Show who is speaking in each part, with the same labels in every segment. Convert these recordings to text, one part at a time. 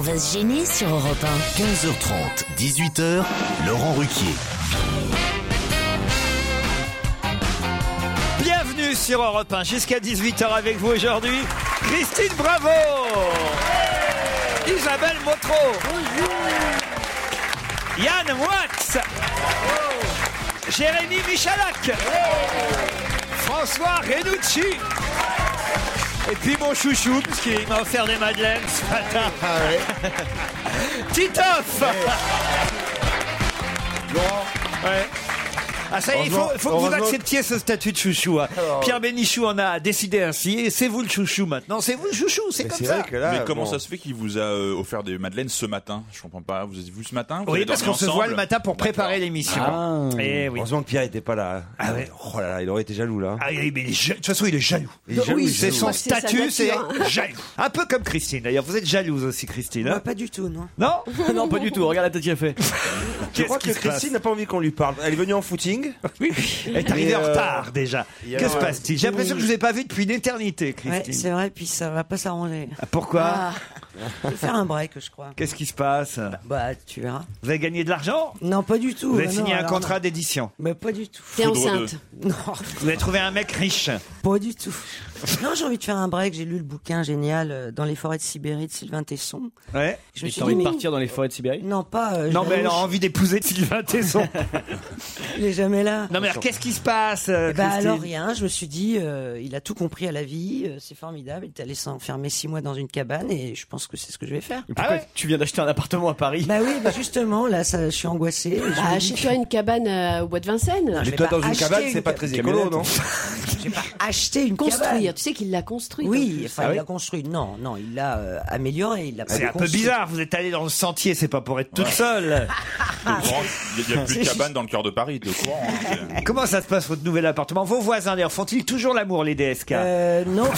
Speaker 1: va se gêner sur Europe
Speaker 2: 15h30, 18h, Laurent Ruquier.
Speaker 3: Bienvenue sur Europe 1 jusqu'à 18h avec vous aujourd'hui. Christine Bravo Isabelle Motro Yann Wax Jérémy Michalak François Renucci et puis mon chouchou, puisqu'il m'a offert des madeleines ce matin.
Speaker 4: Ah
Speaker 3: Titoff Ouais. Ah ça y est, il faut,
Speaker 4: Heureusement-
Speaker 3: faut que vous
Speaker 4: heureusement-
Speaker 3: acceptiez ce statut de chouchou. hein.
Speaker 4: Alors-
Speaker 3: Pierre Bénichou en a décidé ainsi, et c'est vous le chouchou maintenant. C'est vous le chouchou, c'est comme ça.
Speaker 5: Mais comment ça se fait qu'il vous a euh, offert des madeleines ce matin Je comprends pas. Vous êtes vu ce matin Vous
Speaker 3: Oui,
Speaker 5: avez
Speaker 3: parce
Speaker 5: dormi
Speaker 3: qu'on se
Speaker 5: ensemble
Speaker 3: voit le matin pour préparer l'émission. Eh oui.
Speaker 4: Ah. Heureusement que Pierre n'était pas là. Ah ouais. Oh là là, il aurait été jaloux là.
Speaker 3: Ah, il- mais il est ja- de toute façon, il est jaloux.
Speaker 4: Il est jaloux, il est
Speaker 3: c'est
Speaker 4: jaloux.
Speaker 3: son
Speaker 4: Ouais,
Speaker 6: c'est sa
Speaker 3: statut, c'est
Speaker 6: nature,
Speaker 3: jaloux. Un peu comme Christine, d'ailleurs. Vous êtes jalouse aussi, Christine. hein
Speaker 7: Pas du tout, non.
Speaker 3: non
Speaker 8: Non, pas du tout. Regarde la tête qu'il a fait.
Speaker 4: Je crois
Speaker 3: Qu'est-ce qui
Speaker 4: que
Speaker 3: se passe
Speaker 4: Christine n'a pas envie qu'on lui parle. Elle est venue en footing.
Speaker 3: Elle est arrivée
Speaker 4: Et,
Speaker 3: en
Speaker 4: euh,
Speaker 3: retard déjà.
Speaker 4: hier,
Speaker 3: Que se
Speaker 4: euh,
Speaker 3: passe-t-il J'ai l'impression que je vous ai pas vu depuis une éternité,
Speaker 7: Ouais,
Speaker 3: Christine. Ah,
Speaker 7: c'est vrai, puis ça va pas s'arranger. Ah.
Speaker 3: Pourquoi
Speaker 7: Je vais faire un break, je crois.
Speaker 3: Qu'est-ce qui se passe
Speaker 7: Bah, tu verras.
Speaker 3: Vous avez gagné de l'argent
Speaker 7: Non, pas du tout.
Speaker 3: Vous avez
Speaker 7: bah
Speaker 3: signé
Speaker 7: non,
Speaker 3: un
Speaker 7: alors
Speaker 3: contrat
Speaker 7: non.
Speaker 3: d'édition.
Speaker 7: Mais pas du tout.
Speaker 6: T'es
Speaker 5: Foudre
Speaker 6: enceinte.
Speaker 7: Non,
Speaker 3: Vous avez trouvé un mec riche.
Speaker 7: pas du tout. Non, j'ai envie de faire un break. J'ai lu le bouquin génial euh, Dans les forêts de Sibérie de Sylvain Tesson.
Speaker 3: Ouais.
Speaker 7: Je me suis
Speaker 8: Mais t'as
Speaker 7: dit,
Speaker 8: envie de
Speaker 7: mais-
Speaker 8: partir dans les forêts de Sibérie
Speaker 7: Non, pas. euh,
Speaker 3: Non,
Speaker 7: je-
Speaker 3: mais elle a envie d'épouser Sylvain Tesson.
Speaker 7: Il est jamais là.
Speaker 3: non, mais alors, qu'est-ce qui se passe, euh,
Speaker 7: Eh ben,
Speaker 3: Christine
Speaker 7: alors rien, je me suis dit, euh, il a tout compris à la vie, euh, c'est formidable, il est allé s'enfermer six mois dans une cabane et je pense que c'est ce que je vais faire.
Speaker 8: Mais pourquoi
Speaker 3: Ah ouais
Speaker 8: Tu viens d'acheter un appartement à Paris
Speaker 7: Bah oui, bah justement, là, ça, je suis angoissée. et je me
Speaker 6: Bah,
Speaker 7: dis-
Speaker 6: Achète-toi une cabane euh, au bois de Vincennes.
Speaker 7: je
Speaker 4: Mais
Speaker 7: vais
Speaker 4: toi
Speaker 7: pas
Speaker 4: dans une
Speaker 7: Bah, acheter
Speaker 4: cabane,
Speaker 7: une
Speaker 4: c'est pas
Speaker 7: ca-
Speaker 4: très
Speaker 8: camionnette.
Speaker 4: écolo, non
Speaker 7: acheter une
Speaker 6: Construire.
Speaker 7: cabane.
Speaker 6: Tu sais qu'il l'a construite.
Speaker 7: Oui, enfin,
Speaker 8: Ah
Speaker 7: il
Speaker 8: oui
Speaker 7: l'a construit. Non, non, il l'a euh, amélioré. Il l'a pas
Speaker 3: C'est un peu
Speaker 7: déconstruit.
Speaker 3: bizarre, vous êtes allé dans le sentier, c'est pas pour être toute seule.
Speaker 5: Le grand- Il n'y a plus de cabane dans le cœur de Paris, t'es au courant. hein.
Speaker 3: Comment ça se passe votre nouvel appartement Vos voisins d'ailleurs font-ils toujours l'amour les DSK
Speaker 7: Euh, non.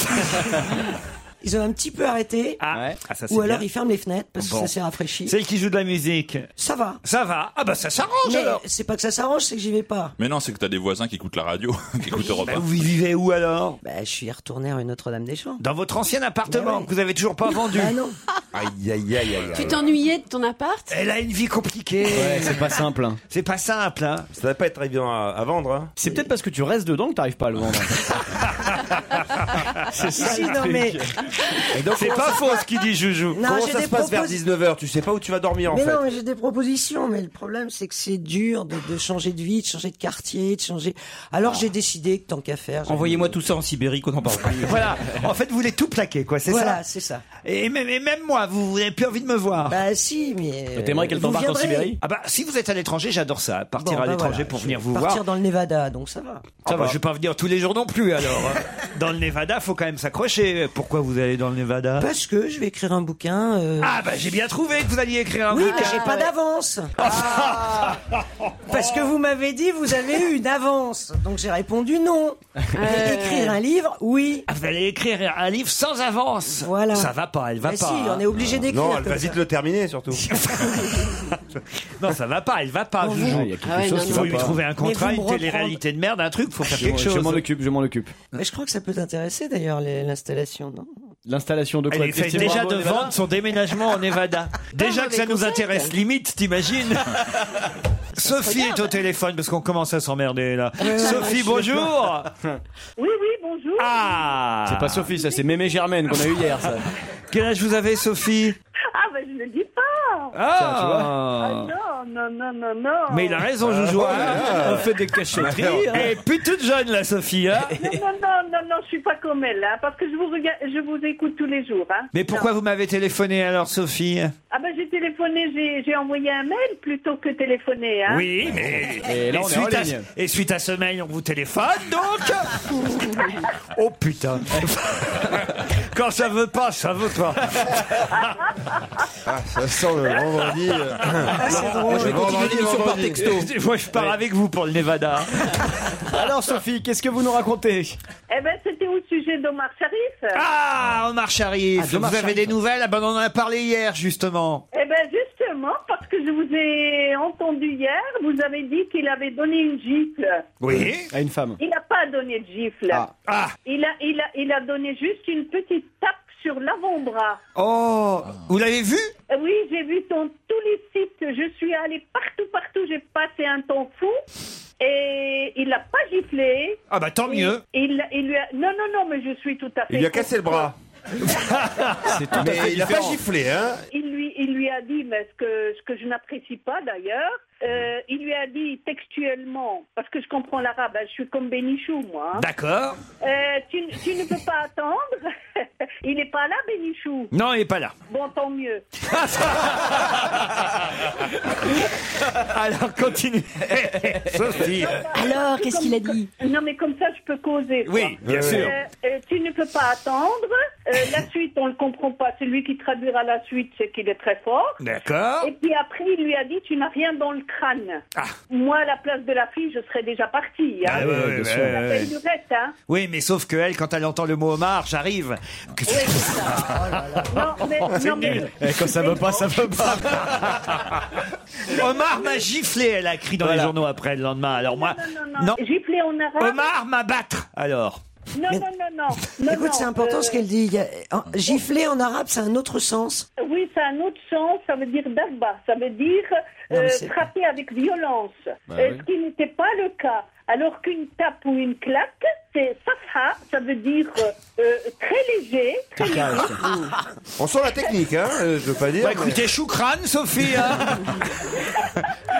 Speaker 7: Ils ont un petit peu arrêté.
Speaker 3: ah.
Speaker 8: Ouais.
Speaker 3: Ah, ça, c'est
Speaker 7: Ou alors
Speaker 3: bien.
Speaker 7: ils ferment les fenêtres parce
Speaker 3: Bon.
Speaker 7: que ça s'est rafraîchi.
Speaker 3: Celle qui joue de la musique.
Speaker 7: Ça va.
Speaker 3: Ça va. Ah bah ça s'arrange
Speaker 7: Mais
Speaker 3: alors.
Speaker 7: c'est pas que ça s'arrange, c'est que j'y vais pas.
Speaker 5: Mais non, c'est que t'as des voisins qui écoutent la radio, qui écoutent Europe
Speaker 3: Bah,
Speaker 5: 1.
Speaker 3: vous vivez où alors
Speaker 7: Bah, je suis retourné à Notre-Dame-des-Champs.
Speaker 3: Dans votre ancien appartement
Speaker 7: Mais Ben ouais.
Speaker 3: que vous avez toujours pas vendu.
Speaker 7: Bah non.
Speaker 4: Aïe aïe aïe aïe.
Speaker 6: Tu t'ennuyais de ton appart
Speaker 3: Elle a une vie compliquée.
Speaker 8: Ouais, c'est pas simple. hein.
Speaker 3: C'est pas simple hein.
Speaker 4: Ça va pas être très bien à, à vendre. Hein.
Speaker 8: C'est peut-être parce que tu restes dedans que t'arrives pas à le vendre.
Speaker 9: Ah,
Speaker 8: c'est ça.
Speaker 7: Si,
Speaker 8: le
Speaker 7: non,
Speaker 8: truc.
Speaker 7: mais-
Speaker 4: Et donc,
Speaker 3: C'est pas faux ce qu'il dit Joujou.
Speaker 7: Non,
Speaker 4: comment
Speaker 7: j'ai
Speaker 4: ça
Speaker 7: des
Speaker 4: se passe vers
Speaker 7: propos-
Speaker 4: 19h Tu sais pas où tu vas dormir en
Speaker 7: Mais
Speaker 4: fait.
Speaker 7: non, mais j'ai des propositions, mais le problème c'est que c'est dur de, de changer de vie, de changer de quartier, de changer. Alors
Speaker 3: Ah.
Speaker 7: j'ai décidé que tant qu'à faire. j'allais-
Speaker 8: Envoyez-moi tout ça en Sibérie qu'on en parle plus.
Speaker 3: Voilà. En fait, vous voulez tout plaquer quoi, c'est
Speaker 7: Voilà,
Speaker 3: ça.
Speaker 7: c'est ça.
Speaker 3: Et même, et même moi, vous vous n'avez plus envie de me voir.
Speaker 7: Bah si, mais. euh,
Speaker 8: T'aimerais qu'elle
Speaker 7: vous
Speaker 8: t'embarque en
Speaker 7: viendrez.
Speaker 8: Sibérie
Speaker 3: Ah bah si vous êtes à l'étranger, j'adore ça,
Speaker 7: Bon,
Speaker 3: partir à
Speaker 7: bah,
Speaker 3: l'étranger
Speaker 7: voilà,
Speaker 3: pour
Speaker 7: je
Speaker 3: venir
Speaker 7: vais
Speaker 3: vous
Speaker 7: partir
Speaker 3: voir.
Speaker 7: dans le Nevada, donc ça va.
Speaker 3: Ah bah, je vais pas venir tous les jours non plus alors. hein. dans le Nevada, faut quand même s'accrocher. Pourquoi vous allez dans le Nevada
Speaker 7: Parce que je vais écrire un bouquin. euh,
Speaker 3: Ah bah j'ai bien trouvé que vous alliez écrire un
Speaker 7: Oui,
Speaker 3: bouquin. Ah.
Speaker 7: mais j'ai pas d'avance. Parce que vous m'avez dit vous avez eu une avance, donc j'ai répondu non. Mais écrire un livre, oui.
Speaker 3: Ah, Vous allez écrire un livre sans avance.
Speaker 7: Voilà.
Speaker 3: Ça va pas, elle va
Speaker 7: Mais
Speaker 3: pas.
Speaker 7: si,
Speaker 3: hein.
Speaker 7: on est obligé d'écrire.
Speaker 4: Non, elle
Speaker 7: comme
Speaker 4: va
Speaker 7: ça.
Speaker 4: vite le hein. terminer surtout.
Speaker 3: Non, ça va pas, elle va pas. Joujou.
Speaker 8: Il y a quelque
Speaker 6: Ah ouais, non,
Speaker 8: chose qui
Speaker 6: non.
Speaker 3: Il faut
Speaker 8: va
Speaker 3: lui
Speaker 8: pas.
Speaker 3: trouver un contrat,
Speaker 7: vous me
Speaker 3: une
Speaker 7: reprendre-
Speaker 3: télé-réalité de merde, un truc, faut faire
Speaker 8: Je m'en-
Speaker 3: quelque
Speaker 8: Je
Speaker 3: chose.
Speaker 8: m'en occupe, je m'en occupe.
Speaker 7: Mais je crois que ça peut t'intéresser d'ailleurs les- l'installation, non
Speaker 8: L'installation de
Speaker 3: Elle
Speaker 8: quoi
Speaker 3: essaye
Speaker 8: Christine
Speaker 3: déjà
Speaker 8: Bravo,
Speaker 3: de
Speaker 8: Nevada
Speaker 3: vendre son déménagement en Nevada. Déjà
Speaker 6: mais
Speaker 3: que ça
Speaker 6: des
Speaker 3: nous
Speaker 6: conseils.
Speaker 3: intéresse limite, t'imagines Sophie est au téléphone parce qu'on commence à s'emmerder là. Sophie, bonjour
Speaker 9: Oui, oui, bonjour.
Speaker 3: Ah
Speaker 8: C'est pas Sophie, ça c'est Mémé Germaine qu'on a eu hier. Ça.
Speaker 3: Quel âge vous avez, Sophie
Speaker 9: Ah, bah, je ne le dis pas.
Speaker 3: Ah
Speaker 9: Non, non, non, non, non.
Speaker 3: Mais il a raison, Joujou.
Speaker 8: On fait des cacheteries.
Speaker 3: Et Ah, Eh, puis toute jeune là, Sophie. hein.
Speaker 9: Non, non, non, non, je suis pas comme elle, hein, parce que je vous regarde, je vous écoute tous les jours. Hein.
Speaker 3: Mais pourquoi vous m'avez téléphoné alors, Sophie
Speaker 9: Ah, bah, j'ai téléphoné, j'ai- j'ai envoyé un mail plutôt que téléphoner. Hein.
Speaker 3: Oui, mais.
Speaker 8: Et là, on est en
Speaker 3: suite à,
Speaker 8: ligne.
Speaker 3: et suite à ce mail, on vous téléphone donc Oh putain Quand ça veut pas, ça veut pas
Speaker 4: Ah, ça sent le vendredi. euh,
Speaker 3: Ah,
Speaker 8: Moi, je vais
Speaker 4: Le
Speaker 8: continuer
Speaker 4: vendredi,
Speaker 8: l'émission par
Speaker 4: vendredi.
Speaker 8: texto.
Speaker 3: Moi, je pars avec vous pour le Nevada.
Speaker 8: Alors, Sophie, qu'est-ce que vous nous racontez
Speaker 9: Eh ben, c'était au sujet d'Omar Sharif.
Speaker 3: Ah, Omar Sharif
Speaker 8: Ah, d'Omar
Speaker 3: Vous avez
Speaker 8: Sharif.
Speaker 3: des nouvelles Ah ben, On en a parlé hier, justement.
Speaker 9: Eh ben, justement, parce que je vous ai entendu hier, vous avez dit qu'il avait donné une gifle.
Speaker 3: Oui
Speaker 8: À une femme.
Speaker 9: Il n'a pas donné de gifle.
Speaker 8: Ah.
Speaker 3: Ah
Speaker 9: Il, a, il, a, il a donné juste une petite tape sur l'avant-bras.
Speaker 3: Oh Vous l'avez vu
Speaker 9: Euh, Oui, j'ai vu ton, tous les sites. Je suis allée partout, partout. J'ai passé un temps fou. Et il l'a pas giflé.
Speaker 3: Ah bah tant mieux.
Speaker 9: Il, il lui a... Non, non, non, mais je suis tout à fait.
Speaker 4: Il lui a cassé le bras.
Speaker 8: C'est tout à
Speaker 4: Mais
Speaker 8: fait
Speaker 4: il a pas
Speaker 8: différent.
Speaker 4: giflé, hein
Speaker 9: Il lui, il lui a dit, mais ce que, ce que je n'apprécie pas d'ailleurs, euh, il lui a dit textuellement, parce que je comprends l'arabe, hein, je suis comme Bénichou, moi. hein.
Speaker 3: D'accord.
Speaker 9: Euh, tu, tu ne peux pas attendre. il n'est pas là, Bénichou.
Speaker 3: Non, il est pas là.
Speaker 9: Bon, tant mieux.
Speaker 3: Alors continue. Sophie.
Speaker 6: Alors, qu'est-ce qu'il a dit
Speaker 9: Non, mais comme ça, je peux causer. quoi.
Speaker 3: Oui, bien sûr.
Speaker 9: Euh, euh, tu ne peux pas attendre. Euh, la suite, on ne le comprend pas. Celui qui traduira la suite, c'est qu'il est très fort.
Speaker 3: D'accord.
Speaker 9: Et puis après, il lui a dit, tu n'as rien dans le crâne.
Speaker 3: Ah.
Speaker 9: Moi, à la place de la fille, je serais déjà partie. Hein.
Speaker 3: Ah ouais, ouais, ouais, ouais, ouais.
Speaker 9: Et du reste, hein.
Speaker 3: Oui, mais sauf que elle, quand elle entend le mot Omar, j'arrive. Oh,
Speaker 9: Non, mais, non, mais,
Speaker 8: Quand ça veut pas, ça veut pas.
Speaker 3: Omar m'a giflé, elle a crié dans les journaux après le lendemain. Alors moi,
Speaker 9: non, non, non. Gifler en arabe.
Speaker 3: Omar m'a battre. Alors.
Speaker 9: Non, non, non, non. non
Speaker 7: Écoute, c'est
Speaker 9: non,
Speaker 7: important
Speaker 9: euh,
Speaker 7: ce qu'elle dit. Il y a- en- Gifler en arabe, c'est un autre sens.
Speaker 9: Oui, ça a un autre sens, ça veut dire darba, ça veut dire
Speaker 7: Non, mais
Speaker 9: euh,
Speaker 7: c'est-
Speaker 9: frapper avec violence, Euh, ce qui n'était pas le cas. Alors qu'une tape ou une claque, c'est safha, ça veut dire euh, très léger. très-
Speaker 4: On sent la technique, hein euh, Je veux pas dire.
Speaker 3: Bah, écoutez, Choukran, Sophie. hein.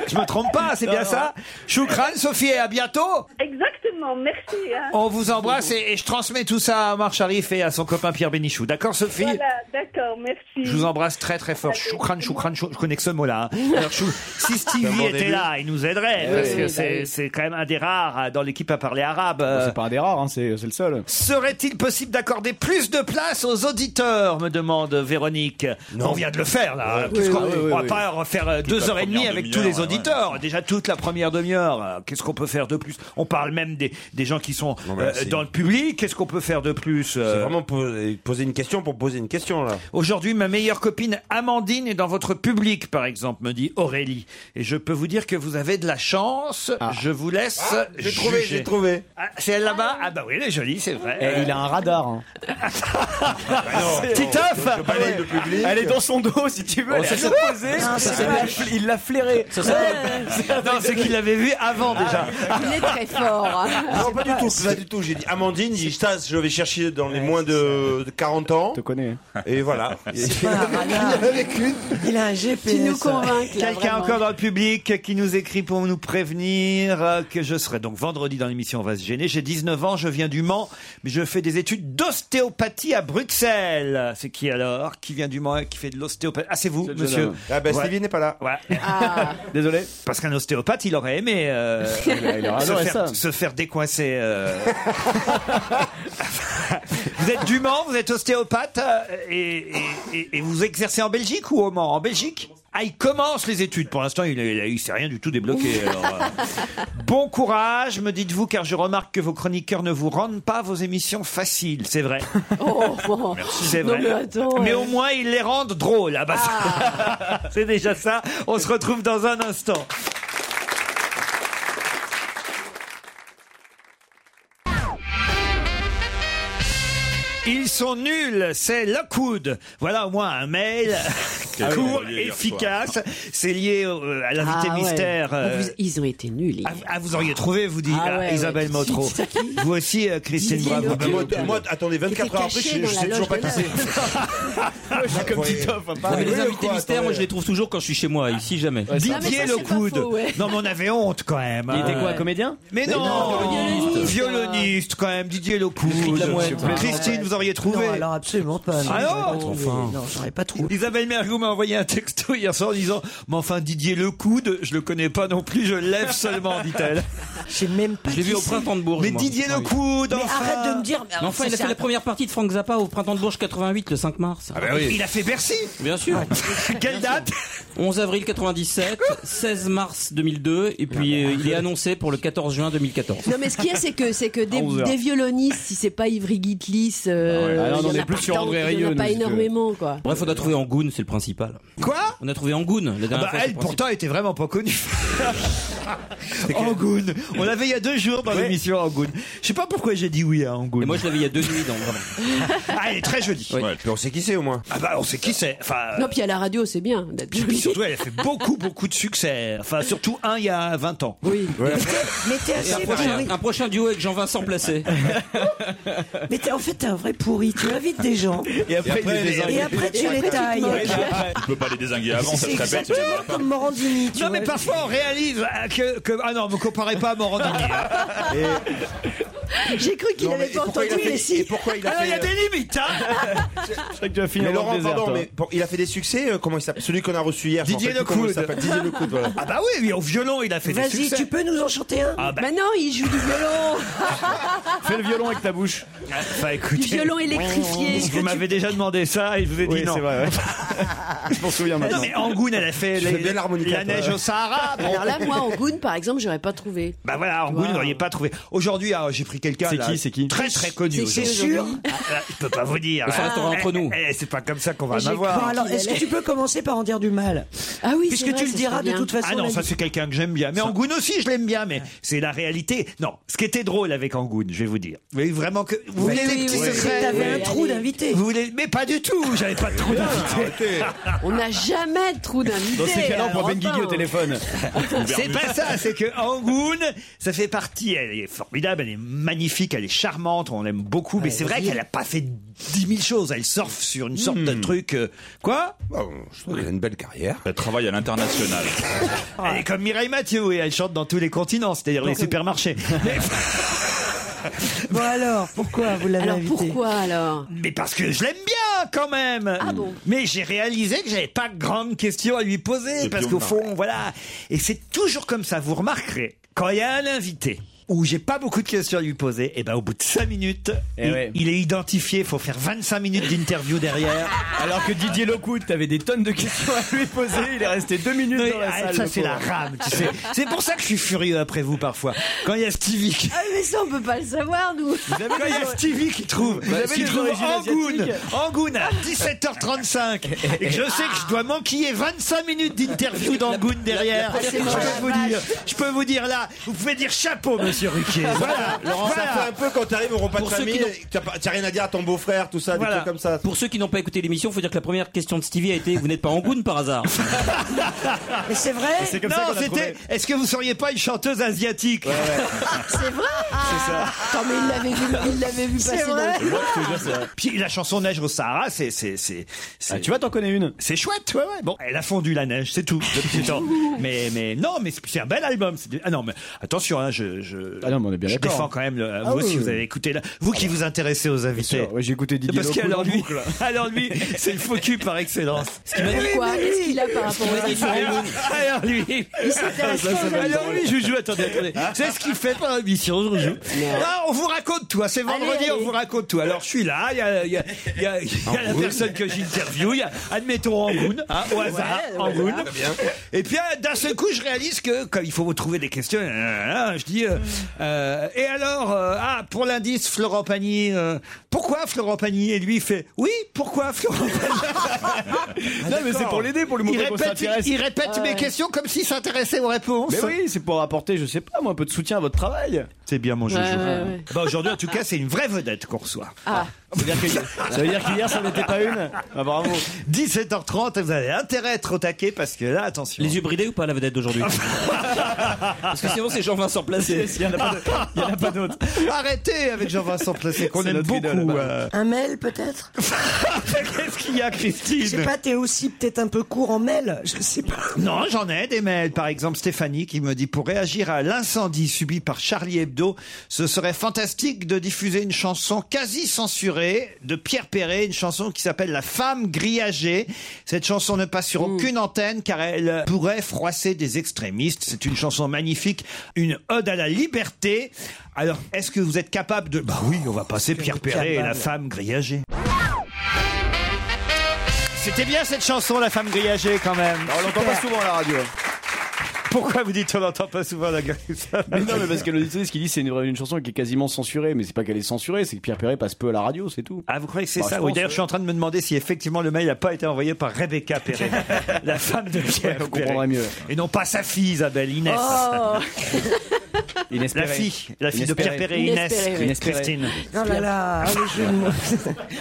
Speaker 3: Je me trompe pas, c'est bien ça. Choukran, Sophie, et à bientôt.
Speaker 9: Exactement, merci. hein.
Speaker 3: On vous embrasse et, et je transmets tout ça à Omar Sharif et à son copain Pierre Bénichou. D'accord, Sophie
Speaker 9: Voilà, d'accord, merci.
Speaker 3: Je vous embrasse très très fort. Choukran, choukran, chou- je connais que ce mot-là. hein. Alors, chou- Si Stevie était là, il nous aiderait, parce que c'est c'est quand même un des rares euh, dans l'équipe à parler arabe. Euh,
Speaker 8: C'est pas un des rares, hein, c'est c'est le seul.
Speaker 3: Serait-il possible d'accorder plus de place aux auditeurs me demande Véronique. On vient de le faire là. hein. Qu'est-ce qu'on-
Speaker 8: oui, oui,
Speaker 3: on va
Speaker 8: oui.
Speaker 3: pas refaire euh, deux
Speaker 5: la
Speaker 3: heures et demie
Speaker 5: première
Speaker 3: avec tous
Speaker 5: demi-heure,
Speaker 3: les
Speaker 5: ouais,
Speaker 3: auditeurs. Déjà toute la première demi-heure. euh, Qu'est-ce qu'on peut faire de plus On parle même des, des gens qui sont
Speaker 4: Non, mais
Speaker 3: euh,
Speaker 4: c'est-
Speaker 3: dans le public. Qu'est-ce qu'on peut faire de plus euh,
Speaker 4: C'est vraiment poser poser une question pour poser une question, là.
Speaker 3: Aujourd'hui, ma meilleure copine Amandine est dans votre public, par exemple, me dit Aurélie. Et je peux vous dire que vous avez de la chance. Je vous laisse
Speaker 4: Ah. J'ai trouvé,
Speaker 3: juger.
Speaker 4: j'ai trouvé.
Speaker 3: Ah, c'est elle là-bas Ah bah oui, elle est jolie, c'est vrai.
Speaker 8: Eh, il a un radar. hein.
Speaker 3: Titoff Ah
Speaker 4: Balaye le public.
Speaker 8: Elle est dans son dos, si tu veux. Elle est posée. Il l'a fl- Il l'a flairé.
Speaker 3: Non, c'est qu'il l'avait vu avant
Speaker 4: Ah,
Speaker 3: déjà.
Speaker 6: Il est très fort.
Speaker 3: Ah,
Speaker 4: Non, pas du tout, pas du tout. J'ai dit Amandine, j'ai dit, ça, je vais chercher dans les moins de de 40 ans.
Speaker 8: Je te connais. hein.
Speaker 4: Et voilà.
Speaker 7: Pas un radar. Il a un GPS.
Speaker 6: Tu nous convaincs. là,
Speaker 3: Quelqu'un
Speaker 6: vraiment.
Speaker 3: encore dans le public qui nous écrit pour nous prévenir euh, que je serai donc vendredi dans l'émission On va se gêner. J'ai 19 ans, je viens du Mans, mais je fais des études d'ostéopathie à Bruxelles. C'est qui alors Qui vient du Mans et qui fait de l'ostéopathie Ah, c'est vous,
Speaker 8: le jeune
Speaker 3: monsieur.
Speaker 8: homme.
Speaker 4: Ah bah
Speaker 3: Ouais.
Speaker 4: Stevie n'est pas là.
Speaker 3: Ouais.
Speaker 8: Désolé.
Speaker 3: Parce qu'un ostéopathe, il aurait aimé euh,
Speaker 8: Il aura
Speaker 3: se,
Speaker 8: adoré ça.
Speaker 3: faire, se faire décoincer. euh. vous êtes du Mans, vous êtes ostéopathe euh, et, et- et- et vous exercez en Belgique ou au Mans En Belgique ah, il commence les études. Pour l'instant, il est- il s'est rien du tout débloqué. alors, euh. Bon courage, me dites-vous, car je remarque que vos chroniqueurs ne vous rendent pas vos émissions faciles. C'est vrai.
Speaker 6: Oh, bon.
Speaker 3: C'est
Speaker 6: Non,
Speaker 3: vrai.
Speaker 6: mais attends,
Speaker 3: Mais
Speaker 6: euh.
Speaker 3: au moins, ils les rendent drôles. Ah bah, ça-
Speaker 4: Ah.
Speaker 3: C'est déjà ça. On se retrouve dans un instant. Ils sont nuls, c'est Lockwood. Voilà au moins un mail
Speaker 5: Quel
Speaker 3: court,
Speaker 5: courrier hier
Speaker 3: efficace. C'est lié euh, à l'invité
Speaker 6: Ah, ouais.
Speaker 3: mystère. euh,
Speaker 6: Vous- Ils ont été nuls.
Speaker 3: ah, ah, vous auriez trouvé, vous dit
Speaker 6: Ah,
Speaker 3: ah,
Speaker 6: ouais,
Speaker 3: Isabelle
Speaker 6: ouais.
Speaker 3: Motro. vous aussi, euh, Christine
Speaker 6: Didier
Speaker 3: Bravo.
Speaker 6: Lockwood.
Speaker 4: Bah, moi, moi, attendez, 24 heures après, je
Speaker 6: caché
Speaker 4: je
Speaker 6: dans la
Speaker 4: sais toujours
Speaker 6: loge
Speaker 4: pas
Speaker 6: de
Speaker 4: qui c'est. Ah,
Speaker 8: Comme Titoff. hein,
Speaker 1: Non, mais
Speaker 8: pareil.
Speaker 1: les invités
Speaker 4: quoi,
Speaker 1: mystères, moi
Speaker 4: attendez.
Speaker 1: je les trouve toujours quand je suis chez moi, ici jamais.
Speaker 6: Ah, mais ça,
Speaker 3: Didier
Speaker 6: c'est pas
Speaker 3: Lockwood.
Speaker 6: faux, ouais.
Speaker 3: Non, mais on avait honte quand même.
Speaker 8: Il était
Speaker 3: hein.
Speaker 1: Bah,
Speaker 8: quoi, comédien
Speaker 3: Mais non, violoniste. quand même, Didier Locoud.
Speaker 4: hein.
Speaker 3: Christine, vous auriez trouvé.
Speaker 7: Non, alors absolument pas. Non,
Speaker 3: Ah
Speaker 7: j'aurais
Speaker 3: non
Speaker 7: pas trouvé. Non, j'aurais pas trouvé.
Speaker 3: Isabelle Mergo m'a envoyé un texto hier soir en disant Mais enfin, Didier Lecoud, je le connais pas non plus, je lève seulement, dit-elle.
Speaker 7: Je sais même pas.
Speaker 1: Je l'ai
Speaker 7: qui
Speaker 1: vu au
Speaker 7: c'est.
Speaker 1: printemps de Bourges.
Speaker 3: Mais
Speaker 1: moi.
Speaker 3: Didier
Speaker 1: Ah oui.
Speaker 3: Lecoud,
Speaker 7: Mais
Speaker 3: enfin
Speaker 7: arrête de me dire.
Speaker 1: Mais enfin, il a
Speaker 7: c'est
Speaker 1: fait la
Speaker 7: un-
Speaker 1: première partie de Franck Zappa au printemps de Bourges 88, le 5 mars.
Speaker 3: Il a fait Bercy
Speaker 1: Bien sûr.
Speaker 3: Ah, bah Quelle date
Speaker 1: 11 avril 97, 16 mars 2002, et puis
Speaker 3: Ah, bah,
Speaker 1: euh, il est annoncé pour le 14 juin 2014.
Speaker 6: Non mais ce qu'il y a c'est que c'est que des, des violonistes si c'est pas Ivry Gitlis euh,
Speaker 1: Ah ouais. Ah non,
Speaker 6: il y
Speaker 1: on
Speaker 6: en
Speaker 1: est
Speaker 6: a
Speaker 1: plus
Speaker 6: pas
Speaker 1: sur
Speaker 6: tant-
Speaker 1: André
Speaker 6: il y en a
Speaker 1: Rieu, nous,
Speaker 6: pas
Speaker 1: si tu veux.
Speaker 6: énormément, quoi.
Speaker 1: Bref, on a trouvé Angoune, c'est le principal.
Speaker 3: Quoi
Speaker 1: On a trouvé Angoune la
Speaker 3: Ah
Speaker 1: dernière
Speaker 3: bah,
Speaker 1: fois. c'est
Speaker 3: elle
Speaker 1: le
Speaker 3: pourtant était vraiment pas connue. Angoun. On l'avait il y a deux jours dans l'émission Angoun. Je sais pas pourquoi j'ai dit oui à Angoun. moi
Speaker 1: je l'avais il y a deux nuits dans
Speaker 3: Ah, elle est très jolie.
Speaker 4: Mais on sait qui c'est au moins.
Speaker 3: Ah bah on sait qui c'est. Enfin,
Speaker 6: Non, puis à la radio, c'est bien d'être
Speaker 3: Puis
Speaker 6: jolie.
Speaker 3: surtout, elle a fait beaucoup, beaucoup de succès. Enfin, surtout un il y a 20 ans.
Speaker 6: Oui.
Speaker 7: Mais t'es
Speaker 1: principal. Et
Speaker 7: assez
Speaker 1: un, prochain,
Speaker 7: pourri.
Speaker 1: un prochain duo avec Jean-Vincent Placé.
Speaker 7: Mais t'es en fait t'es un vrai pourri. Tu invites des gens
Speaker 3: Et après,
Speaker 5: après,
Speaker 3: il est
Speaker 5: les-
Speaker 3: désingué.
Speaker 7: et après tu les
Speaker 5: Ouais,
Speaker 7: tailles.
Speaker 5: mais après, tu peux pas les désinguer avant, ça
Speaker 7: C'est
Speaker 5: serait bête.
Speaker 7: exactement comme Morandini. tu
Speaker 3: Non mais
Speaker 7: vois.
Speaker 3: parfois on réalise euh, que, que- ah non me comparez pas à Morandini. hein.
Speaker 6: J'ai cru qu'il
Speaker 4: Non,
Speaker 6: avait
Speaker 4: mais
Speaker 6: pas
Speaker 4: pourquoi
Speaker 6: entendu,
Speaker 4: il a fait-
Speaker 6: mais
Speaker 4: et
Speaker 6: si.
Speaker 4: pourquoi il a
Speaker 3: Ah non, il y a
Speaker 4: fait
Speaker 3: des limites hein
Speaker 4: Mais Laurent, pardon, mais bon, il a fait des succès. euh, comment il s'appelle Celui qu'on a reçu hier. je m'en
Speaker 3: Didier
Speaker 4: rappelle plus comment il
Speaker 3: Lecoud.
Speaker 4: s'appelle. Didier Lecoud. Voilà.
Speaker 3: Ah bah oui, oui, au violon il a fait des
Speaker 7: Vas-y,
Speaker 3: succès.
Speaker 7: tu peux nous en chanter un
Speaker 3: Ah bah
Speaker 6: Maintenant, il joue du violon,
Speaker 8: Fais le violon avec ta bouche.
Speaker 3: bah, écoutez,
Speaker 6: du violon électrifié.
Speaker 3: vous m'avez déjà demandé ça et je vous ai dit
Speaker 8: Oui,
Speaker 3: non.
Speaker 8: c'est vrai. ouais. Je m'en souviens
Speaker 3: Non
Speaker 8: maintenant.
Speaker 3: mais Angoun elle a fait
Speaker 4: Je
Speaker 3: les-
Speaker 4: fais bien l'harmonica,
Speaker 3: la
Speaker 4: toi.
Speaker 3: neige au Sahara. Bon,
Speaker 6: Alors là, moi, en Goon, par exemple, j'aurais pas trouvé.
Speaker 3: Bah voilà, Angoun
Speaker 6: Wow.
Speaker 3: vous n'auriez pas trouvé. Aujourd'hui ah, j'ai pris quelqu'un.
Speaker 8: C'est
Speaker 3: là,
Speaker 8: qui, c'est qui
Speaker 3: Très très connu.
Speaker 6: C'est
Speaker 3: aujourd'hui.
Speaker 6: qui aujourd'hui
Speaker 3: Ah, là, Je peux pas vous dire.
Speaker 1: Mais ça
Speaker 3: là.
Speaker 1: restera entre
Speaker 3: Eh,
Speaker 1: nous.
Speaker 3: eh, C'est pas comme ça qu'on va
Speaker 6: J'ai
Speaker 3: m'avoir.
Speaker 7: Bon, alors, est-ce que tu peux commencer par en dire du mal
Speaker 6: Ah oui, c'est
Speaker 7: Puisque
Speaker 6: vrai,
Speaker 7: tu le
Speaker 6: ça
Speaker 7: diras
Speaker 6: serait
Speaker 7: de
Speaker 6: bien.
Speaker 7: toute façon.
Speaker 3: Ah non,
Speaker 7: la
Speaker 3: ça
Speaker 7: vie-
Speaker 3: c'est quelqu'un que j'aime bien. Mais Angoun aussi, je l'aime bien, mais c'est la réalité. Non, ce qui était drôle avec Angoun, je vais vous dire. Vous voyez vraiment que vous voulez
Speaker 6: oui,
Speaker 3: des
Speaker 6: oui,
Speaker 3: petits
Speaker 6: oui.
Speaker 3: secrets.
Speaker 7: T'avais
Speaker 6: Oui,
Speaker 7: un trou
Speaker 6: allez.
Speaker 7: d'invité.
Speaker 3: Vous voulez mais pas du tout. J'avais pas de trou d'invité.
Speaker 6: On n'a jamais de trou d'invité.
Speaker 8: Dans ces cas-là, on
Speaker 6: alors,
Speaker 8: prend Ben Guigui
Speaker 6: enfin.
Speaker 8: au téléphone.
Speaker 3: C'est pas ça. C'est que Angoun, ça fait partie. Elle est formidable, elle est magnifique, elle est charmante. On l'aime beaucoup,
Speaker 6: Ah,
Speaker 3: mais c'est vrai qu'elle a pas fait dix mille choses. Elle surfe sur une sorte de
Speaker 6: Hmm.
Speaker 3: truc. euh, Quoi
Speaker 4: Bon, je trouve qu'il a une belle carrière.
Speaker 5: Elle travaille à l'international.
Speaker 3: Elle est comme Mireille Mathieu et elle chante dans tous les continents, c'est-à-dire les
Speaker 6: euh,
Speaker 3: supermarchés. Mais-
Speaker 7: Bon alors, pourquoi vous l'avez
Speaker 6: Alors
Speaker 7: invité
Speaker 6: pourquoi alors
Speaker 3: Mais parce que je l'aime bien quand même.
Speaker 6: Ah bon
Speaker 3: Mais j'ai réalisé que j'avais pas grande question à lui poser
Speaker 5: Et
Speaker 3: parce
Speaker 5: puis
Speaker 3: qu'au
Speaker 5: on a-
Speaker 3: fond, voilà. Et c'est toujours comme ça. Vous remarquerez quand il y a un invité où j'ai pas beaucoup de questions à lui poser, et ben au bout de 5 minutes,
Speaker 8: Eh
Speaker 3: il,
Speaker 8: ouais.
Speaker 3: il est identifié. Il faut faire 25 minutes d'interview derrière.
Speaker 8: Alors que Didier Locoud, t'avais des tonnes de questions à lui poser, il est resté deux minutes
Speaker 3: Oui,
Speaker 8: dans la
Speaker 3: ah,
Speaker 8: salle.
Speaker 3: ça
Speaker 8: le
Speaker 3: c'est la
Speaker 8: pauvre.
Speaker 3: rame. Tu sais. C'est pour ça que je suis furieux après vous parfois. Quand il y a Stevie. qui-
Speaker 6: Ah mais ça, on peut pas le savoir, nous. Bah,
Speaker 8: Vous avez
Speaker 3: Quand il y a
Speaker 8: des-
Speaker 3: Stevie qui trouve,
Speaker 8: Vous avez
Speaker 3: qui
Speaker 8: des
Speaker 3: trouve
Speaker 8: origines
Speaker 3: Angoun,
Speaker 8: asiatiques
Speaker 3: Angoun à 17h35, et que je sais que je dois manquiller 25 minutes d'interview d'Angoun derrière, je peux vous dire, je peux vous dire là, vous pouvez dire chapeau, monsieur Ruquier. Voilà,
Speaker 4: Laurent, ça fait
Speaker 3: voilà.
Speaker 4: un peu quand t'arrives au repas
Speaker 1: Pour
Speaker 4: de
Speaker 1: ceux qui
Speaker 4: famille, t'as pas- t'as rien à dire à ton beau-frère, tout ça,
Speaker 3: Voilà.
Speaker 4: des trucs comme ça.
Speaker 1: Pour ceux qui n'ont pas écouté l'émission, faut dire que la première question de Stevie a été Vous n'êtes pas Angoune par hasard
Speaker 7: Mais c'est vrai
Speaker 8: C'est comme ça
Speaker 3: Non,
Speaker 8: qu'on a
Speaker 3: c'était,
Speaker 8: trouvé.
Speaker 3: est-ce que vous seriez pas une chanteuse asiatique
Speaker 6: C'est vrai C'est ça. Attends, mais il l'avait vu, il l'avait vu passer dans le...
Speaker 3: Puis la chanson Neige au Sahara, c'est, c'est, c'est, c'est-
Speaker 8: Ah, tu vois, t'en connais une.
Speaker 3: c'est chouette, ouais, ouais. Bon, elle a fondu la neige, c'est tout, depuis le temps. Mais, mais non, mais c'est- c'est un bel album. c'est du- Ah non, mais attention, hein, je, je,
Speaker 8: Ah non, mais on est bien
Speaker 3: je
Speaker 8: d'accord.
Speaker 3: défends quand même. le-
Speaker 6: Ah
Speaker 3: vous aussi,
Speaker 8: oui,
Speaker 3: vous
Speaker 8: oui.
Speaker 3: avez écouté, là, vous qui vous intéressez aux invités.
Speaker 8: Sûr, ouais, j'ai écouté Didier
Speaker 3: Parce
Speaker 8: Locoud
Speaker 3: qu'alors
Speaker 8: en
Speaker 3: lui,
Speaker 8: boucle.
Speaker 3: alors lui, c'est le faux cul par excellence.
Speaker 6: Quoi Qu'est-ce qu'il a par rapport à ça
Speaker 3: Alors lui,
Speaker 6: Il s'intéresse pas aux amis.
Speaker 3: alors lui, Joujou, attendez, attendez.
Speaker 6: Hein
Speaker 3: C'est ce qu'il fait par ambition, Joujou. Ah, on vous raconte tout, hein, c'est vendredi,
Speaker 6: Allez, allez.
Speaker 3: on vous raconte tout. Alors je suis là, il y a, il y a- il y a- il y a la personne que j'interviewe, il y a- admettons Angoun, hein, au hasard, Angoun. Et puis euh, d'un seul coup, je réalise que comme il faut trouver des questions, euh, je dis, euh, euh, et alors, euh, ah, pour l'indice, Florent Pagny, euh, pourquoi Florent Pagny Et lui, il fait, oui, pourquoi Florent Pagny
Speaker 8: Non, mais c'est pour l'aider, pour lui
Speaker 3: Ah, Il
Speaker 8: montrer qu'on
Speaker 3: répète,
Speaker 8: s'intéresse.
Speaker 3: il répète mes questions comme s'il s'intéressait aux réponses.
Speaker 8: Mais oui, c'est pour apporter, je sais pas, moi, un peu de soutien à votre travail.
Speaker 3: C'est bien mon
Speaker 6: Ouais, ouais, ouais.
Speaker 3: Bah aujourd'hui, en tout cas, c'est une vraie vedette qu'on reçoit.
Speaker 6: Ah,
Speaker 8: Ça veut dire qu'hier, ça n'était pas une Ah, bravo.
Speaker 3: 17h30, vous avez intérêt à être au taquet parce que là, attention.
Speaker 1: Les yeux bridés ou pas la vedette d'aujourd'hui Parce que sinon c'est Jean-Vincent Placé.
Speaker 8: Il y en a pas de- il y en a pas d'autres.
Speaker 3: Arrêtez avec Jean-Vincent Placé qu'on
Speaker 8: C'est
Speaker 3: aime
Speaker 8: notre
Speaker 3: beaucoup.
Speaker 8: idole, bah.
Speaker 3: euh.
Speaker 7: Un mail peut-être
Speaker 3: Qu'est-ce qu'il y a,
Speaker 7: Je sais
Speaker 3: Christine
Speaker 7: pas, t'es aussi peut-être un peu court en mail, je sais pas.
Speaker 3: Non, j'en ai des mails. Par exemple, Stéphanie qui me dit pour réagir à l'incendie subi par Charlie Hebdo, ce serait fantastique de diffuser une chanson quasi censurée de Pierre Perret, une chanson qui s'appelle La femme grillagée. Cette chanson ne passe sur aucune antenne car elle pourrait froisser des extrémistes. C'est une chanson magnifique, une ode à la liberté. Alors, est-ce que vous êtes capable de Bah oui, on va passer Pierre Perret et la femme grillagée. C'était bien cette chanson, La femme grillagée, quand même.
Speaker 8: On l'entend pas souvent à la radio.
Speaker 3: Pourquoi vous dites on n'entend pas souvent la gueule comme ça
Speaker 8: Mais non, mais parce que l'auditrice qui dit c'est une, une chanson qui est quasiment censurée, mais c'est pas qu'elle est censurée, c'est que Pierre Perret passe peu à la radio, c'est tout.
Speaker 3: Ah, vous croyez que c'est
Speaker 8: Bah,
Speaker 3: ça
Speaker 8: je
Speaker 3: Oui,
Speaker 8: pense,
Speaker 3: d'ailleurs,
Speaker 8: ouais.
Speaker 3: je suis en train de me demander si effectivement le mail n'a pas été envoyé par Rebecca Perret, la femme de Pierre.
Speaker 8: on comprendrait
Speaker 3: Perret.
Speaker 8: mieux.
Speaker 3: Et non pas sa fille Isabelle, Inès.
Speaker 6: Oh,
Speaker 8: Inès
Speaker 3: La
Speaker 8: Perret.
Speaker 3: fille, la fille de
Speaker 8: Inespéré.
Speaker 3: Pierre Perret, Inès,
Speaker 6: Inespéré,
Speaker 8: oui. Inespéré.
Speaker 3: Christine.
Speaker 7: Oh là là, ah, les jeux de mots.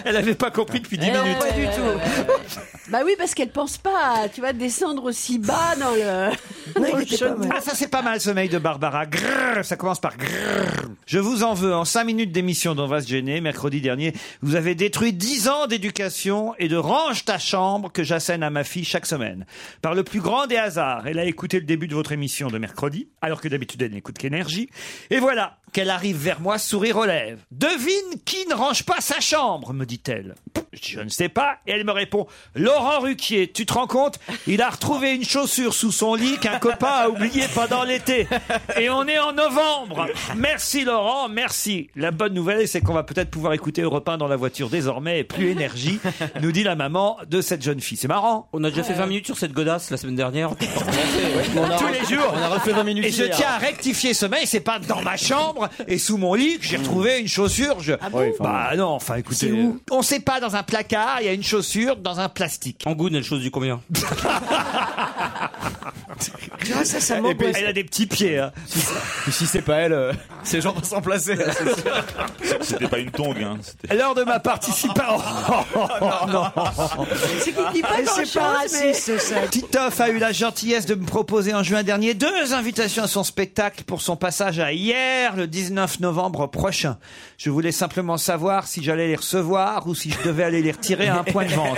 Speaker 3: Elle n'avait pas compris depuis 10
Speaker 6: Eh,
Speaker 3: minutes.
Speaker 6: ouais, ouais, ouais, ouais. bah oui, parce qu'elle pense pas, à, tu vois, descendre aussi bas dans le.
Speaker 7: Non,
Speaker 6: dans
Speaker 7: il
Speaker 6: Oh, le
Speaker 7: était pas
Speaker 6: chemin.
Speaker 7: mal.
Speaker 3: Ah, ça c'est pas mal ce mail de Barbara. Grrr, ça commence par grrr. Je vous en veux. En 5 minutes d'émission d'On va se gêner, mercredi dernier, vous avez détruit 10 ans d'éducation et de range ta chambre que j'assène à ma fille chaque semaine. Par le plus grand des hasards, elle a écouté le début de votre émission de mercredi, alors que d'habitude elle n'écoute qu'énergie. Et voilà qu'elle arrive vers moi, sourire aux lèvres. Devine qui ne range pas sa chambre, me dit-elle. Je ne sais pas. Et elle me répond Laurent Ruquier, tu te rends compte Il a retrouvé une chaussure sous son lit qu'un copain a oubliée pendant l'été. Et on est en novembre. Merci Laurent, merci. La bonne nouvelle, c'est qu'on va peut-être pouvoir écouter Europe 1 dans la voiture désormais et plus énergie, nous dit la maman de cette jeune fille. C'est marrant.
Speaker 1: On a déjà fait 20 minutes sur cette godasse la semaine dernière.
Speaker 8: Tous les jours. On a refait 20 minutes.
Speaker 3: Et je
Speaker 8: hier.
Speaker 3: tiens à rectifier ce mail, c'est pas dans ma chambre et sous mon lit que j'ai retrouvé une chaussure. Je...
Speaker 8: Hmm. Ah Oui, enfin,
Speaker 3: Bah non, enfin écoutez, on sait pas dans un placard, il y a une chaussure dans un plastique.
Speaker 1: En goût, elle chose du combien
Speaker 7: Tu
Speaker 6: Ah,
Speaker 7: vois, ça, ça
Speaker 8: Et puis,
Speaker 7: m'angoisse.
Speaker 3: Elle a des petits pieds. hein.
Speaker 8: si- si c'est pas elle, euh, c'est jean vincent Placé.
Speaker 5: C'était pas une tongue, hein. C'était
Speaker 3: Lors euh, de ma participation.
Speaker 8: Oh,
Speaker 6: C'est qu'il dit pas
Speaker 7: Et
Speaker 6: grand
Speaker 7: C'est pas
Speaker 6: chose, mais.
Speaker 7: raciste, ça.
Speaker 3: Titoff a eu la gentillesse de me proposer en juin dernier deux invitations à son spectacle pour son passage à hier, le 19 novembre prochain. Je voulais simplement savoir si j'allais les recevoir ou si je devais aller les retirer à un point de vente.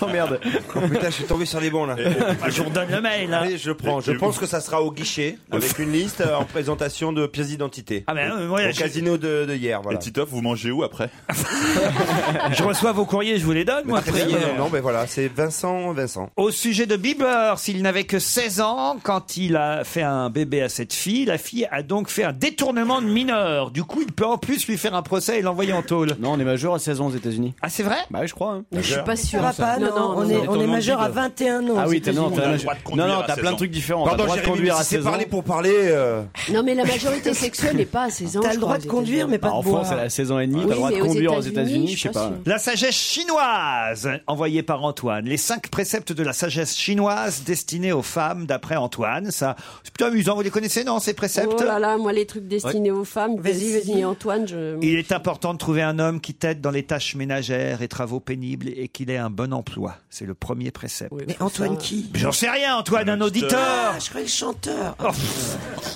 Speaker 8: Oh merde.
Speaker 4: Oh putain, je suis tombé sur les bons là.
Speaker 3: Bah, je vous redonne le mail. hein.
Speaker 4: Allez, je prends. Je pense que ça sera au guichet avec une liste euh, en présentation de pièces d'identité.
Speaker 3: Ah ben, euh, ouais,
Speaker 4: au
Speaker 3: je-
Speaker 4: casino de, de hier,
Speaker 5: Et
Speaker 4: voilà.
Speaker 5: Titoff, vous mangez où après
Speaker 3: Je reçois vos courriers, je vous les donne, moi.
Speaker 4: Très bien, non, non, ben voilà, c'est Vincent, Vincent.
Speaker 3: Au sujet de Bieber, s'il n'avait que 16 ans, quand il a fait un bébé à cette fille, la fille a donc fait un détournement de mineur. Du coup, il peut en plus lui faire un procès et l'envoyer en tôle.
Speaker 8: Non, on est majeur à 16 ans aux États-Unis.
Speaker 3: Ah, c'est vrai
Speaker 8: Bah, je crois. hein.
Speaker 6: Je suis pas
Speaker 7: Tu
Speaker 6: sûr.
Speaker 7: vas pas, non, on est, on est
Speaker 1: Étonnant
Speaker 7: majeur à
Speaker 1: de-
Speaker 7: 21 ans.
Speaker 8: Ah
Speaker 7: aux
Speaker 8: oui, t'as non,
Speaker 7: États-Unis.
Speaker 5: On a
Speaker 8: t'as la
Speaker 5: le
Speaker 8: maje-
Speaker 5: droit de conduire
Speaker 8: non, non,
Speaker 5: à
Speaker 8: t'as
Speaker 5: 16
Speaker 8: plein de
Speaker 5: ans.
Speaker 8: trucs différents. T'as le
Speaker 4: Pardon,
Speaker 8: droit de
Speaker 4: Jérémy,
Speaker 8: conduire
Speaker 4: mais
Speaker 8: à
Speaker 4: si c'est
Speaker 8: 16 ans. Bah,
Speaker 4: parler pour parler. euh,
Speaker 6: Non, mais la majorité sexuelle n'est pas à 16 ans.
Speaker 7: T'as
Speaker 6: je
Speaker 7: le
Speaker 6: crois,
Speaker 7: droit de
Speaker 6: aux
Speaker 7: conduire,
Speaker 6: États-Unis.
Speaker 7: mais pas
Speaker 8: Bah, En
Speaker 7: de
Speaker 8: France,
Speaker 5: hein.
Speaker 7: boire.
Speaker 8: à la 16 ans et demi, t'as
Speaker 6: Oui,
Speaker 8: le droit de
Speaker 6: mais aux
Speaker 8: conduire aux
Speaker 6: États-Unis,
Speaker 8: États-Unis,
Speaker 6: je
Speaker 8: je sais
Speaker 6: suis
Speaker 8: pas.
Speaker 6: pas
Speaker 3: La sagesse chinoise, envoyée par Antoine. Les cinq préceptes de la sagesse chinoise destinés aux femmes, d'après Antoine. Ça, c'est plutôt amusant. Vous les connaissez, non, ces préceptes
Speaker 6: Oh là là, moi les trucs destinés aux femmes, vas-y,
Speaker 7: Vas-y, vas-y.
Speaker 6: vas-y Antoine, je
Speaker 3: Il est important de trouver un homme qui t'aide dans les tâches ménagères et travaux pénibles et qu'il ait un bon emploi. C'est le premier précepte.
Speaker 6: Oui,
Speaker 7: Mais
Speaker 6: ça-
Speaker 7: Antoine
Speaker 6: Euh,
Speaker 7: qui
Speaker 3: J'en sais rien, Antoine, un auditeur. Oh.
Speaker 7: Ah, je croyais le chanteur.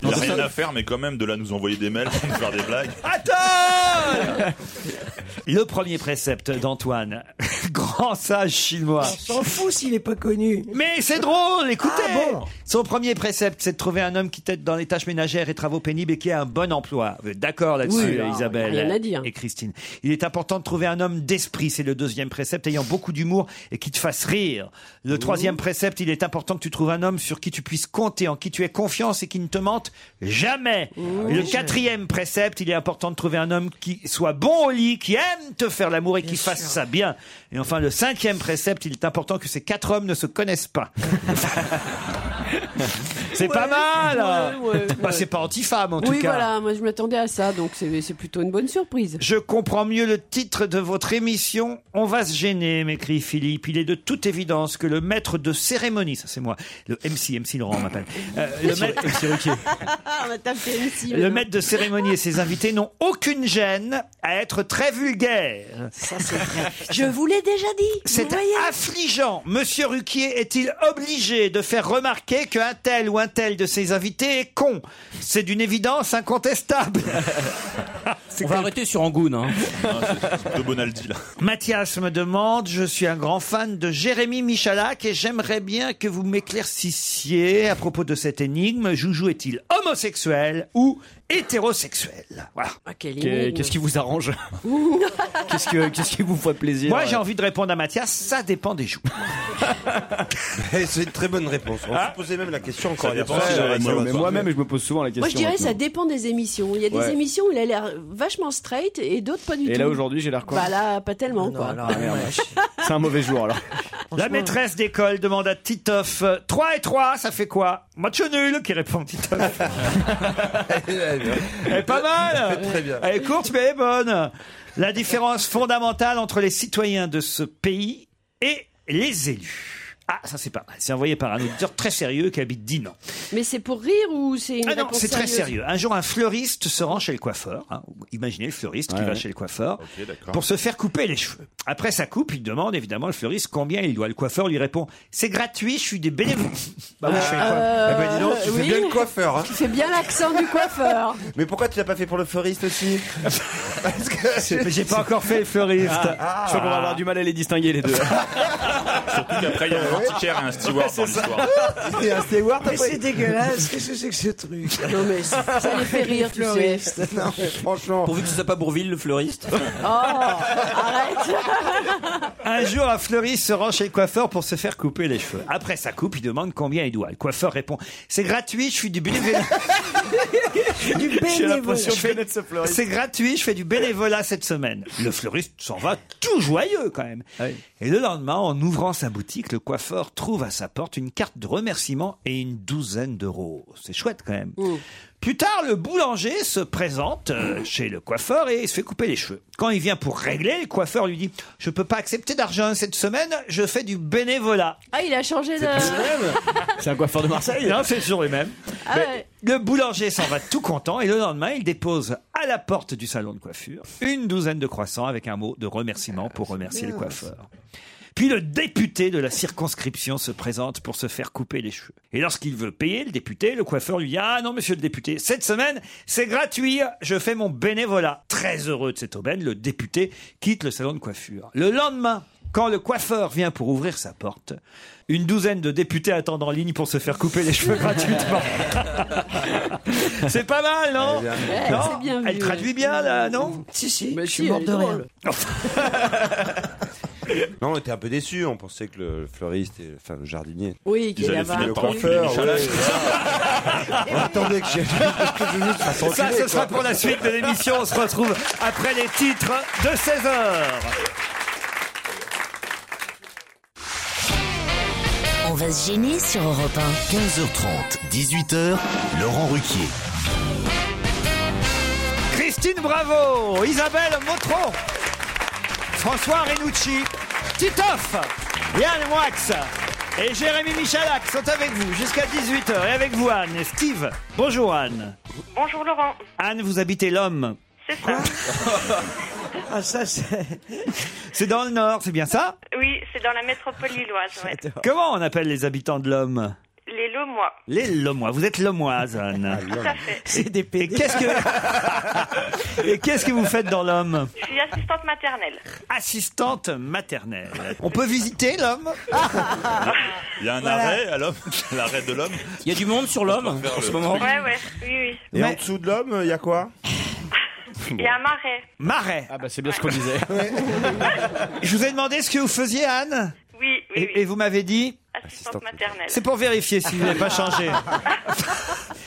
Speaker 5: Il a rien à faire, mais quand même, de là nous envoyer des mails pour nous faire des blagues.
Speaker 3: Antoine Le premier précepte d'Antoine, grand sage chinois.
Speaker 7: On s'en fout s'il est pas connu.
Speaker 3: Mais c'est drôle, écoutez
Speaker 7: Ah bon
Speaker 3: Son premier précepte, c'est de trouver un homme qui t'aide dans les tâches ménagères et travaux pénibles et qui a un bon emploi. Vous êtes D'accord
Speaker 6: Oui,
Speaker 3: là-dessus, euh,
Speaker 6: alors,
Speaker 3: Isabelle
Speaker 6: rien à dire.
Speaker 3: et Christine. Il est important de trouver un homme d'esprit, c'est le deuxième précepte, ayant beaucoup d'humour et qui te fasse rire. Le troisième précepte, il est important que tu trouves un homme sur qui tu puisses compter, en qui tu aies confiance et qui ne te mente jamais. Et le quatrième précepte, il est important de trouver un homme qui soit bon au lit, qui aime te faire l'amour et qui fasse ça bien. Et enfin, le cinquième précepte, il est important que ces quatre hommes ne se connaissent pas. C'est pas mal
Speaker 6: ouais, ouais,
Speaker 3: Bah,
Speaker 6: ouais.
Speaker 3: C'est pas anti-femme en tout
Speaker 6: Oui,
Speaker 3: cas.
Speaker 6: voilà, moi je m'attendais à ça, donc c'est c'est plutôt une bonne surprise.
Speaker 3: Je comprends mieux le titre de votre émission. On va se gêner, m'écrit Philippe. Il est de toute évidence que le maître de cérémonie, ça c'est moi, le MC, MC Laurent on m'appelle, Euh, le, maître,
Speaker 6: Ah, on va taper ici.
Speaker 3: le maître de cérémonie et ses invités n'ont aucune gêne à être très vulgaires.
Speaker 6: Ça c'est vrai. Je vous l'ai déjà dit.
Speaker 3: C'est
Speaker 6: vous voyez
Speaker 3: affligeant. Monsieur Ruquier est-il obligé de faire remarquer qu'un tel ou un tel de ses invités est con C'est d'une évidence incontestable.
Speaker 1: On va arrêter sur Angoune. Hein.
Speaker 5: Hein, c'est- c'est de Bonaldi, là.
Speaker 3: Mathias me demande, je suis un grand fan de Jérémy Michalak et j'aimerais bien que vous m'éclaississiez à propos de cette énigme. Joujou est-il homosexuel ou hétérosexuel Voilà.
Speaker 6: Ah, quelle
Speaker 8: Qu'est-
Speaker 6: énigme.
Speaker 8: Qu'est-ce qui vous arrange Qu'est-ce que- qu'est-ce qui vous ferait plaisir
Speaker 3: Moi, j'ai envie de répondre à Mathias, ça dépend des joues.
Speaker 4: Eh, C'est une très bonne réponse. On
Speaker 3: Ah.
Speaker 4: se posait même la question encore
Speaker 5: Ça
Speaker 4: hier
Speaker 5: dépend si
Speaker 4: soir.
Speaker 5: j'avais
Speaker 8: Ouais,
Speaker 5: ça
Speaker 8: mais
Speaker 5: va
Speaker 8: moi-même, je me pose souvent la question.
Speaker 6: Moi je dirais ça
Speaker 8: maintenant.
Speaker 6: dépend des émissions. Il y a des
Speaker 8: Ouais.
Speaker 6: émissions où il a l'air vachement straight et d'autres pas du tout.
Speaker 8: Et là, aujourd'hui, j'ai l'air quoi
Speaker 6: Bah là, pas tellement quoi.
Speaker 7: Non, alors, ouais, je-
Speaker 3: Ah.
Speaker 8: C'est un mauvais jour alors.
Speaker 3: La maîtresse d'école demande à Titoff 3 et 3, ça fait quoi Match nul qui répond Titoff. Elle est pas mal
Speaker 4: Très bien.
Speaker 3: Elle est courte, mais elle est bonne. La différence fondamentale entre les citoyens de ce pays et les élus. Ah, ça c'est pas mal. C'est envoyé par un auditeur très sérieux qui habite Dinan.
Speaker 6: Mais c'est pour rire ou c'est une
Speaker 3: Ah non,
Speaker 6: réponse
Speaker 3: c'est très
Speaker 6: sérieuse
Speaker 3: sérieux. Un jour, un fleuriste se rend chez le coiffeur. hein. Imaginez le fleuriste qui
Speaker 8: Ouais,
Speaker 3: va
Speaker 8: ouais.
Speaker 3: chez le coiffeur
Speaker 5: Ok, d'accord.
Speaker 3: pour se faire couper les cheveux. Après sa coupe, il demande évidemment le fleuriste combien il doit. Le coiffeur lui répond C'est gratuit, je suis des bénévoles. bah oui, je fais quoi
Speaker 7: Euh,
Speaker 4: Eh ben, dis donc, tu
Speaker 6: oui.
Speaker 4: fais bien le coiffeur. Hein.
Speaker 6: Tu fais bien l'accent du coiffeur.
Speaker 4: Mais pourquoi tu l'as pas fait pour le fleuriste aussi Parce que... Ah,
Speaker 3: Mais J'ai pas encore fait le fleuriste.
Speaker 8: Je crois qu'on va avoir du mal à les distinguer les deux.
Speaker 5: Surtout qu'après, il y a un antiquaire et un steward dans l'histoire.
Speaker 7: Et un Stewart après. C'est dégueulasse. Qu'est-ce que c'est que ce truc
Speaker 6: Non mais ça les fait rire, tu sais.
Speaker 7: Fleuriste. Non, mais franchement.
Speaker 1: Pourvu que ce soit pas Bourville, le fleuriste.
Speaker 6: Oh, arrête.
Speaker 3: Un jour, un fleuriste se rend chez le coiffeur pour se faire couper les cheveux. Après sa coupe, il demande combien il doit. Le coiffeur répond C'est gratuit, je suis du bénévolat.
Speaker 7: Du bénévole.
Speaker 3: Je fais- C'est gratuit, je fais du bénévolat cette semaine. Le fleuriste s'en va tout joyeux quand même. Et le lendemain, en ouvrant sa boutique, le coiffeur trouve à sa porte une carte de remerciement et une douzaine d'euros. C'est chouette quand même. Plus tard, le boulanger se présente euh, chez le coiffeur et il se fait couper les cheveux. Quand il vient pour régler, le coiffeur lui dit « Je peux pas accepter d'argent cette semaine, je fais du bénévolat.
Speaker 6: Ah, il a changé de.
Speaker 8: C'est un coiffeur de » Marseille.
Speaker 3: Non, c'est toujours le même.
Speaker 6: Ah, ouais.
Speaker 3: Le boulanger s'en va tout content et le lendemain, il dépose à la porte du salon de coiffure une douzaine de croissants avec un mot de remerciement pour
Speaker 8: Ah,
Speaker 3: remercier le coiffeur. Puis le député de la circonscription se présente pour se faire couper les cheveux. Et lorsqu'il veut payer le député, le coiffeur lui dit Ah non, monsieur le député, cette semaine, c'est gratuit, je fais mon bénévolat. Très heureux de cette aubaine, le député quitte le salon de coiffure. Le lendemain, quand le coiffeur vient pour ouvrir sa porte, une douzaine de députés attendent en ligne pour se faire couper les cheveux gratuitement. C'est pas mal, non,
Speaker 6: Ouais,
Speaker 3: Non
Speaker 6: c'est bien
Speaker 3: Elle
Speaker 6: vu,
Speaker 3: traduit
Speaker 6: ouais.
Speaker 3: bien, là, non
Speaker 7: Si, si,
Speaker 6: Mais
Speaker 7: je suis
Speaker 6: si,
Speaker 7: mort
Speaker 6: elle est
Speaker 7: de rire.
Speaker 6: drôle.
Speaker 4: Non, on était un peu déçus. On pensait que le fleuriste, et... enfin le jardinier.
Speaker 6: Oui, qu'il
Speaker 5: Ils
Speaker 6: y
Speaker 5: allaient
Speaker 6: avait
Speaker 5: finir
Speaker 6: un
Speaker 5: par
Speaker 6: truc.
Speaker 5: enfiler les chalaches.
Speaker 3: Ah.
Speaker 4: On attendait que j'ai.
Speaker 3: Ça, ce sera pour la suite de l'émission. On se retrouve après les titres de 16h.
Speaker 10: On va se gêner sur Europe
Speaker 2: 15h30, 18h, Laurent Ruquier.
Speaker 3: Christine Bravo, Isabelle Motron, François Renucci, Titoff, Yann Wax et Jérémy Michalak sont avec vous jusqu'à 18h. Et avec vous, Anne et Steve. Bonjour, Anne.
Speaker 9: Bonjour Laurent,
Speaker 3: Anne, vous habitez l'homme.
Speaker 9: c'est ça.
Speaker 7: Ah, ça, c'est.
Speaker 3: C'est dans le Nord, c'est bien ça
Speaker 9: Oui, c'est dans la métropole lilloise, ouais.
Speaker 3: Comment on appelle les habitants de l'homme
Speaker 9: Les Lomois.
Speaker 3: Les Lomois. Vous êtes Lomoise, Anne.
Speaker 8: Ah,
Speaker 9: Tout à fait.
Speaker 7: C'est des
Speaker 3: Et
Speaker 7: pédés.
Speaker 3: qu'est-ce que et qu'est-ce que vous faites dans l'homme
Speaker 9: Je suis assistante maternelle.
Speaker 3: Assistante maternelle. On peut visiter l'homme
Speaker 5: Il y a un arrêt à l'homme, l'arrêt de l'homme.
Speaker 1: Il y a du monde sur l'homme en ce moment.
Speaker 9: Ouais, ouais, oui, oui.
Speaker 4: Et en dessous de l'homme, il y a quoi
Speaker 9: Il y a un marais.
Speaker 3: Marais.
Speaker 8: Ah bah c'est bien ce qu'on disait.
Speaker 3: Je vous ai demandé ce que vous faisiez, Anne,
Speaker 9: Oui, oui,
Speaker 3: et, et
Speaker 9: oui.
Speaker 3: vous m'avez dit.
Speaker 9: Assistante maternelle.
Speaker 3: C'est pour vérifier si vous n'avez pas changé.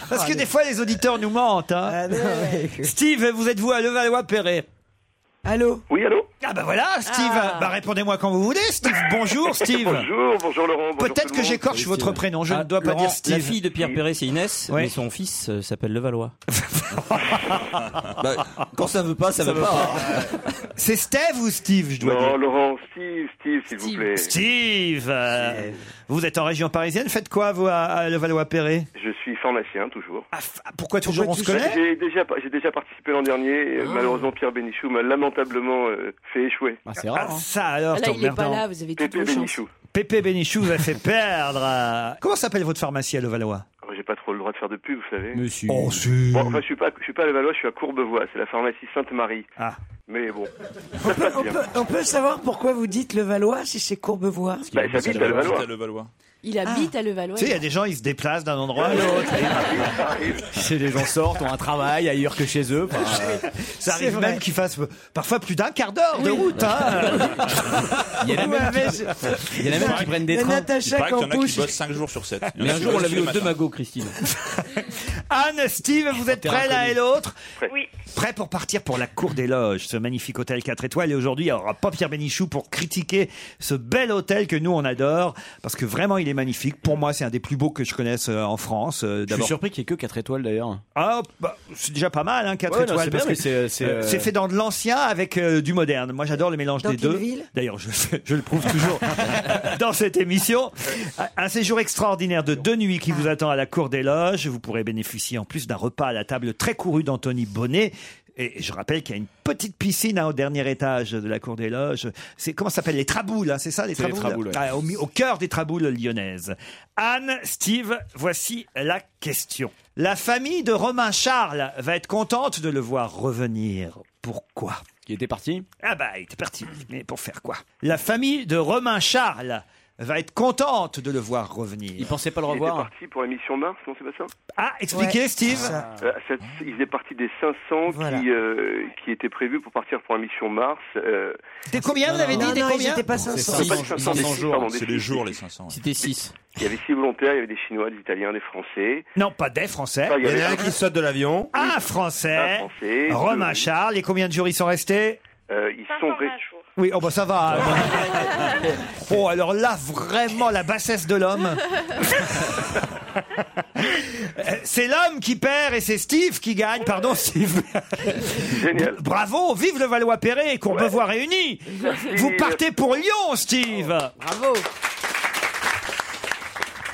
Speaker 3: Parce que des fois, les auditeurs nous mentent. hein.
Speaker 7: Ah, non, ouais.
Speaker 3: Steve, vous êtes-vous à Levallois-Perret
Speaker 7: Allô
Speaker 11: Oui, allô
Speaker 3: Ah bah voilà, Steve.
Speaker 6: Ah.
Speaker 3: Bah répondez-moi quand vous voulez, Steve. Bonjour, Steve.
Speaker 11: Bonjour, bonjour Laurent. bonjour tout
Speaker 3: Peut-être
Speaker 11: le
Speaker 3: que
Speaker 11: monde.
Speaker 3: j'écorche votre prénom. Je ne dois pas
Speaker 1: Ah, Laurent,
Speaker 3: dire Steve.
Speaker 1: La fille de Pierre Perret, c'est Inès,
Speaker 3: Ouais.
Speaker 1: mais son fils euh, s'appelle Levallois. bah, quand ça veut pas, ça, veut, pas. hein.
Speaker 3: C'est Steve ou Steve, je dois dire
Speaker 11: Non, Laurent, Steve, Steve, s'il vous
Speaker 6: Steve.
Speaker 11: plaît.
Speaker 3: Steve, euh, vous êtes en région parisienne, faites quoi vous à, à Levallois-Perret
Speaker 11: Je suis pharmacien, toujours.
Speaker 3: Ah, f- ah, Pourquoi toujours on se connaît Ah.
Speaker 11: J'ai déjà, j'ai déjà participé l'an dernier. et, euh, Malheureusement, Pierre Bénichou m'a lamentablement euh, fait échouer.
Speaker 8: Ah, c'est
Speaker 3: Ah,
Speaker 8: rare. hein.
Speaker 3: ça alors,
Speaker 6: Là,
Speaker 3: t'en
Speaker 6: il est pas
Speaker 3: merdant.
Speaker 6: là, Ah, vous avez toutes
Speaker 11: Pépé
Speaker 6: vos chances.
Speaker 11: Bénichou.
Speaker 3: Pépé Bénichou vous a fait perdre. euh. Comment s'appelle votre pharmacie à Levallois
Speaker 11: Oh, J'ai pas trop le droit de faire de pub, vous savez.
Speaker 1: Monsieur.
Speaker 3: si.
Speaker 11: Bon, enfin, je suis pas, je suis pas à Levallois, je suis à Courbevoie. C'est la pharmacie Sainte-Marie.
Speaker 3: Ah.
Speaker 11: Mais bon, ça se passe
Speaker 7: on
Speaker 11: bien.
Speaker 7: peut, on peut savoir pourquoi vous dites le Valois si c'est Courbevoie
Speaker 11: Bah, j'habite à Levallois.
Speaker 5: le Valois.
Speaker 6: Il habite à Levallois.
Speaker 3: Tu sais, il y a des gens, ils se déplacent d'un endroit à l'autre.
Speaker 11: Ça arrive.
Speaker 8: C'est les gens sortent, ont un travail ailleurs que chez eux. Enfin, euh,
Speaker 3: Ça arrive
Speaker 7: vrai.
Speaker 3: même qu'ils fassent euh, parfois plus d'un quart d'heure de route. hein.
Speaker 8: Il y en a même
Speaker 3: Ouais,
Speaker 8: qui- il y en a même qui prennent des
Speaker 7: Il y a
Speaker 8: trains.
Speaker 5: Il
Speaker 7: Natacha
Speaker 5: paraît qu'il y en a qui
Speaker 7: Campouche.
Speaker 5: bossent 5 jours sur 7.
Speaker 1: Mais un jour, on l'a vu au Demago, Christine.
Speaker 3: Anne, Steve, vous êtes prêts l'un et l'autre
Speaker 9: Oui.
Speaker 3: Prêt pour partir pour la cour des loges, ce magnifique hôtel 4 étoiles. Et aujourd'hui, il n'y aura pas Pierre Bénichou pour critiquer ce bel hôtel que nous, on adore. Parce que vraiment, il est magnifique. Pour moi, c'est un des plus beaux que je connaisse euh, en France.
Speaker 8: Je
Speaker 3: euh,
Speaker 8: suis
Speaker 3: d'abord.
Speaker 8: surpris qu'il n'y ait que 4 étoiles d'ailleurs.
Speaker 3: Ah, bah, c'est déjà pas mal, hein, 4
Speaker 8: Ouais, non,
Speaker 3: étoiles.
Speaker 8: c'est
Speaker 3: parce
Speaker 8: bien, mais
Speaker 3: que,
Speaker 8: c'est- c'est,
Speaker 3: euh,
Speaker 8: euh,
Speaker 3: c'est fait dans de l'ancien avec euh, du moderne. Moi, j'adore le mélange
Speaker 8: Dans
Speaker 3: des
Speaker 8: quelle
Speaker 3: deux.
Speaker 8: ville
Speaker 3: D'ailleurs, je, je le prouve toujours dans cette émission. Un séjour extraordinaire de deux nuits qui vous attend à la cour des loges. Vous pourrez bénéficier en plus d'un repas à la table très courue d'Anthony Bonnet. Et je rappelle qu'il y a une petite piscine hein, au dernier étage de la cour des loges. C'est comment ça s'appelle les traboules, hein, c'est ça les
Speaker 8: C'est les
Speaker 3: traboules,
Speaker 8: traboules, ouais.
Speaker 3: Ah, au, mi- au cœur des traboules lyonnaises. Anne, Steve, voici la question. La famille de Romain Charles va être contente de le voir revenir. Pourquoi Il était parti Ah bah, il était parti. Mais pour faire quoi La famille de Romain Charles va être contente de le voir revenir. Il pensait pas le
Speaker 11: Il était parti pour la mission Mars, non, c'est pas ça
Speaker 3: Ah, expliquez,
Speaker 11: Ouais,
Speaker 3: Steve.
Speaker 11: c'est ça. Euh, cette- Il faisait partie des 500
Speaker 3: Voilà.
Speaker 11: qui, euh, qui étaient prévus pour partir pour la mission Mars. euh,
Speaker 3: Des combien, vous avez dit Des combien
Speaker 11: C'est pas des 500, des six, pardon, des
Speaker 5: C'est les
Speaker 11: six.
Speaker 5: jours, les 500.
Speaker 1: C'était 6.
Speaker 11: Il y avait 6 volontaires, il y avait des Chinois, des Italiens, des Français.
Speaker 3: Non, pas des Français.
Speaker 11: Ah, il y avait un.
Speaker 3: saute de l'avion. Un Français.
Speaker 11: Un Français,
Speaker 3: Romain
Speaker 11: deux.
Speaker 3: Charles. Et combien de jours ils sont restés
Speaker 11: Euh, ils sont restés.
Speaker 3: Oui, oh bah ça va. oh, alors là, vraiment la bassesse de l'homme. Euh, c'est l'homme qui perd et c'est Steve qui gagne. Pardon, Steve.
Speaker 11: Génial.
Speaker 3: Bravo, vive le Valois-Perret et Courbevoie réunis.
Speaker 11: Merci.
Speaker 3: Vous partez pour Lyon, Steve.
Speaker 6: Oh.
Speaker 3: Bravo.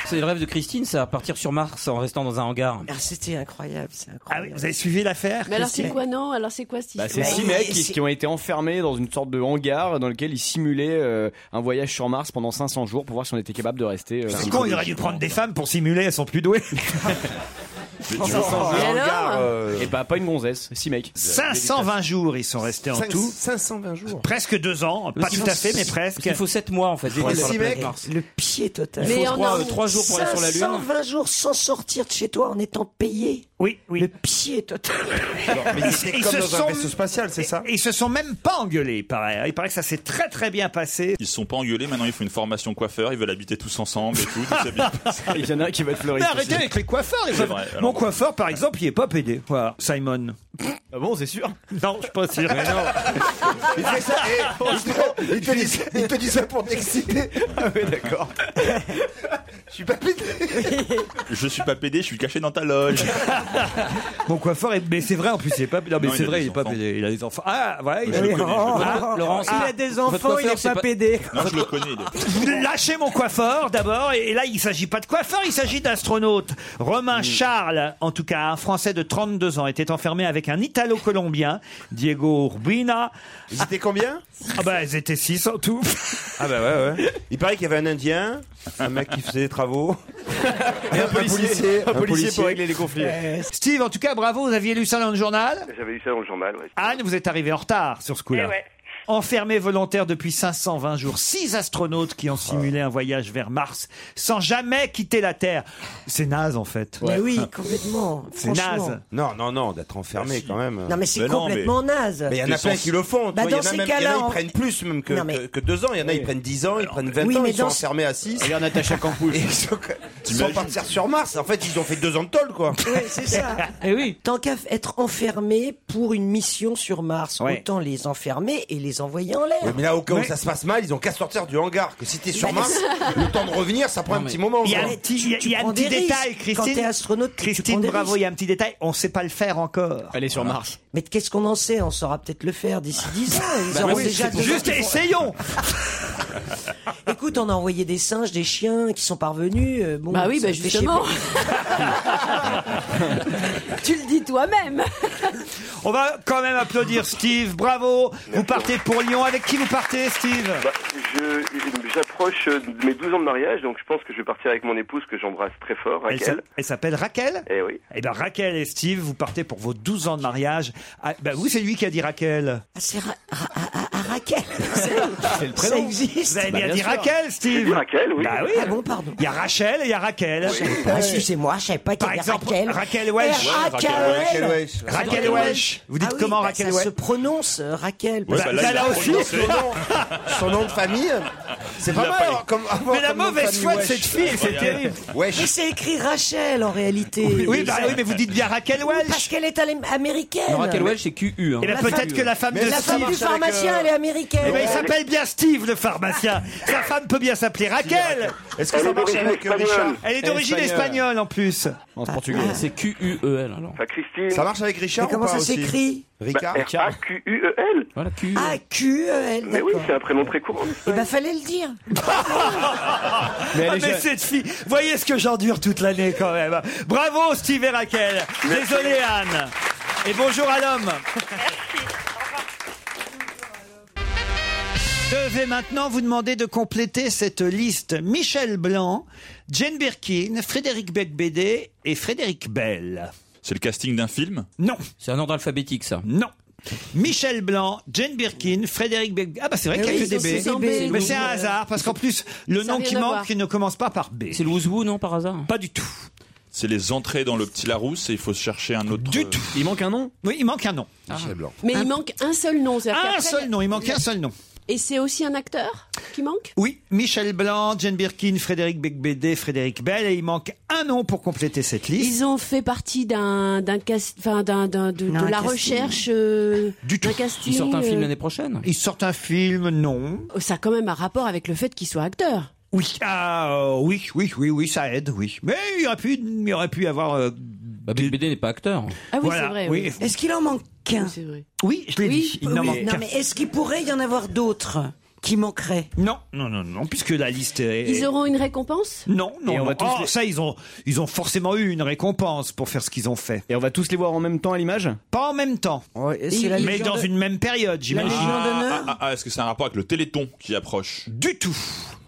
Speaker 1: C'est le rêve de Christine, ça, partir sur Mars en restant dans un hangar.
Speaker 7: C'était incroyable, c'est
Speaker 3: incroyable. Ah vous avez suivi l'affaire
Speaker 6: Mais alors c'est quoi non Alors c'est quoi ce
Speaker 8: Bah, c'est six mecs qui, qui ont été enfermés dans une sorte de hangar dans lequel ils simulaient euh, un voyage sur Mars pendant 500 jours pour voir si on était capable de rester. euh, comme
Speaker 3: C'est con,
Speaker 8: ça.
Speaker 3: il aurait dû prendre des femmes pour simuler, elles sont plus douées.
Speaker 8: Et bah pas une gonzesse, 6 mecs.
Speaker 3: 520 jours, ils sont restés en
Speaker 8: Cinq-
Speaker 3: tout.
Speaker 4: 520 jours.
Speaker 3: Presque deux ans, pas
Speaker 1: Parce qu'il
Speaker 3: tout
Speaker 1: faut-
Speaker 3: à fait, mais presque.
Speaker 1: parce qu'il faut 7 mois, en fait, pour aller sur la planète Mars.
Speaker 7: Le pied total.
Speaker 1: Il faut trois- trois jours pour aller sur la Lune.
Speaker 7: 120 jours sans sortir de chez toi en étant payé.
Speaker 3: Oui, oui.
Speaker 7: Le pied total.
Speaker 4: mais c'était comme dans un vaisseau spatial, c'est ça
Speaker 3: Ils se sont même pas engueulés, il paraît. hein. Il paraît que ça s'est très très bien passé.
Speaker 5: Ils se sont pas engueulés, maintenant ils font une formation coiffeur, ils veulent habiter tous ensemble et tout. ils s'habillent pas.
Speaker 8: Il y en a un qui va être
Speaker 3: Mais
Speaker 8: fleuriste.
Speaker 3: arrêtez avec les coiffeurs. les
Speaker 5: C'est
Speaker 3: coiffeurs.
Speaker 5: vrai, alors-
Speaker 3: Mon coiffeur, par exemple, il est pas pédé. Voilà, Simon.
Speaker 8: Ah bon, c'est sûr
Speaker 3: Non, je suis pas sûr.
Speaker 4: Il fait ça, et- il, te, il te dit, il te dit ça pour t'exciter.
Speaker 8: Ah ouais, d'accord.
Speaker 4: Je suis pas pédé.
Speaker 5: Je suis pas pédé, je suis caché dans ta loge.
Speaker 3: Mon coiffeur, est... mais c'est vrai en plus, il est pas. Non, mais
Speaker 5: Non, il
Speaker 3: c'est
Speaker 5: a
Speaker 3: vrai,
Speaker 5: des
Speaker 3: il est pas
Speaker 5: enfants.
Speaker 3: pédé. Il a des enfants. Ah, voilà, il
Speaker 5: Je
Speaker 3: a
Speaker 5: le
Speaker 3: des
Speaker 5: connais, je le connais.
Speaker 1: Ah, Laurent,
Speaker 3: Ah,
Speaker 1: votre coiffeur, c'est pas-
Speaker 5: Non, je le connais. il est-
Speaker 3: Lâchez mon coiffeur d'abord, et là il s'agit pas de coiffeur, il s'agit d'astronaute. Romain Charles, en tout cas un Français de 32 ans, était enfermé avec un Italo-Colombien, Diego Urbina.
Speaker 4: Ils étaient combien
Speaker 3: Ah bah ils étaient six en tout.
Speaker 4: Ah bah ouais, ouais. Il paraît qu'il y avait un Indien, un mec qui faisait des travaux. Et un, policier. Eh,
Speaker 8: Un policier pour régler les conflits.
Speaker 3: Eh, Steve, en tout cas bravo, vous aviez lu ça dans le journal
Speaker 11: J'avais lu ça dans le journal, ouais.
Speaker 3: Anne, vous êtes arrivée en retard sur ce coup-là.
Speaker 9: Eh ouais.
Speaker 3: Enfermés volontaires depuis 520 jours, six astronautes
Speaker 7: Ah.
Speaker 3: qui ont simulé un voyage vers Mars sans jamais quitter la Terre. C'est naze en fait.
Speaker 7: Mais oui, complètement.
Speaker 3: C'est
Speaker 7: franchement.
Speaker 3: naze.
Speaker 4: Non, non, non, d'être enfermé quand même.
Speaker 7: Non mais c'est
Speaker 5: Mais non,
Speaker 7: complètement naze.
Speaker 4: Mais il y en a
Speaker 5: Des
Speaker 4: plein
Speaker 5: sens-
Speaker 4: qui le font. tu
Speaker 7: Bah,
Speaker 4: vois, il y en
Speaker 7: dans
Speaker 4: a
Speaker 7: ces
Speaker 4: même- il y en
Speaker 7: cas-là,
Speaker 4: a,
Speaker 7: on-
Speaker 4: ils prennent plus même que,
Speaker 7: Non, mais-
Speaker 4: que, que deux ans. Il y en a, ils prennent 10 ans, ils prennent 20
Speaker 7: Oui,
Speaker 4: ans,
Speaker 7: mais
Speaker 4: ils sont
Speaker 7: dans ce-
Speaker 4: enfermés à 6.
Speaker 8: Regarde Natacha Campouille.
Speaker 4: Et ils sont, sans
Speaker 5: T'imagines
Speaker 4: partir sur Mars. En fait, ils ont fait deux ans de tol, quoi.
Speaker 7: Ouais, c'est ça.
Speaker 1: Eh oui.
Speaker 7: Tant qu'à f- être enfermé pour une mission sur Mars,
Speaker 3: Ouais.
Speaker 7: autant les enfermer et les envoyer en l'air.
Speaker 4: Oui, mais là, au cas où
Speaker 3: Mais-
Speaker 4: ça se passe mal, ils ont qu'à sortir du hangar. Que si t'es sur
Speaker 7: Bah,
Speaker 4: Mars, le temps de revenir, ça prend un petit moment.
Speaker 3: Il y a
Speaker 4: quoi.
Speaker 3: un
Speaker 7: Mais
Speaker 3: petit,
Speaker 7: tu-
Speaker 3: il y a-
Speaker 7: tu
Speaker 3: il y a un
Speaker 7: prends
Speaker 3: petit
Speaker 7: des
Speaker 3: détail,
Speaker 7: risques.
Speaker 3: Christine.
Speaker 7: Quand t'es astronaute, tu
Speaker 3: Christine,
Speaker 7: prends des
Speaker 3: bravo, il y a un petit détail. On sait pas le faire encore.
Speaker 8: Aller sur Mars.
Speaker 7: Mais qu'est-ce qu'on en sait On saura peut-être le faire d'ici 10 ans. Ils auront déjà deux
Speaker 3: Bah Juste
Speaker 7: ans qu'ils font-
Speaker 3: essayons.
Speaker 7: Écoute, on a envoyé des singes, des chiens qui sont parvenus. euh, bon,
Speaker 6: Bah oui,
Speaker 7: ça
Speaker 6: bah
Speaker 7: fait chier
Speaker 6: justement.
Speaker 7: pour-
Speaker 6: tu le dis toi-même.
Speaker 3: On va quand même applaudir Steve. Bravo. Vous partez pour Lyon. Avec qui vous partez, Steve
Speaker 11: Bah, je- J'approche euh, de mes 12 ans de mariage, donc je pense que je vais partir avec mon épouse que j'embrasse très fort,
Speaker 3: Elle s'a-
Speaker 11: Raquel.
Speaker 3: Elle s'appelle Raquel.
Speaker 11: Eh oui.
Speaker 3: Eh bien, Raquel et Steve, vous partez pour vos 12 ans de mariage. Ah, bah, oui, c'est lui qui a dit Raquel.
Speaker 7: Ah, c'est Ra- Ra- Ra- Ra- Raquel.
Speaker 3: C'est le prénom.
Speaker 7: Ça existe.
Speaker 3: Vous avez
Speaker 7: Bah,
Speaker 3: bien,
Speaker 7: bien
Speaker 3: dit
Speaker 7: sûr.
Speaker 3: Raquel, Steve.
Speaker 7: J'ai dit Raquel, oui.
Speaker 3: Bah oui.
Speaker 7: Ah bon, pardon.
Speaker 3: Il y a Rachel et il y a Raquel.
Speaker 7: Je savais pas, excusez-moi, je savais pas qu'il y
Speaker 3: Par
Speaker 7: avait
Speaker 3: exemple,
Speaker 7: Raquel.
Speaker 3: Raquel Welch.
Speaker 7: Eh,
Speaker 3: Ouais,
Speaker 7: Raquel,
Speaker 3: Raquel Welch.
Speaker 7: Welch.
Speaker 3: Raquel Welch. Vous dites
Speaker 7: Ah oui,
Speaker 3: comment
Speaker 7: bah,
Speaker 3: Raquel
Speaker 7: ça
Speaker 3: Welch
Speaker 7: se prononce euh, Raquel.
Speaker 3: Ouais,
Speaker 7: parce
Speaker 3: bah
Speaker 7: que-
Speaker 3: là, il a prononcé.
Speaker 4: Son nom, son nom de famille, c'est pas
Speaker 3: Il a pas-
Speaker 4: mal. alors, comme, avoir
Speaker 3: Mais la
Speaker 4: comme nom de
Speaker 3: mauvaise
Speaker 4: famille,
Speaker 3: foi de
Speaker 4: wesh.
Speaker 3: cette fille, c'est terrible.
Speaker 4: Wesh.
Speaker 7: Mais c'est écrit Rachel en réalité.
Speaker 3: Oui, oui, bah oui, mais vous dites bien Raquel Welch.
Speaker 7: Parce qu'elle est allé- américaine.
Speaker 1: Non, Raquel Welch, c'est QU. Hein.
Speaker 3: Et bien Eh ben, peut-être que la femme de
Speaker 7: La
Speaker 3: Steve-
Speaker 7: femme du pharmacien, elle est américaine.
Speaker 3: Eh ben, il s'appelle bien Steve, le pharmacien. Sa femme peut bien s'appeler Raquel.
Speaker 4: Est-ce que ça marche avec euh, Richard
Speaker 3: Elle est d'origine espagnole en plus.
Speaker 8: En portugais.
Speaker 1: C'est
Speaker 6: E
Speaker 1: Q-U-E-L alors.
Speaker 11: Christine.
Speaker 4: Ça marche avec Richard
Speaker 7: Mais comment
Speaker 4: ou pas
Speaker 7: ça
Speaker 4: aussi
Speaker 7: s'écrit
Speaker 4: Ricard
Speaker 11: R-A-Q-U-E-L.
Speaker 1: Voilà, Q.
Speaker 7: A Q E L.
Speaker 11: E Mais oui, c'est un prénom très courant.
Speaker 7: Et ben fallait le dire.
Speaker 6: Ah
Speaker 8: Mais elle
Speaker 3: Ah,
Speaker 8: est
Speaker 3: mais
Speaker 8: jeune.
Speaker 3: cette fille, voyez ce que j'endure toute l'année quand même. Bravo Steve et Raquel. Désolé Anne. Et bonjour à l'homme. Je vais maintenant vous demander de compléter cette liste. Michel Blanc, Jane Birkin, Frédéric Becbédé et Frédéric Bell.
Speaker 5: C'est le casting d'un film
Speaker 3: Non,
Speaker 1: C'est un ordre alphabétique ça.
Speaker 3: non. Michel Blanc, Jane Birkin, Frédéric Becbédé. Ah bah c'est vrai
Speaker 7: Mais
Speaker 3: qu'il y a
Speaker 7: oui,
Speaker 3: que des
Speaker 7: ils
Speaker 3: B.
Speaker 7: sont tous en B.
Speaker 3: Mais c'est un hasard Ah, parce qu'en plus
Speaker 6: Ça
Speaker 3: le
Speaker 6: a
Speaker 3: nom
Speaker 6: rien
Speaker 3: qui
Speaker 6: à
Speaker 3: manque
Speaker 6: voir.
Speaker 3: il ne commence pas par B.
Speaker 1: C'est le Ouzou, non, par hasard
Speaker 3: Pas du tout.
Speaker 5: C'est les entrées dans le petit Larousse et il faut se chercher un autre. euh,
Speaker 3: Du tout.
Speaker 8: Il manque un nom
Speaker 3: Oui, il manque un nom.
Speaker 6: Mais il manque un seul nom. c'est-à-dire
Speaker 3: Un
Speaker 6: qu'après,
Speaker 3: seul nom, il manque un seul nom.
Speaker 6: Et c'est aussi un acteur qui manque
Speaker 3: Oui, Michel Blanc, Jane Birkin, Frédéric Becbédé, Frédéric Bell, et il manque un nom pour compléter cette liste.
Speaker 6: Ils ont fait partie d'un d'un cast, enfin d'un d'un- de,
Speaker 7: Non,
Speaker 6: de
Speaker 7: un
Speaker 6: la
Speaker 7: casting.
Speaker 6: recherche euh,
Speaker 3: Du tout.
Speaker 6: d'un casting.
Speaker 1: Ils sortent un film
Speaker 6: euh, Oh,
Speaker 1: l'année prochaine.
Speaker 3: Ils sortent un film, non
Speaker 6: Ça a quand même un rapport avec le fait qu'il soit acteur.
Speaker 3: Oui, ah, euh, oui, oui, oui, oui, ça aide, oui. Mais il aurait pu, il aurait pu avoir. euh,
Speaker 1: Bah, Big BD n'est pas acteur.
Speaker 6: Ah oui,
Speaker 3: voilà,
Speaker 6: c'est vrai.
Speaker 3: Oui,
Speaker 7: Est-ce qu'il en manque
Speaker 6: Oui,
Speaker 7: qu'un
Speaker 6: c'est vrai.
Speaker 3: oui, je l'ai
Speaker 6: Oui,
Speaker 3: dit. Il n'en
Speaker 7: Oui,
Speaker 3: manque
Speaker 7: Non
Speaker 3: qu'un.
Speaker 7: mais est-ce qu'il pourrait y en avoir d'autres qui manqueraient
Speaker 3: Non, non, non, non, puisque la liste est.
Speaker 6: Ils auront une récompense
Speaker 3: Non, non,
Speaker 8: Et on
Speaker 3: non.
Speaker 8: va tous
Speaker 3: Oh,
Speaker 8: les-
Speaker 3: ça, ils ont, ils ont forcément eu une récompense pour faire ce qu'ils ont fait.
Speaker 8: Et on va tous les voir en même temps à l'image Oh,
Speaker 3: Pas en même temps,
Speaker 7: c'est la
Speaker 3: mais
Speaker 7: Légion
Speaker 3: dans
Speaker 7: de-
Speaker 3: une même période,
Speaker 7: La
Speaker 3: j'imagine.
Speaker 7: Légion
Speaker 5: Ah,
Speaker 7: d'honneur
Speaker 5: ah, ah, est-ce que c'est un rapport avec le Téléthon qui approche
Speaker 3: Du tout,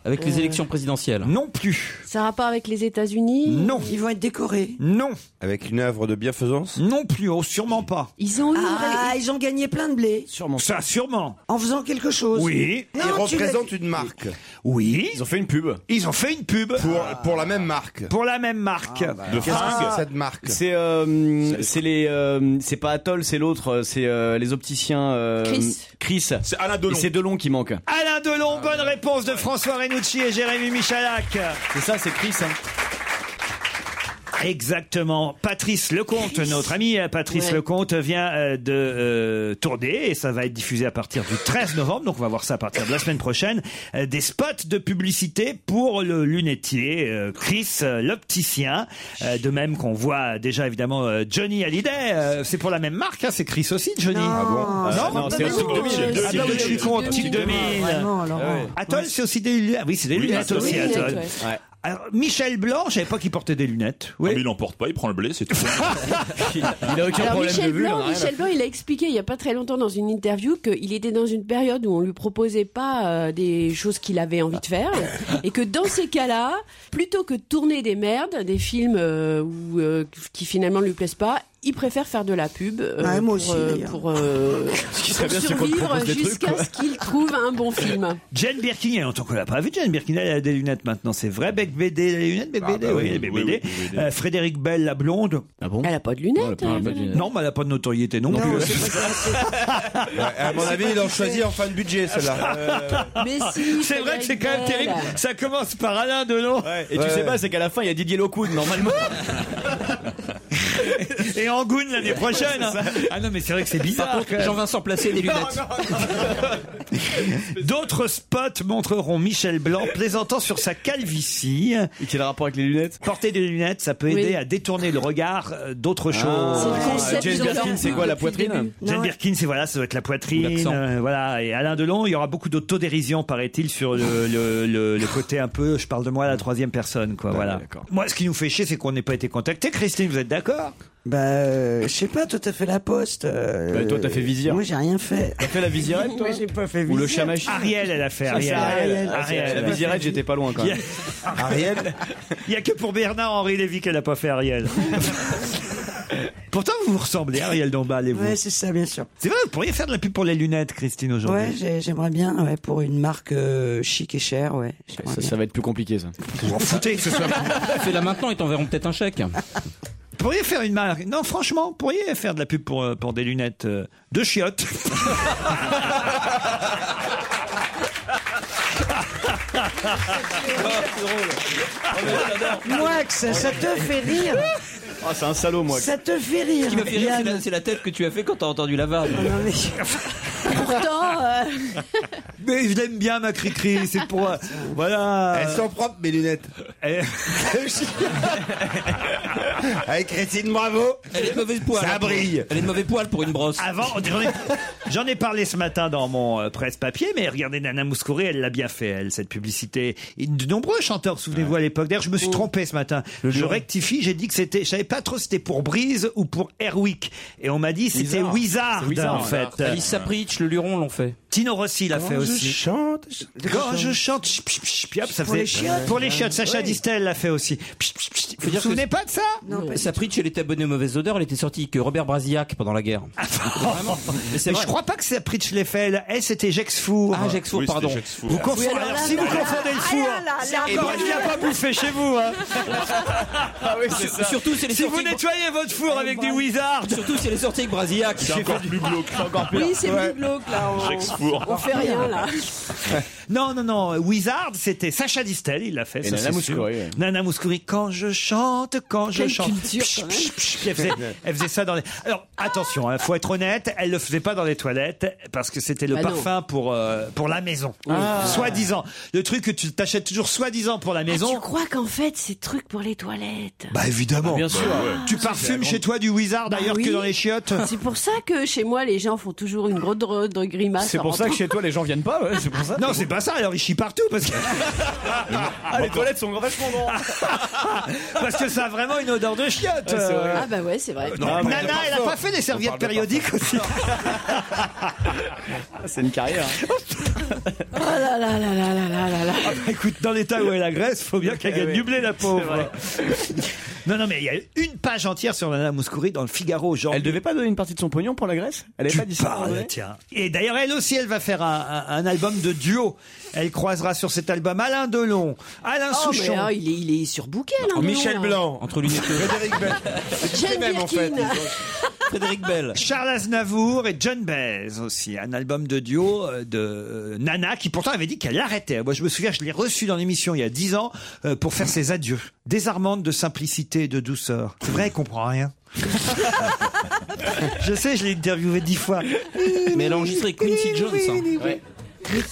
Speaker 1: Avec les élections présidentielles.
Speaker 3: non plus,
Speaker 6: Ça a rapport avec les États-Unis
Speaker 3: non,
Speaker 7: Ils vont être décorés.
Speaker 3: non,
Speaker 4: Avec une œuvre de bienfaisance
Speaker 3: non plus, oh, sûrement pas.
Speaker 6: Ils ont eu une ré-
Speaker 7: Ah, ils ont gagné plein de blé
Speaker 8: Sûrement.
Speaker 3: Ça, sûrement.
Speaker 7: en faisant quelque chose.
Speaker 3: Oui,
Speaker 7: Non,
Speaker 4: Ils
Speaker 7: tu l'as-
Speaker 4: représentent une marque
Speaker 3: oui.
Speaker 8: Ils ont fait une pub.
Speaker 3: Ils ont fait une pub pour,
Speaker 4: pour, pour la même marque. Ah,
Speaker 3: pour la même marque.
Speaker 5: De
Speaker 4: Qu'est-ce que
Speaker 5: fringues
Speaker 4: c'est cette marque
Speaker 8: C'est euh, c'est les euh, c'est pas Atoll, c'est l'autre, c'est euh, les opticiens euh,
Speaker 6: Chris.
Speaker 8: Chris.
Speaker 5: C'est Alain
Speaker 8: Et
Speaker 5: Delon.
Speaker 8: c'est Delon qui manque.
Speaker 3: Alain Delon, bonne réponse de François Renucci et Jérémy Michalak.
Speaker 8: C'est ça, c'est Chris. hein.
Speaker 3: Exactement. Patrice Lecomte, notre ami euh, Patrice
Speaker 6: Ouais.
Speaker 3: Lecomte, vient euh, de euh, tourner et ça va être diffusé à partir du 13 novembre. Donc on va voir ça à partir de la semaine prochaine. euh, des spots de publicité pour le lunetier euh, Chris euh, l'opticien. Euh, de même qu'on voit déjà évidemment euh, Johnny Hallyday. euh, c'est pour la même marque, hein, c'est Chris aussi, Johnny. Ah bon
Speaker 8: Euh,
Speaker 3: Non,
Speaker 8: non, c'est
Speaker 7: non,
Speaker 8: Optique
Speaker 7: non,
Speaker 8: 2000.
Speaker 7: euh,
Speaker 3: Ah bah oui, je suis con, Optique 2000.
Speaker 7: Vraiment, Laurent.
Speaker 3: Atoll, Ah c'est aussi des lunettes. Ah Oui, c'est des lunettes
Speaker 5: Atoll.
Speaker 3: aussi,
Speaker 6: Oui,
Speaker 3: Atoll.
Speaker 6: ouais.
Speaker 3: Alors, Michel Blanc, je savais pas qu'il portait des lunettes.
Speaker 5: Ah, mais
Speaker 3: Oui.
Speaker 5: il en porte pas, il prend le blé, c'est tout.
Speaker 8: Il a aucun
Speaker 6: Alors
Speaker 8: problème
Speaker 6: Michel
Speaker 8: de vue. il en a
Speaker 6: Blanc,
Speaker 8: rien à
Speaker 6: Michel Blanc, il a expliqué il y a pas très longtemps dans une interview qu'il était dans une période où on lui proposait pas euh, des choses qu'il avait envie de faire et que dans ces cas-là, plutôt que de tourner des merdes, des films euh, où, euh, qui finalement lui plaisent pas, il préfère faire de la pub euh,
Speaker 3: Ah,
Speaker 7: Ouais, moi
Speaker 6: pour,
Speaker 7: aussi,
Speaker 6: euh,
Speaker 7: d'ailleurs.
Speaker 6: pour, euh,
Speaker 8: serait
Speaker 6: pour
Speaker 8: bien, c'est qu'on te
Speaker 6: survivre
Speaker 8: propose des trucs,
Speaker 6: jusqu'à ce qu'il trouve un bon film.
Speaker 3: Jane Birkin, il y a longtemps qu'on l'a pas vu. Jane Birkin, elle a des lunettes maintenant, c'est vrai. Bec BD, elle a des lunettes, Bec BD, oui, elle
Speaker 5: Ah, bah
Speaker 3: est
Speaker 5: oui,
Speaker 3: BD.
Speaker 5: oui, oui, BD.
Speaker 3: Euh, Frédéric Bell, la blonde.
Speaker 8: Ah bon
Speaker 6: Elle a pas de lunettes.
Speaker 1: elle a pas de
Speaker 6: euh,
Speaker 1: lunettes.
Speaker 3: Non, mais elle a pas de notoriété non,
Speaker 7: Non,
Speaker 3: plus.
Speaker 7: Ah, c'est pas ça.
Speaker 4: Ouais, À mon avis, ils l'ont choisi en fin de budget, Euh, celle-là.
Speaker 6: Mais si,
Speaker 3: C'est vrai que c'est quand même
Speaker 6: Frédéric
Speaker 3: terrible.
Speaker 6: Bell.
Speaker 3: Ça commence par Alain Delon.
Speaker 8: Et tu sais pas, c'est qu'à la fin, il y a Didier Lockwood, normalement.
Speaker 3: Et Angoune l'année prochaine. Ah non, mais c'est vrai que c'est bizarre.
Speaker 1: Par contre,
Speaker 3: quand même.
Speaker 1: Jean-Vincent Placé des lunettes.
Speaker 3: D'autres spots montreront Michel Blanc plaisantant sur sa calvitie.
Speaker 8: Et quel rapport avec les lunettes
Speaker 3: Porter des lunettes, ça peut
Speaker 6: Oui.
Speaker 3: aider à détourner le regard euh, d'autres
Speaker 6: C'est
Speaker 3: choses.
Speaker 6: le concept
Speaker 8: James
Speaker 6: de
Speaker 8: Birkin,
Speaker 6: leur-
Speaker 8: c'est quoi la
Speaker 6: depuis le
Speaker 8: poitrine
Speaker 6: début.
Speaker 3: Jane
Speaker 7: Non,
Speaker 3: Birkin, c'est voilà, ça doit être la
Speaker 1: Ou
Speaker 3: poitrine,
Speaker 1: l'accent.
Speaker 3: euh, voilà. Et Alain Delon, il y aura beaucoup d'autodérision, paraît-il, sur le, le, le, le côté un peu, je parle de moi à la troisième personne, quoi, voilà.
Speaker 8: d'accord.
Speaker 3: Moi, ce qui nous fait chier, c'est qu'on n'ait pas été contacté. Christine, vous êtes d'accord
Speaker 7: Bah, euh, je sais pas, toi t'as fait la poste. euh,
Speaker 8: Bah, toi, t'as fait Vizir.
Speaker 7: Moi j'ai rien fait.
Speaker 8: T'as fait la visirette, toi
Speaker 7: Moi j'ai pas fait
Speaker 8: Ou le
Speaker 7: Vizir.
Speaker 8: chamachis
Speaker 3: Ariel, elle a fait
Speaker 8: Ah, c'est
Speaker 3: Ariel.
Speaker 8: Ariel. Ah, c'est
Speaker 3: Ariel.
Speaker 8: La visirette, j'étais pas loin quand même.
Speaker 4: Ariel
Speaker 3: Il y a que pour Bernard Henri Lévy qu'elle a pas fait Ariel. Pourtant, vous vous ressemblez, Ariel Dombal et vous.
Speaker 7: Ouais, c'est ça, Ah, bien sûr.
Speaker 3: C'est vrai, vous pourriez faire de la pub pour les lunettes, Christine, aujourd'hui.
Speaker 7: Ouais, j'ai- j'aimerais bien, ouais, pour une marque euh, chic et chère, ouais.
Speaker 8: Ça, ça va être plus compliqué, ça.
Speaker 3: Vous vous en foutez que ce soit.
Speaker 1: Fais-la maintenant, ils t'enverront peut-être un chèque.
Speaker 3: Vous pourriez faire une marque. Non, franchement, vous pourriez faire de la pub pour, euh, pour des lunettes euh, de chiottes.
Speaker 7: Moi, que ça, ça te fait rire.
Speaker 8: Oh, c'est un salaud, moi.
Speaker 7: Ça te fait rire.
Speaker 1: Ce qui m'a fait rire, c'est la-
Speaker 7: Yann.
Speaker 1: c'est la, tête que tu as fait quand t'as entendu la
Speaker 7: Ah,
Speaker 1: vanne.
Speaker 6: Pourtant, euh,
Speaker 3: Mais je l'aime bien, ma cri-cri. C'est pour. euh, voilà.
Speaker 4: Elles sont propres, mes lunettes.
Speaker 3: Eh,
Speaker 4: Avec Christine, bravo.
Speaker 1: Elle est de mauvaise poil.
Speaker 4: Ça
Speaker 1: hein, pour-
Speaker 4: brille.
Speaker 1: Elle est de mauvais poil pour une brosse.
Speaker 3: Avant, j'en ai, j'en ai parlé ce matin dans mon euh, presse-papier, mais regardez Nana Mouskouri, elle l'a bien fait, elle, cette publicité. Et de nombreux chanteurs, souvenez-vous, à l'époque. D'ailleurs, je
Speaker 4: Oh.
Speaker 3: me suis trompé ce matin. Je rectifie, j'ai dit que c'était, je savais pas trop si c'était pour Brise ou pour Airwick. Et on m'a dit c'était Wizard,
Speaker 8: C'est Wizard,
Speaker 3: en fait.
Speaker 1: Alice Sapritch, le Luron l'ont fait.
Speaker 3: Tino Rossi l'a fait
Speaker 4: Je
Speaker 3: aussi.
Speaker 4: chante.
Speaker 3: Quand je chante, chut, chut, chut, puis hop, ça
Speaker 7: Pour
Speaker 3: faisait-
Speaker 7: les chiottes.
Speaker 3: Pour les chiottes, Sacha
Speaker 7: Oui.
Speaker 3: Distel l'a fait aussi. Chut, chut, chut.
Speaker 1: dire
Speaker 3: Vous vous
Speaker 1: que
Speaker 3: souvenez pas de ça
Speaker 7: Non, pas-
Speaker 1: Sapritch, elle était abonnée aux mauvaises odeurs, elle était sortie que Robert Brasillac pendant la guerre.
Speaker 7: Ah,
Speaker 1: Mais c'est
Speaker 3: Mais
Speaker 1: vrai.
Speaker 3: je crois pas que c'est Pritch l'ait fait. elle. Elle, c'était Jex Four.
Speaker 1: Ah, Jacques Four,
Speaker 5: Oui, c'était
Speaker 1: pardon.
Speaker 5: Jacques Four.
Speaker 3: Vous confondez,
Speaker 7: alors
Speaker 3: alors,
Speaker 7: là,
Speaker 3: si
Speaker 7: là,
Speaker 3: vous
Speaker 7: là,
Speaker 3: confondez le
Speaker 7: ah,
Speaker 3: four,
Speaker 7: là, là, là,
Speaker 3: c'est-
Speaker 7: encore
Speaker 3: il vient pas bouffer chez vous. hein.
Speaker 1: Sur- Surtout, c'est les
Speaker 3: Si vous
Speaker 1: sorties.
Speaker 3: nettoyez votre four avec du wizard.
Speaker 1: Surtout, c'est les sorties avec Brasillac.
Speaker 5: Encore plus glauque.
Speaker 3: Ah,
Speaker 5: Encore
Speaker 6: oui, c'est plus glauque là.
Speaker 5: J'exfourre.
Speaker 6: On, on fait rien là.
Speaker 3: Non, non, non. Wizard, c'était Sacha Distel, il l'a fait.
Speaker 8: Et
Speaker 3: ça,
Speaker 8: Nana
Speaker 3: c'est sûr.
Speaker 8: Mouskouri, ouais.
Speaker 3: Nana Mouskouri, quand je chante, quand je
Speaker 6: Quelle
Speaker 3: chante.
Speaker 6: culture, quand même.
Speaker 3: Puis elle, faisait, elle faisait ça dans les. Alors, attention, il faut être honnête, elle le faisait pas dans les toilettes parce que c'était le
Speaker 6: Bah non. Ah.
Speaker 3: parfum pour, euh, pour la maison. Soi-disant. Le truc que tu t'achètes toujours soi-disant pour la
Speaker 6: Tu
Speaker 3: maison.
Speaker 6: crois qu'en fait, c'est truc pour les toilettes
Speaker 3: Bah évidemment.
Speaker 8: Bien sûr.
Speaker 6: Ah,
Speaker 3: Tu parfumes chez toi du wizard
Speaker 6: Bah
Speaker 3: d'ailleurs
Speaker 6: oui.
Speaker 3: que dans les chiottes.
Speaker 6: C'est pour ça que chez moi, les gens font toujours une grosse dro- dro- grimace.
Speaker 8: C'est
Speaker 6: en
Speaker 8: pour ça que
Speaker 6: rentrant.
Speaker 8: chez toi, les gens viennent pas, ouais, c'est pour ça.
Speaker 3: Non, c'est pas ça, alors il chie partout parce que,
Speaker 8: Ah, les toilettes sont vachement grandes.
Speaker 3: parce que ça a vraiment une odeur de chiotte. Euh,
Speaker 6: Ah bah ouais, c'est vrai.
Speaker 8: Non, mais
Speaker 3: Nana, elle a pas fait des serviettes périodiques aussi.
Speaker 8: c'est une carrière.
Speaker 6: Oh là là là là là là là là.
Speaker 3: Ah, bah, Écoute, dans l'état où est la Grèce, faut bien qu'elle gagne
Speaker 8: Eh oui.
Speaker 3: du blé, la pauvre. Non, non, mais il y a une page entière sur Nana Mouskouri dans le Figaro, genre.
Speaker 8: Elle devait pas donner une partie de son pognon pour la Grèce Elle avait
Speaker 3: Tu
Speaker 8: pas dit ça en
Speaker 3: parles,
Speaker 8: vrai
Speaker 3: tiens. Et d'ailleurs, elle aussi, elle va faire un, un- un album de duo. Elle croisera sur cet album Alain Delon, Alain
Speaker 6: Oh, mais
Speaker 3: Souchon.
Speaker 6: ah, il est, il est surbooké là.
Speaker 4: Michel
Speaker 6: non, là.
Speaker 4: Blanc.
Speaker 1: Entre lunettes.
Speaker 4: Frédéric Bell.
Speaker 6: Jane
Speaker 4: même, en fait.
Speaker 6: Birkin.
Speaker 1: Frédéric Bell.
Speaker 3: Charles Aznavour et John Baez aussi, un album de duo euh, de euh, Nana qui pourtant avait dit qu'elle arrêtait. Moi, je me souviens, je l'ai reçu dans l'émission il y a dix ans euh, pour faire ses adieux. Désarmante de simplicité et de douceur. C'est vrai, elle comprend rien. je sais, je l'ai interviewé dix fois.
Speaker 1: Mais elle a enregistré avec Quincy Jones. hein.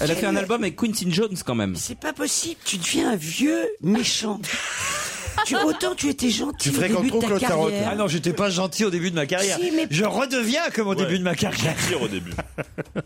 Speaker 1: Elle a fait un album avec Quincy Jones quand même.
Speaker 7: C'est pas possible, tu deviens un vieux méchant. tu, autant tu étais gentil
Speaker 4: Tu
Speaker 7: au
Speaker 4: fréquentes
Speaker 7: début de
Speaker 4: trop
Speaker 7: ta
Speaker 4: Claude Sarraute, là.
Speaker 7: carrière.
Speaker 3: Ah non, j'étais pas gentil au début de ma carrière.
Speaker 7: Si, mais-
Speaker 3: Je redeviens comme au début de ma carrière.
Speaker 5: Pire au début.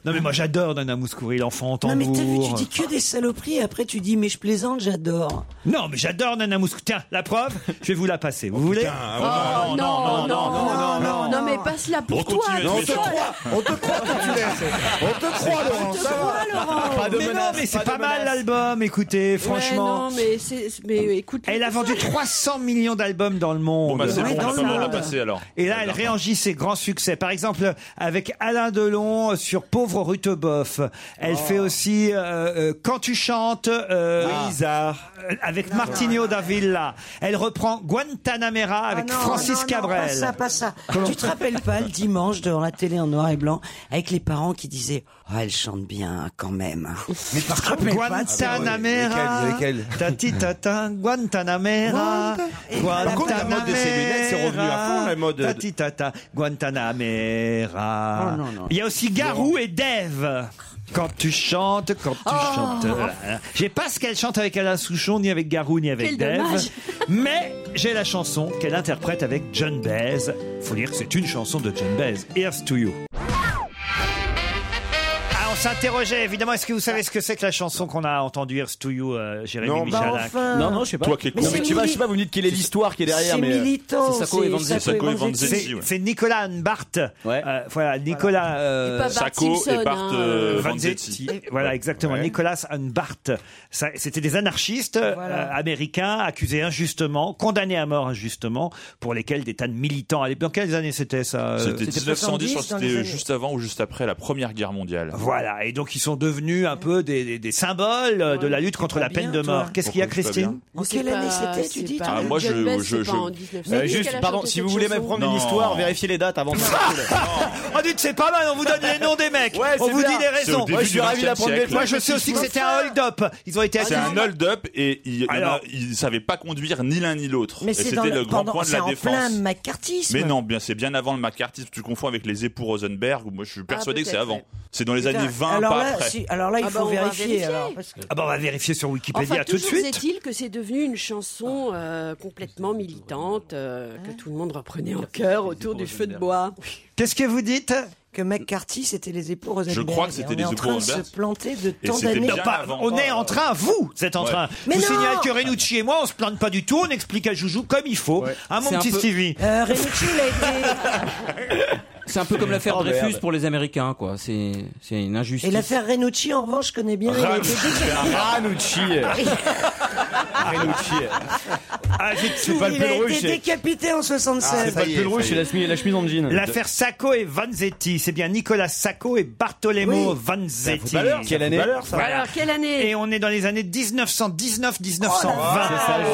Speaker 3: Non mais moi j'adore Nana Mouskouri, l'enfant en
Speaker 7: Non mais t'as vu, tu
Speaker 3: tambour.
Speaker 7: dis que des saloperies et après tu dis mais je plaisante, j'adore.
Speaker 3: Non mais j'adore Nana Mouskouri. Tiens, la preuve, je vais vous la passer. Vous voulez
Speaker 6: Oh, non, non, non, non, non, non, mais passe-la pour
Speaker 5: On
Speaker 6: toi.
Speaker 5: continue,
Speaker 4: On
Speaker 6: tout
Speaker 4: te
Speaker 6: seul.
Speaker 4: croit. On te croit quand tu laisses. On te croit, Laurent.
Speaker 6: Je te
Speaker 4: ça va.
Speaker 6: crois, hein, Laurent.
Speaker 8: Pas de
Speaker 3: Mais non,
Speaker 8: menace,
Speaker 3: mais c'est
Speaker 8: de
Speaker 3: pas mal
Speaker 8: menace.
Speaker 3: l'album, écoutez, franchement.
Speaker 6: Ouais, non, mais, c'est, mais écoute.
Speaker 3: Elle a vendu 300 millions d'albums dans le
Speaker 5: Bon,
Speaker 3: monde.
Speaker 5: bah, c'est
Speaker 7: Ouais,
Speaker 5: bon,
Speaker 7: dans
Speaker 5: on va
Speaker 7: le
Speaker 5: pas la
Speaker 7: monde.
Speaker 5: passer alors.
Speaker 3: Et là, elle réagit ses grands succès. Par exemple, avec Alain Delon euh, sur Pauvre Ruteboeuf. Elle
Speaker 7: Oh.
Speaker 3: fait aussi euh, euh, Quand tu chantes euh,
Speaker 4: Bizarre.
Speaker 3: euh, avec Martinho Davilla. Elle reprend Guantanamera avec
Speaker 7: Ah non, non,
Speaker 3: Francis
Speaker 7: non,
Speaker 3: Cabrel.
Speaker 7: Pas ça, pas ça. Tu te rappelles pas le dimanche devant la télé en noir et blanc avec les parents qui disaient Ah, elle chante bien quand même. Mais par contre,
Speaker 4: Ah,
Speaker 3: Guantanamera.
Speaker 4: bah oui. Lesquelles, lesquelles
Speaker 3: Tati tata, Guantanamera.
Speaker 4: Par contre, la mode de ces lunettes, c'est revenu à fond, la mode de-
Speaker 3: Tati tata, Guantanamera.
Speaker 7: Oh, non, non.
Speaker 3: Il y a aussi Garou et Dave. Quand tu chantes, quand tu chantes. Voilà. J'ai pas ce qu'elle chante avec Alain Souchon, ni avec Garou, ni avec
Speaker 6: Quel
Speaker 3: Dave.
Speaker 6: dommage.
Speaker 3: Mais j'ai la chanson qu'elle interprète avec John Baez. Faut dire que c'est une chanson de John Baez. Here's to you. Ah, on s'interrogeait évidemment. Est-ce que vous savez ce que c'est que la chanson qu'on a entendue Here's to You, euh, Jérémy
Speaker 8: Non.
Speaker 3: Michalak
Speaker 8: Bah, enfin. Non, non, je sais pas.
Speaker 3: Toi qui es
Speaker 8: Mais
Speaker 3: con.
Speaker 8: c'est
Speaker 3: Non, mais tu vois,
Speaker 8: mili-
Speaker 3: je sais pas, vous me dites quelle est l'histoire qui est derrière.
Speaker 8: c'est
Speaker 3: mais, euh,
Speaker 8: militant, C'est Sacco et c'est Vanzetti. Sacco et
Speaker 3: C'est-
Speaker 8: Vanzetti, ouais.
Speaker 3: C'est Nicolas Anbart. Euh, voilà, Nicolas. euh,
Speaker 8: Et pas Bart Sacco et Simpson, Bart, hein. euh,
Speaker 3: Vanzetti.
Speaker 8: Vanzetti.
Speaker 3: Voilà, exactement. Nicolas Anbart. Ça, C'était des anarchistes
Speaker 8: Voilà.
Speaker 3: euh, américains accusés injustement, condamnés à mort injustement, pour lesquels des tas de militants. à l'époque- Dans quelles années c'était ça euh
Speaker 5: C'était 1910, je crois que c'était euh, juste avant ou juste après la Première Guerre mondiale.
Speaker 3: Voilà, et donc ils sont devenus un peu des, des- des symboles euh, de la lutte contre la peine de mort. Qu'est-ce qu'il y a,
Speaker 5: Pourquoi je suis pas
Speaker 3: Christine
Speaker 7: En quelle année c'était, tu dis
Speaker 5: Ah, moi, je- je- je-
Speaker 8: Euh, juste, pardon, si vous voulez m'apprendre une
Speaker 5: Non.
Speaker 8: histoire, vérifiez les dates avant de
Speaker 3: Oh, dites, c'est pas mal, on vous donne les noms des mecs.
Speaker 8: Ouais,
Speaker 3: on
Speaker 8: c'est
Speaker 3: vous
Speaker 8: bien.
Speaker 3: dit
Speaker 8: C'est
Speaker 3: les
Speaker 8: au
Speaker 3: raisons.
Speaker 8: début Ouais, je suis du ravi XXe d'apprendre des siècle.
Speaker 3: Moi, je sais aussi que c'était un hold-up. Ils ont été
Speaker 5: C'est un
Speaker 3: accusés-
Speaker 5: hold-up et il y en a-
Speaker 3: Alors-
Speaker 5: ils ne savaient pas conduire ni l'un ni l'autre.
Speaker 7: Mais
Speaker 5: Et
Speaker 7: c'est
Speaker 5: c'était
Speaker 7: dans
Speaker 5: le,
Speaker 7: le-
Speaker 5: grand
Speaker 7: pendant-
Speaker 5: point de
Speaker 7: c'est
Speaker 5: la
Speaker 7: en
Speaker 5: défense.
Speaker 7: plein macartisme.
Speaker 5: Mais non, bien, c'est bien avant le macartisme. Tu confonds avec les époux Rosenberg. où Moi, je suis persuadé que c'est
Speaker 7: Ah, peut-être,
Speaker 5: avant. C'est dans les
Speaker 7: Putain,
Speaker 5: années 20,
Speaker 7: alors
Speaker 5: pas
Speaker 7: là,
Speaker 5: après.
Speaker 7: si- alors là, il
Speaker 6: Ah bah,
Speaker 7: faut
Speaker 6: on va
Speaker 7: vérifier.
Speaker 6: vérifier.
Speaker 7: alors, parce que-
Speaker 3: Ah bah, on va vérifier sur Wikipédia
Speaker 6: Enfin,
Speaker 3: tout de
Speaker 6: toujours
Speaker 3: suite.
Speaker 6: est-il que c'est devenu une chanson euh, complètement militante euh, que tout le monde reprenait en chœur autour du feu de bois.
Speaker 3: Qu'est-ce que vous dites
Speaker 7: Que McCarthy, c'était les époux
Speaker 6: Je
Speaker 7: Rosenberg.
Speaker 6: crois que
Speaker 7: Et
Speaker 6: c'était
Speaker 7: on
Speaker 6: les
Speaker 7: est en
Speaker 6: époux
Speaker 7: train de
Speaker 6: Rosenberg.
Speaker 7: se planter de
Speaker 5: Et
Speaker 7: tant
Speaker 5: c'était
Speaker 7: d'années.
Speaker 5: bien
Speaker 3: Pas-
Speaker 5: avant.
Speaker 3: on est en
Speaker 8: euh,
Speaker 3: train, vous êtes en
Speaker 5: Ouais.
Speaker 3: train.
Speaker 7: Mais
Speaker 3: je vous
Speaker 7: non
Speaker 3: signale que Renucci et moi, on se plaint pas du tout, on explique à Joujou comme il faut. Hein, mon
Speaker 1: C'est un
Speaker 3: petit
Speaker 1: peu-
Speaker 3: Stevie
Speaker 7: Euh, Renucci, il a été.
Speaker 1: C'est un peu comme l'affaire
Speaker 7: Oh,
Speaker 1: Dreyfus
Speaker 7: merde.
Speaker 1: pour les Américains, quoi. C'est c'est une
Speaker 7: Et
Speaker 1: injustice.
Speaker 7: l'affaire Renucci, en revanche, je connais bien. Il a été décapité.
Speaker 1: Ranucci.
Speaker 3: Ah, j'ai
Speaker 7: Il
Speaker 3: tout.
Speaker 7: a été décapité en
Speaker 8: Ah,
Speaker 7: 76.
Speaker 8: la chemise en jean.
Speaker 3: L'affaire Sacco et Vanzetti, c'est bien Nicolas Sacco et Bartolomeo
Speaker 8: Oui. C'est un
Speaker 3: Vanzetti.
Speaker 8: footballeur, c'est un Quelle année footballeur, ça.
Speaker 3: Voilà.
Speaker 6: Alors, quelle année
Speaker 3: Et on est dans les années 1919, 1920.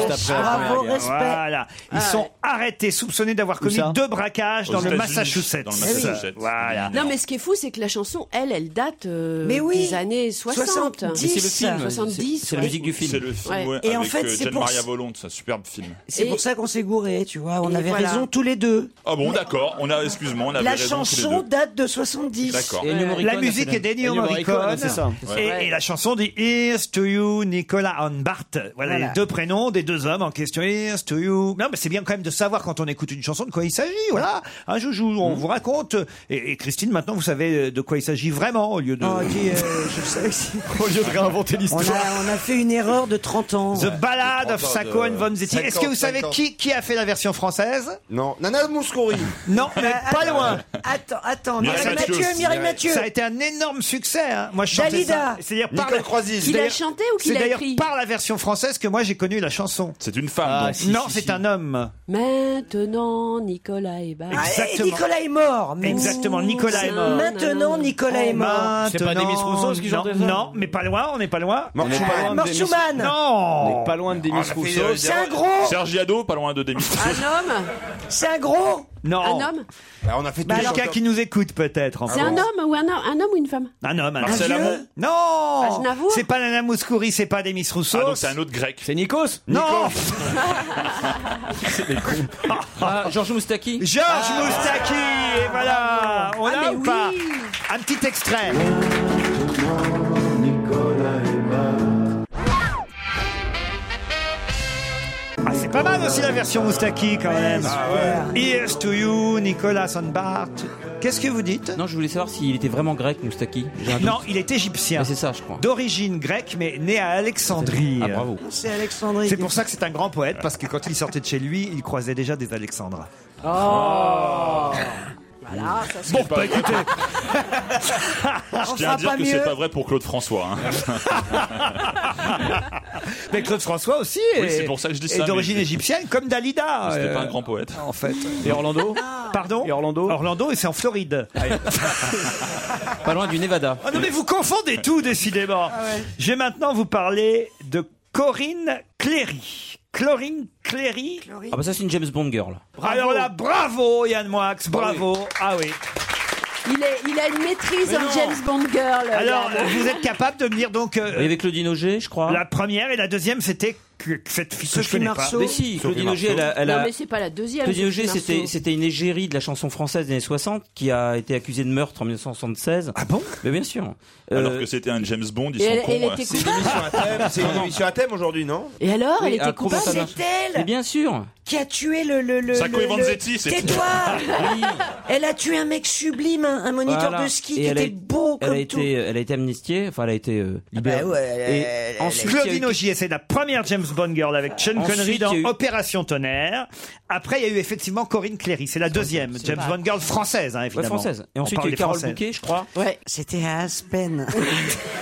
Speaker 8: C'est ça, juste après la Bravo, Première Guerre. respect.
Speaker 3: Voilà. Ils
Speaker 8: Ah
Speaker 3: sont arrêtés, soupçonnés d'avoir
Speaker 8: Où
Speaker 3: commis
Speaker 8: ça
Speaker 3: deux braquages
Speaker 8: Aux
Speaker 3: dans le,
Speaker 8: États-Unis.
Speaker 3: Massachusetts.
Speaker 8: Dans le Massachusetts. Eh
Speaker 3: Voilà.
Speaker 6: Non, mais ce qui est fou, c'est que la chanson, elle, elle date euh,
Speaker 7: Mais oui.
Speaker 6: des années 60.
Speaker 7: 70. Mais c'est le film.
Speaker 6: 70.
Speaker 7: C'est la musique du film.
Speaker 5: C'est le film,
Speaker 7: Ouais.
Speaker 5: ouais,
Speaker 7: Et en
Speaker 5: avec,
Speaker 7: fait,
Speaker 5: euh,
Speaker 7: c'est
Speaker 5: Gian
Speaker 7: pour
Speaker 5: Maria
Speaker 7: ça-
Speaker 5: Volonte, c'est un superbe film.
Speaker 7: C'est
Speaker 6: Et-
Speaker 7: pour ça qu'on s'est gouré, tu vois. On
Speaker 6: Et
Speaker 7: avait
Speaker 6: voilà.
Speaker 7: raison tous les deux.
Speaker 5: Ah bon, d'accord. On a, excuse-moi, on avait
Speaker 7: La
Speaker 5: raison tous les
Speaker 7: chanson
Speaker 5: deux.
Speaker 7: date de 70.
Speaker 5: D'accord.
Speaker 7: Ouais.
Speaker 3: La musique est d'Ennio
Speaker 5: Ennio
Speaker 3: Morricone.
Speaker 5: Morricone, c'est ça.
Speaker 3: Et,
Speaker 5: Ouais.
Speaker 3: et la chanson dit Here's to you, Nicolas Anbart. Voilà,
Speaker 7: Voilà.
Speaker 3: les deux prénoms des deux hommes en question. Here's to you. Non, mais c'est bien quand même de savoir quand on écoute une chanson de quoi il s'agit. Voilà. Un joujou,
Speaker 7: Mm.
Speaker 3: on vous raconte. Et, et Christine, maintenant, vous savez euh, de quoi il s'agit vraiment au lieu de.
Speaker 7: Oh, dis, euh, je savais que c'est-
Speaker 3: au lieu de réinventer
Speaker 7: on, a, on a fait une erreur de 30 ans.
Speaker 3: The Ballad of Sacco and Vanzetti. Est-ce que vous savez qui, qui a fait la version française
Speaker 4: Non, Nana Mouskouri.
Speaker 3: Non, mais pas loin.
Speaker 7: Euh, Attends, attends,
Speaker 3: Mireille
Speaker 7: Oh, Mireille
Speaker 3: Mathieu.
Speaker 7: Mathieu, Mireille
Speaker 3: Mireille.
Speaker 7: Mathieu.
Speaker 3: Ça a été un énorme succès. hein. Moi, je chantais
Speaker 7: Dalida.
Speaker 3: ça. C'est-à-dire par
Speaker 7: Nicole
Speaker 3: la-
Speaker 7: Croisic.
Speaker 3: c'est
Speaker 7: Qu'il a
Speaker 3: d'ailleurs-
Speaker 7: chanté ou qu'il
Speaker 3: c'est
Speaker 7: a
Speaker 3: d'ailleurs
Speaker 7: écrit
Speaker 3: par la version française que moi j'ai connu la chanson. Ah,
Speaker 5: C'est une femme. donc.
Speaker 3: non, c'est un homme.
Speaker 6: Maintenant, Nicolas est bas.
Speaker 3: Ah, Exactement.
Speaker 7: Ah, Nicolas est mort. mais-
Speaker 3: Exactement, Nicolas est mort.
Speaker 7: Maintenant, Nicolas est mort.
Speaker 3: Maintenant- non, Non, mais pas loin, on n'est pas loin.
Speaker 5: On n'est pas loin de Demis-
Speaker 7: Morchouman.
Speaker 3: Non.
Speaker 5: On n'est pas loin de Demis
Speaker 3: On a fait,
Speaker 5: Rousseau.
Speaker 3: euh,
Speaker 7: C'est un gros.
Speaker 5: Ah,
Speaker 7: Ah,
Speaker 5: Serge Yado, pas loin de Demis Rousseau.
Speaker 6: Un homme
Speaker 7: C'est un gros.
Speaker 3: Non. Ah
Speaker 6: Un homme
Speaker 4: on a fait
Speaker 3: Bah,
Speaker 6: tous les
Speaker 3: Quelqu'un
Speaker 6: chanteurs. Oh.
Speaker 3: qui nous écoute peut-être.
Speaker 6: C'est un homme ou un homme, un homme ou une femme
Speaker 3: Un homme. Un
Speaker 5: Marcel
Speaker 3: homme.
Speaker 5: Amont
Speaker 3: Non.
Speaker 7: Ah,
Speaker 6: Aznavour
Speaker 3: C'est pas Nana Mouskouri, c'est pas Demis Rousseau.
Speaker 5: Ah, donc c'est un autre grec.
Speaker 8: C'est Nikos
Speaker 3: Non.
Speaker 1: Ah, Georges Moustaki. Ah.
Speaker 3: Georges Moustaki. Et voilà. On a ou pas Un petit extrait. Ah, c'est pas mal aussi la version Moustaki quand même. Here's to you, Nicolas Sandbart. Qu'est-ce que vous dites
Speaker 1: Non, je voulais savoir s'il était vraiment grec, Moustaki. J'ai un doute. Ah,
Speaker 3: Non, il est égyptien.
Speaker 1: C'est ça, je crois.
Speaker 3: D'origine grecque, mais né à Alexandrie.
Speaker 1: Ah, bravo.
Speaker 7: C'est Alexandrie.
Speaker 3: C'est pour ça que c'est un grand poète, parce que quand il sortait de chez lui, il croisait déjà des Alexandres.
Speaker 7: Oh.
Speaker 6: Voilà, ça se
Speaker 3: Oh. Bon, bah écoutez,
Speaker 5: Je tiens à dire que c'est pas vrai pour Claude François. hein.
Speaker 3: mais Claude François aussi
Speaker 5: Oui,
Speaker 3: est-
Speaker 5: c'est pour ça que je dis
Speaker 3: est
Speaker 5: ça,
Speaker 3: d'origine
Speaker 5: mais-
Speaker 3: égyptienne, comme Dalida.
Speaker 5: C'était
Speaker 3: euh,
Speaker 5: pas un grand poète.
Speaker 3: En fait. Ah.
Speaker 8: Et Orlando
Speaker 3: Pardon
Speaker 8: Et Orlando
Speaker 3: Orlando, et c'est en Floride.
Speaker 1: Pas loin du Nevada.
Speaker 3: Ah non, mais vous confondez tout, décidément. Je vais maintenant vous parler de Corinne Cléry. Corinne Cléry.
Speaker 1: Ah bah ça c'est une James Bond girl.
Speaker 3: Alors là, bravo Yann Moix, bravo. Ah oui.
Speaker 6: Il, est, il a une maîtrise
Speaker 1: Mais
Speaker 6: en
Speaker 1: non.
Speaker 6: James Bond Girl.
Speaker 3: Alors,
Speaker 6: Yann.
Speaker 3: vous êtes capable de me dire donc. euh,
Speaker 1: Il y avait Claudine Auger, je crois.
Speaker 3: La première et la deuxième, c'était que- que cette fille que je connais pas.
Speaker 1: Mais si, Claudine Auger, elle a, elle a-
Speaker 6: Non, mais c'est pas la deuxième.
Speaker 1: Claudine Auger,
Speaker 6: Sophie
Speaker 1: c'était
Speaker 6: Marceau.
Speaker 1: c'était une égérie de la chanson française des années 60 qui a été accusée de meurtre en 1976. Ah
Speaker 3: bon
Speaker 1: Mais bien sûr. Euh,
Speaker 5: Alors que c'était un James Bond, ils
Speaker 6: Et
Speaker 5: sont
Speaker 6: elle-
Speaker 5: cons.
Speaker 6: elle
Speaker 5: hein.
Speaker 6: était
Speaker 5: C'est-
Speaker 6: coupable
Speaker 4: C'est une émission à thème aujourd'hui, non
Speaker 6: Et alors,
Speaker 1: oui,
Speaker 6: elle était
Speaker 1: ah, comment
Speaker 6: coupable
Speaker 1: ça marche Mais bien sûr.
Speaker 7: qui a tué le. le, le
Speaker 5: Sacco
Speaker 7: le-
Speaker 5: et Vanzetti,
Speaker 7: le-
Speaker 5: c'est-
Speaker 7: Tais-toi
Speaker 5: Oui.
Speaker 7: Elle a tué un mec sublime, un, un moniteur
Speaker 1: Voilà.
Speaker 7: de ski
Speaker 1: Et
Speaker 7: qui
Speaker 1: elle
Speaker 7: était
Speaker 1: a-
Speaker 7: beau
Speaker 1: elle
Speaker 7: comme
Speaker 1: a
Speaker 7: tout. Ah bah
Speaker 1: été, elle a été amnistiée, enfin elle a été euh, libérée.
Speaker 7: ouais, elle-
Speaker 1: et
Speaker 7: elle-
Speaker 1: ensuite, il y
Speaker 3: Claudine
Speaker 1: a eu-
Speaker 3: Augier, c'est la première James Bond girl avec Sean
Speaker 1: Ensuite,
Speaker 3: Connery dans
Speaker 1: il y a eu-
Speaker 3: Opération Tonnerre. Après, il y a eu effectivement Corinne Cléry. C'est la deuxième
Speaker 1: c'est
Speaker 3: James
Speaker 1: pas-
Speaker 3: Bond girl française, hein, évidemment.
Speaker 1: Ouais, française. Et
Speaker 3: On
Speaker 1: ensuite,
Speaker 3: parle
Speaker 1: il y a eu
Speaker 3: des
Speaker 1: Carole
Speaker 3: Françaises.
Speaker 1: Bouquet, je crois.
Speaker 7: Ouais, c'était à Aspen.
Speaker 3: Ah,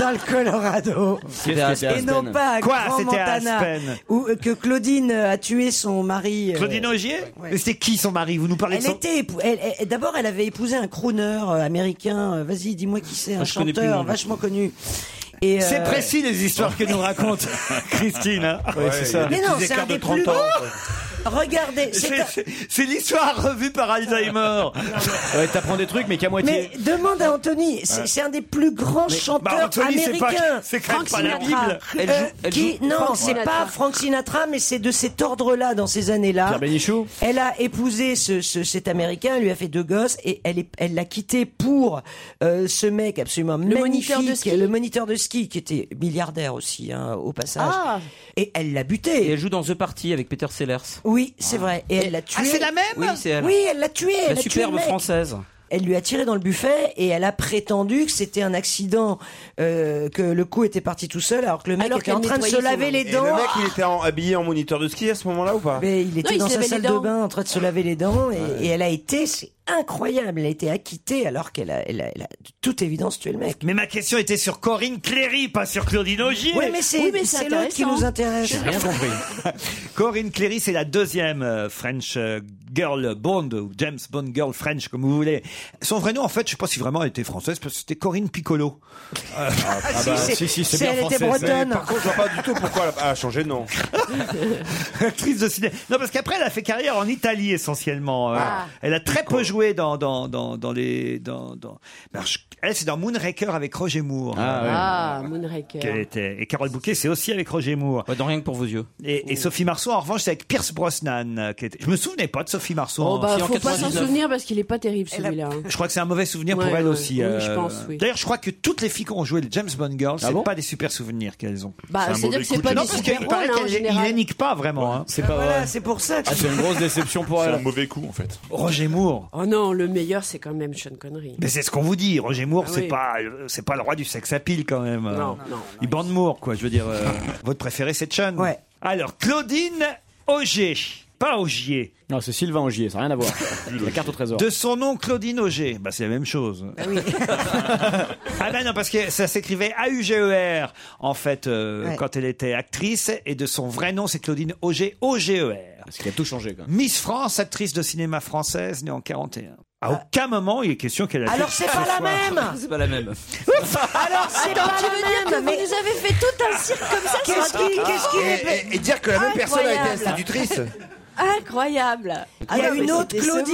Speaker 7: Dans le Colorado.
Speaker 1: C'était à Aspen.
Speaker 7: Et non pas à
Speaker 3: Quoi,
Speaker 7: Grand
Speaker 3: c'était à
Speaker 7: Montana.
Speaker 3: Aspen
Speaker 7: Où, euh, que Claudine euh, a tué son mari. euh,
Speaker 3: Claudine Augier Mais c'était qui son mari Vous nous parlez
Speaker 7: Elle
Speaker 3: de son...
Speaker 7: était épou- elle- elle- d'abord elle avait épousé un crooner euh, américain. Euh, Vas-y, dis-moi qui c'est, un
Speaker 3: Ah, je connais plus le
Speaker 7: chanteur
Speaker 3: nom.
Speaker 7: vachement connu. Et,
Speaker 3: C'est
Speaker 7: euh,
Speaker 3: précis les histoires que nous raconte Christine. hein.
Speaker 7: Ouais, c'est ça. Mais non,
Speaker 3: Des petits
Speaker 7: c'est
Speaker 3: écarts
Speaker 7: un des
Speaker 3: de 30
Speaker 7: plus-
Speaker 3: ans.
Speaker 7: Regardez, c'est un-
Speaker 3: C'est c'est l'histoire revue par Alzheimer.
Speaker 8: Ouais, t'apprends des trucs, mais qu'à moitié.
Speaker 7: Mais demande à Anthony, c'est
Speaker 8: Ouais.
Speaker 7: c'est un des plus grands chanteurs
Speaker 8: bah, Anthony, c'est pas-
Speaker 7: américains.
Speaker 8: c'est quand même Frank pas la Sinatra. Bible.
Speaker 7: Euh,
Speaker 8: Elle joue- elle
Speaker 7: qui,
Speaker 8: joue
Speaker 7: non,
Speaker 8: Frank
Speaker 7: c'est
Speaker 8: Sinatra.
Speaker 7: pas Frank Sinatra, mais c'est de cet ordre-là, dans ces années-là.
Speaker 8: Pierre Bénichou
Speaker 7: Elle a épousé ce, ce- cet américain, elle lui a fait deux gosses, et elle est- elle l'a quitté pour euh, ce mec absolument magnifique,
Speaker 6: moniteur de ski.
Speaker 7: le moniteur de ski, qui était milliardaire aussi, hein, au passage.
Speaker 6: Ah.
Speaker 7: Et elle l'a buté.
Speaker 1: Et elle joue dans The Party avec Peter Sellers.
Speaker 7: Oui, c'est vrai. Et elle l'a tué.
Speaker 3: c'est la même
Speaker 1: Oui, Ah, c'est elle.
Speaker 7: Oui, elle l'a tué.
Speaker 1: La
Speaker 7: elle a tué le
Speaker 1: superbe
Speaker 7: mec.
Speaker 1: française.
Speaker 7: Elle lui a tiré dans le buffet et elle a prétendu que c'était un accident, euh, que le coup était parti tout seul, alors que le mec
Speaker 6: Alors
Speaker 7: était en
Speaker 6: qu'elle
Speaker 7: train de se
Speaker 6: nettoyait son
Speaker 7: laver les
Speaker 6: mari.
Speaker 4: Et
Speaker 7: dents.
Speaker 4: le mec, il était en- habillé en moniteur de ski à ce moment-là ou pas
Speaker 7: Mais il était
Speaker 6: il
Speaker 7: dans
Speaker 6: se
Speaker 7: sa
Speaker 6: lavait les
Speaker 7: salle
Speaker 6: dents.
Speaker 7: de bain en train de se laver les dents et, et elle a été, c'est incroyable, elle a été acquittée alors qu'elle a, elle a- elle a de toute évidence tué le mec.
Speaker 3: Mais ma question était sur Corinne Cléry, pas sur Claudine Augier.
Speaker 7: Oui, mais c'est
Speaker 6: Oui, mais c'est
Speaker 7: c'est l'autre qui
Speaker 6: intéressant.
Speaker 7: nous intéresse.
Speaker 1: Rien compris.
Speaker 3: Corinne Cléry, c'est la deuxième euh, French euh, Girl Bond, ou James Bond Girl French, comme vous voulez. Son vrai nom, en fait, je sais pas si vraiment elle était française, parce que c'était Corinne Piccolo.
Speaker 7: Ah,
Speaker 8: bah,
Speaker 7: c'est-
Speaker 8: si, si, c'est
Speaker 7: c'est-
Speaker 8: bien
Speaker 7: elle était
Speaker 8: français, c'est-
Speaker 7: bretonne.
Speaker 4: Par contre, je vois pas du tout pourquoi elle a- elle a changé de nom.
Speaker 3: Actrice de cinéma. Non, parce qu'après, elle a fait carrière en Italie, essentiellement. Euh,
Speaker 6: Ah.
Speaker 3: Elle a très peu joué dans, dans, dans, dans les, dans, dans... Ben, je- Elle, c'est dans Moonraker avec Roger Moore.
Speaker 6: Ah,
Speaker 3: Qu'elle
Speaker 6: Moonraker.
Speaker 3: était. Et Carole Bouquet, c'est aussi avec Roger Moore.
Speaker 1: Ouais, dans rien que pour vos yeux.
Speaker 3: Et,
Speaker 6: Oh.
Speaker 3: et Sophie Marceau, en revanche, c'est avec Pierce Brosnan. euh, Qui était... Je me souvenais pas de Sophie Marceau.
Speaker 6: Oh,
Speaker 3: en-
Speaker 6: bah,
Speaker 1: Si, en
Speaker 6: faut pas s'en
Speaker 1: 99.
Speaker 6: souvenir parce qu'il est pas terrible celui-là. hein.
Speaker 3: Je crois que c'est un mauvais souvenir
Speaker 6: Ouais,
Speaker 3: pour elle
Speaker 6: ouais.
Speaker 3: aussi. euh,
Speaker 6: Oui, je pense, oui.
Speaker 3: D'ailleurs, je crois que toutes les filles qui ont joué le James Bond Girl, c'est
Speaker 8: Ah bon
Speaker 3: pas des super souvenirs qu'elles ont.
Speaker 5: C'est
Speaker 6: Bah,
Speaker 5: un
Speaker 6: c'est-à-dire
Speaker 5: mauvais
Speaker 6: que c'est
Speaker 5: coup de
Speaker 6: pas
Speaker 5: jeune.
Speaker 6: des
Speaker 3: non, parce
Speaker 6: super
Speaker 3: qu'il
Speaker 6: rôles,
Speaker 3: paraît
Speaker 6: hein, en
Speaker 3: qu'elles les
Speaker 6: général.
Speaker 3: niquent pas vraiment. hein.
Speaker 8: C'est pas
Speaker 7: Voilà,
Speaker 8: vrai.
Speaker 7: c'est pour ça que
Speaker 8: Ah, c'est une grosse déception pour
Speaker 5: C'est un
Speaker 8: elle.
Speaker 5: mauvais coup en fait.
Speaker 3: Roger Moore.
Speaker 6: Oh non, le meilleur, c'est quand même Sean Connery.
Speaker 3: Mais c'est ce qu'on vous dit. Roger Moore,
Speaker 6: Ah
Speaker 3: c'est
Speaker 6: oui.
Speaker 3: pas, euh, c'est pas le roi du sex appeal quand même. euh.
Speaker 6: Non, non.
Speaker 3: Il bande Moore, quoi. Je veux dire, euh, votre préféré, c'est Chun.
Speaker 7: Ouais.
Speaker 3: Alors, Claudine Auger. Pas Augier.
Speaker 8: Non, c'est Sylvain Angier, ça n'a rien à voir. La carte au trésor.
Speaker 3: De son nom, Claudine Auger. Bah, c'est la même chose. ah ben non, parce que ça s'écrivait A-U-G-E-R, E en fait, euh,
Speaker 7: Ouais.
Speaker 3: quand elle était actrice. Et de son vrai nom, c'est Claudine Auger, O-G-E-R.
Speaker 8: Parce qu'il a tout changé, quoi.
Speaker 3: Miss France, actrice de cinéma française, née en 41. À aucun moment, il est question qu'elle a
Speaker 7: Ah. Alors
Speaker 3: fait
Speaker 7: c'est
Speaker 3: ce
Speaker 7: pas la
Speaker 3: soir.
Speaker 7: même
Speaker 1: C'est pas la même.
Speaker 7: Alors c'est pas
Speaker 6: Tu veux
Speaker 7: la
Speaker 6: dire que vous
Speaker 7: même Mais
Speaker 6: nous avez fait tout un cirque comme ça sur un
Speaker 7: qu'est-ce qui,
Speaker 6: truc
Speaker 7: qu'est-ce qui est...
Speaker 4: Ah, Et, et- et dire que la même personne a été
Speaker 6: Incroyable.
Speaker 4: institutrice.
Speaker 6: Incroyable.
Speaker 7: Il y a
Speaker 6: Ah Ouais,
Speaker 7: une
Speaker 6: mais
Speaker 7: autre
Speaker 6: c'est décevant.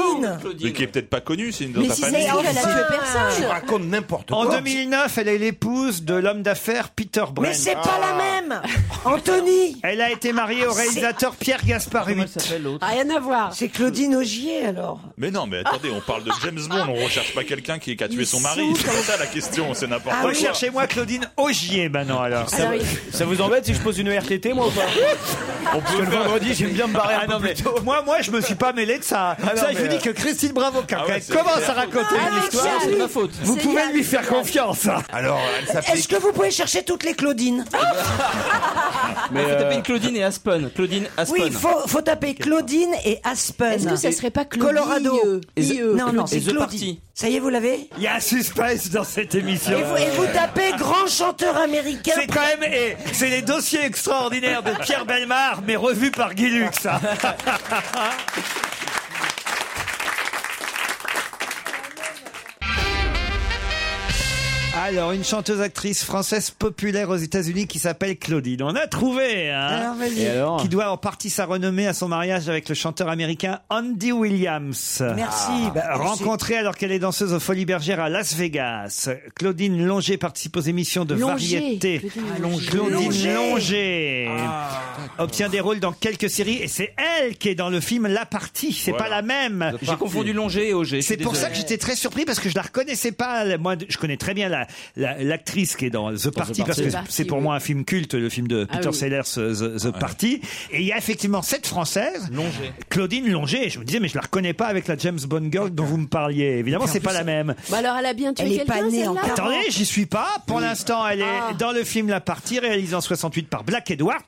Speaker 7: Claudine
Speaker 5: Mais qui est peut-être pas connue, c'est une dans
Speaker 6: Mais
Speaker 5: ta
Speaker 6: si
Speaker 5: famille.
Speaker 6: c'est elle, elle a tué
Speaker 4: Tu
Speaker 6: personne.
Speaker 4: racontes n'importe quoi.
Speaker 3: En 2009, elle est l'épouse de l'homme d'affaires Peter Brent.
Speaker 7: Mais c'est pas la même Anthony Ah,
Speaker 3: Elle a été mariée au réalisateur Pierre
Speaker 1: Comment elle
Speaker 3: Gasparuit.
Speaker 1: s'appelle l'autre
Speaker 6: Ah, Rien à voir.
Speaker 7: C'est Claudine Augier alors
Speaker 5: Mais non, mais attendez, on parle de James Bond, on recherche pas quelqu'un qui qui a tué
Speaker 6: Ils
Speaker 5: son
Speaker 6: sont
Speaker 5: mari. C'est ça la question, c'est n'importe
Speaker 7: Ah
Speaker 5: quoi.
Speaker 3: Recherchez-moi Claudine Augier maintenant alors.
Speaker 6: Alors, il-
Speaker 8: Ça vous embête si je pose une RTT, moi ou pas Parce que le vendredi, j'aime bien me barrer un peu plus tôt.
Speaker 3: Ah
Speaker 8: Ah
Speaker 3: Moi, moi, je me suis pas mêlé de ça. ça, je vous
Speaker 8: euh,
Speaker 3: dis que Christine Bravo, quand
Speaker 5: Ah ouais,
Speaker 3: elle
Speaker 5: c'est
Speaker 3: commence
Speaker 5: clair.
Speaker 3: à raconter
Speaker 7: Ah,
Speaker 3: une
Speaker 6: Avec
Speaker 3: histoire,
Speaker 6: ça,
Speaker 1: C'est
Speaker 6: oui.
Speaker 1: de ma faute.
Speaker 3: vous
Speaker 6: C'est
Speaker 3: pouvez
Speaker 6: Yann.
Speaker 3: lui faire confiance. hein.
Speaker 4: Alors, elle
Speaker 7: Est-ce
Speaker 4: s'appelait.
Speaker 7: que vous pouvez chercher toutes les Claudines
Speaker 4: Ah,
Speaker 1: Mais faut
Speaker 4: euh,
Speaker 1: taper une Claudine et Aspen. Claudine Aspen.
Speaker 7: Oui, faut, faut taper Claudine et Aspen.
Speaker 6: Est-ce que ça serait pas Claudie
Speaker 7: Colorado.
Speaker 1: Et the-
Speaker 6: IE? IE.
Speaker 7: E, Non, non, c'est
Speaker 1: et The
Speaker 7: Claudie.
Speaker 1: Party.
Speaker 7: Ça y est, vous l'avez
Speaker 3: Il y a un suspense dans cette
Speaker 7: et
Speaker 3: émission.
Speaker 7: vous, et vous tapez grand chanteur américain.
Speaker 3: C'est quand même, et c'est les dossiers extraordinaires de Pierre Belmar, mais revus par Guy Lux. ça. Alors, une chanteuse-actrice française populaire aux États-Unis qui s'appelle Claudine. On a trouvé, hein
Speaker 7: Alors, vas-y.
Speaker 8: Et alors
Speaker 3: qui doit en partie sa renommée à son mariage avec le chanteur américain Andy Williams. Ah.
Speaker 7: Merci. Bah,
Speaker 3: Rencontrée alors qu'elle est danseuse aux Folies Bergères à Las Vegas, Claudine Longer participe aux émissions de
Speaker 6: Longer.
Speaker 3: variété.
Speaker 4: Ah,
Speaker 6: Claudine
Speaker 3: Claudine
Speaker 7: Longer.
Speaker 3: Longer obtient des rôles dans quelques séries et c'est elle qui est dans le film La Partie. C'est
Speaker 5: Voilà.
Speaker 3: pas la même.
Speaker 1: J'ai confondu Longer et Auger. je suis
Speaker 3: C'est pour
Speaker 1: désolé.
Speaker 3: ça que j'étais très surpris parce que je la reconnaissais pas. Moi, je connais très bien la, la- l'actrice qui est dans The Party,
Speaker 4: Party,
Speaker 3: parce que
Speaker 4: The Party,
Speaker 3: c'est pour
Speaker 4: oui.
Speaker 3: moi un film culte, le film de
Speaker 4: Ah
Speaker 3: Peter
Speaker 4: oui.
Speaker 3: Sellers, euh, The, The Party. Et il y a effectivement cette Française, Claudine Longer. Et Je me disais, mais je la reconnais pas avec la James Bond girl dont vous me parliez. Évidemment, c'est pas la même.
Speaker 6: Bah alors, elle a bien tué
Speaker 7: Elle est
Speaker 6: quelqu'un,
Speaker 7: pas née en
Speaker 6: celle-là Ah.
Speaker 3: Attendez, j'y suis pas. Pour
Speaker 6: Oui.
Speaker 3: l'instant, elle est dans le film La Partie, réalisé en 68 par Black Edwards.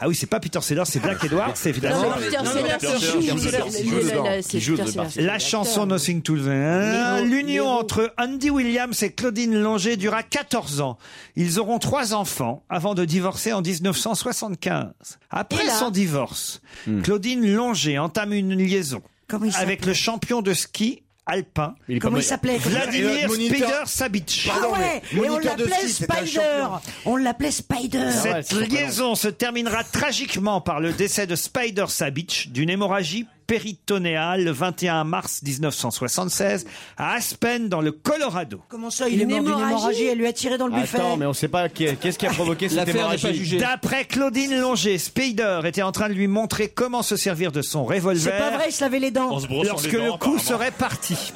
Speaker 3: Ah oui, c'est pas Peter Sellers, c'est Black Edwards, évidemment.
Speaker 6: Non, mais Peter Non, non, Sellers, Peter il joue, Sellers, il joue il joue dedans. dedans. Il C'est joue Peter dedans. Sellers,
Speaker 3: La
Speaker 6: c'est
Speaker 3: chanson Nothing to the
Speaker 6: Nero,
Speaker 3: L'union entre Andy Williams et Claudine Longer dura 14 ans. Ils auront trois enfants avant de divorcer en 1975. Après son divorce,
Speaker 6: Hmm.
Speaker 3: Claudine Longer entame une liaison
Speaker 7: Comment il
Speaker 3: avec le champion de ski alpin.
Speaker 7: Comment il s'appelait
Speaker 3: Vladimir Spider euh, Sabic.
Speaker 7: Ah ouais, et on l'appelait Spider. On l'appelait Spider.
Speaker 3: Cette liaison se terminera tragiquement par le décès de Spider Sabic d'une hémorragie péritonéale le 21 mars 1976 à Aspen dans le Colorado.
Speaker 7: Comment ça, il est mort d'une hémorragie, elle lui a tiré dans le buffet.
Speaker 8: Attends, mais on sait pas qui est- qu'est-ce qui a provoqué cette
Speaker 3: L'affaire n'est
Speaker 8: hémorragie.
Speaker 3: pas jugée. D'après Claudine Longer, Spider était en train de lui montrer comment se servir de son revolver.
Speaker 7: C'est pas vrai, il se lavait les dents.
Speaker 3: Lorsque le coup serait parti.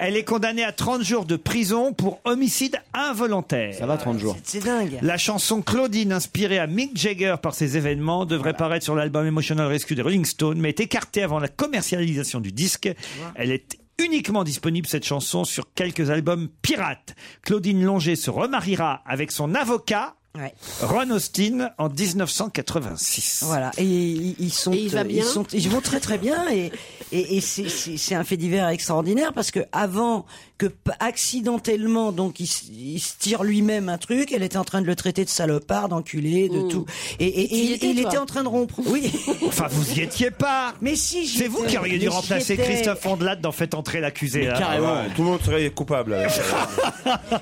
Speaker 3: Elle est condamnée à 30 jours de prison pour homicide involontaire. Ça
Speaker 8: va, 30 jours.
Speaker 7: C'est dingue.
Speaker 3: La chanson Claudine, inspirée à Mick Jagger par ces événements, devrait paraître sur l'album Emotional Rescue des Rolling Stones, mais est écartée avant la commercialisation du disque. Elle est uniquement disponible, cette chanson, sur quelques albums pirates. Claudine Longer se remariera avec son avocat,
Speaker 7: Ouais.
Speaker 3: Ron Austin, en 1986.
Speaker 7: Voilà, et ils ils sont,
Speaker 6: il va
Speaker 7: euh,
Speaker 6: bien
Speaker 7: ils sont, ils vont très très bien, et et, et c'est- c'est c'est un fait divers extraordinaire parce que avant que p- accidentellement donc il, s- il se tire lui-même un truc, elle était en train de le traiter de salopard, d'enculé, de tout, et, et,
Speaker 6: Mmh. Tu y
Speaker 7: et-
Speaker 6: étais,
Speaker 7: et il
Speaker 6: toi
Speaker 7: était en train de rompre. Oui.
Speaker 3: Enfin, vous y étiez pas.
Speaker 7: Mais si, j'y
Speaker 3: C'est vous
Speaker 7: étais.
Speaker 3: qui auriez dû
Speaker 7: Mais j'y
Speaker 3: remplacer
Speaker 7: étais.
Speaker 3: Christophe Ondelat dans Faites entrer l'accusé. hein. là.
Speaker 4: Ah Tout le monde serait coupable. là.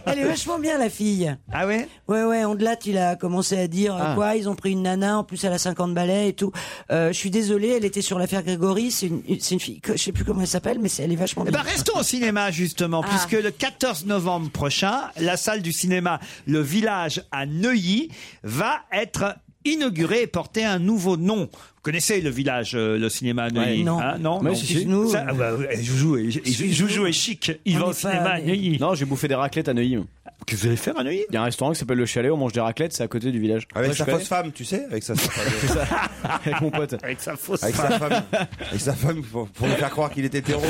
Speaker 7: Elle est vachement bien la fille.
Speaker 3: Ah ouais
Speaker 7: Ouais ouais, Ondelat il a commencé à dire euh,
Speaker 3: Ah.
Speaker 7: quoi, ils ont pris une nana en plus elle a 50 balais et tout. Euh, je suis désolée, elle était sur l'affaire Grégory, c'est une, une- c'est une fille que je sais plus comment elle s'appelle mais c'est- elle est vachement
Speaker 3: Eh
Speaker 7: bien.
Speaker 3: ben, restons au cinéma justement,
Speaker 7: Ah.
Speaker 3: puisque le 14 novembre prochain, la salle du cinéma Le Village à Neuilly va être inaugurée et porter un nouveau nom. Vous connaissez le village, euh, le cinéma à Neuilly
Speaker 8: Ouais. Non.
Speaker 3: hein, non,
Speaker 8: Mais
Speaker 3: non.
Speaker 8: excuse-nous.
Speaker 3: Ça, ah bah, euh, Joujou est- Joujou est chic. Il va au cinéma à Neuilly.
Speaker 8: Non, j'ai bouffé des raclettes à Neuilly.
Speaker 3: Que vous allez faire à Neuilly
Speaker 8: Il y a un restaurant qui s'appelle Le Chalet, on mange des raclettes, c'est à côté du village.
Speaker 4: Avec
Speaker 8: Ouais, je
Speaker 4: sa
Speaker 8: connais.
Speaker 4: fausse femme, tu sais Avec sa
Speaker 8: Avec mon pote.
Speaker 3: Avec sa fausse
Speaker 4: Avec sa femme. Avec sa femme pour, pour lui faire croire qu'il était hétéro.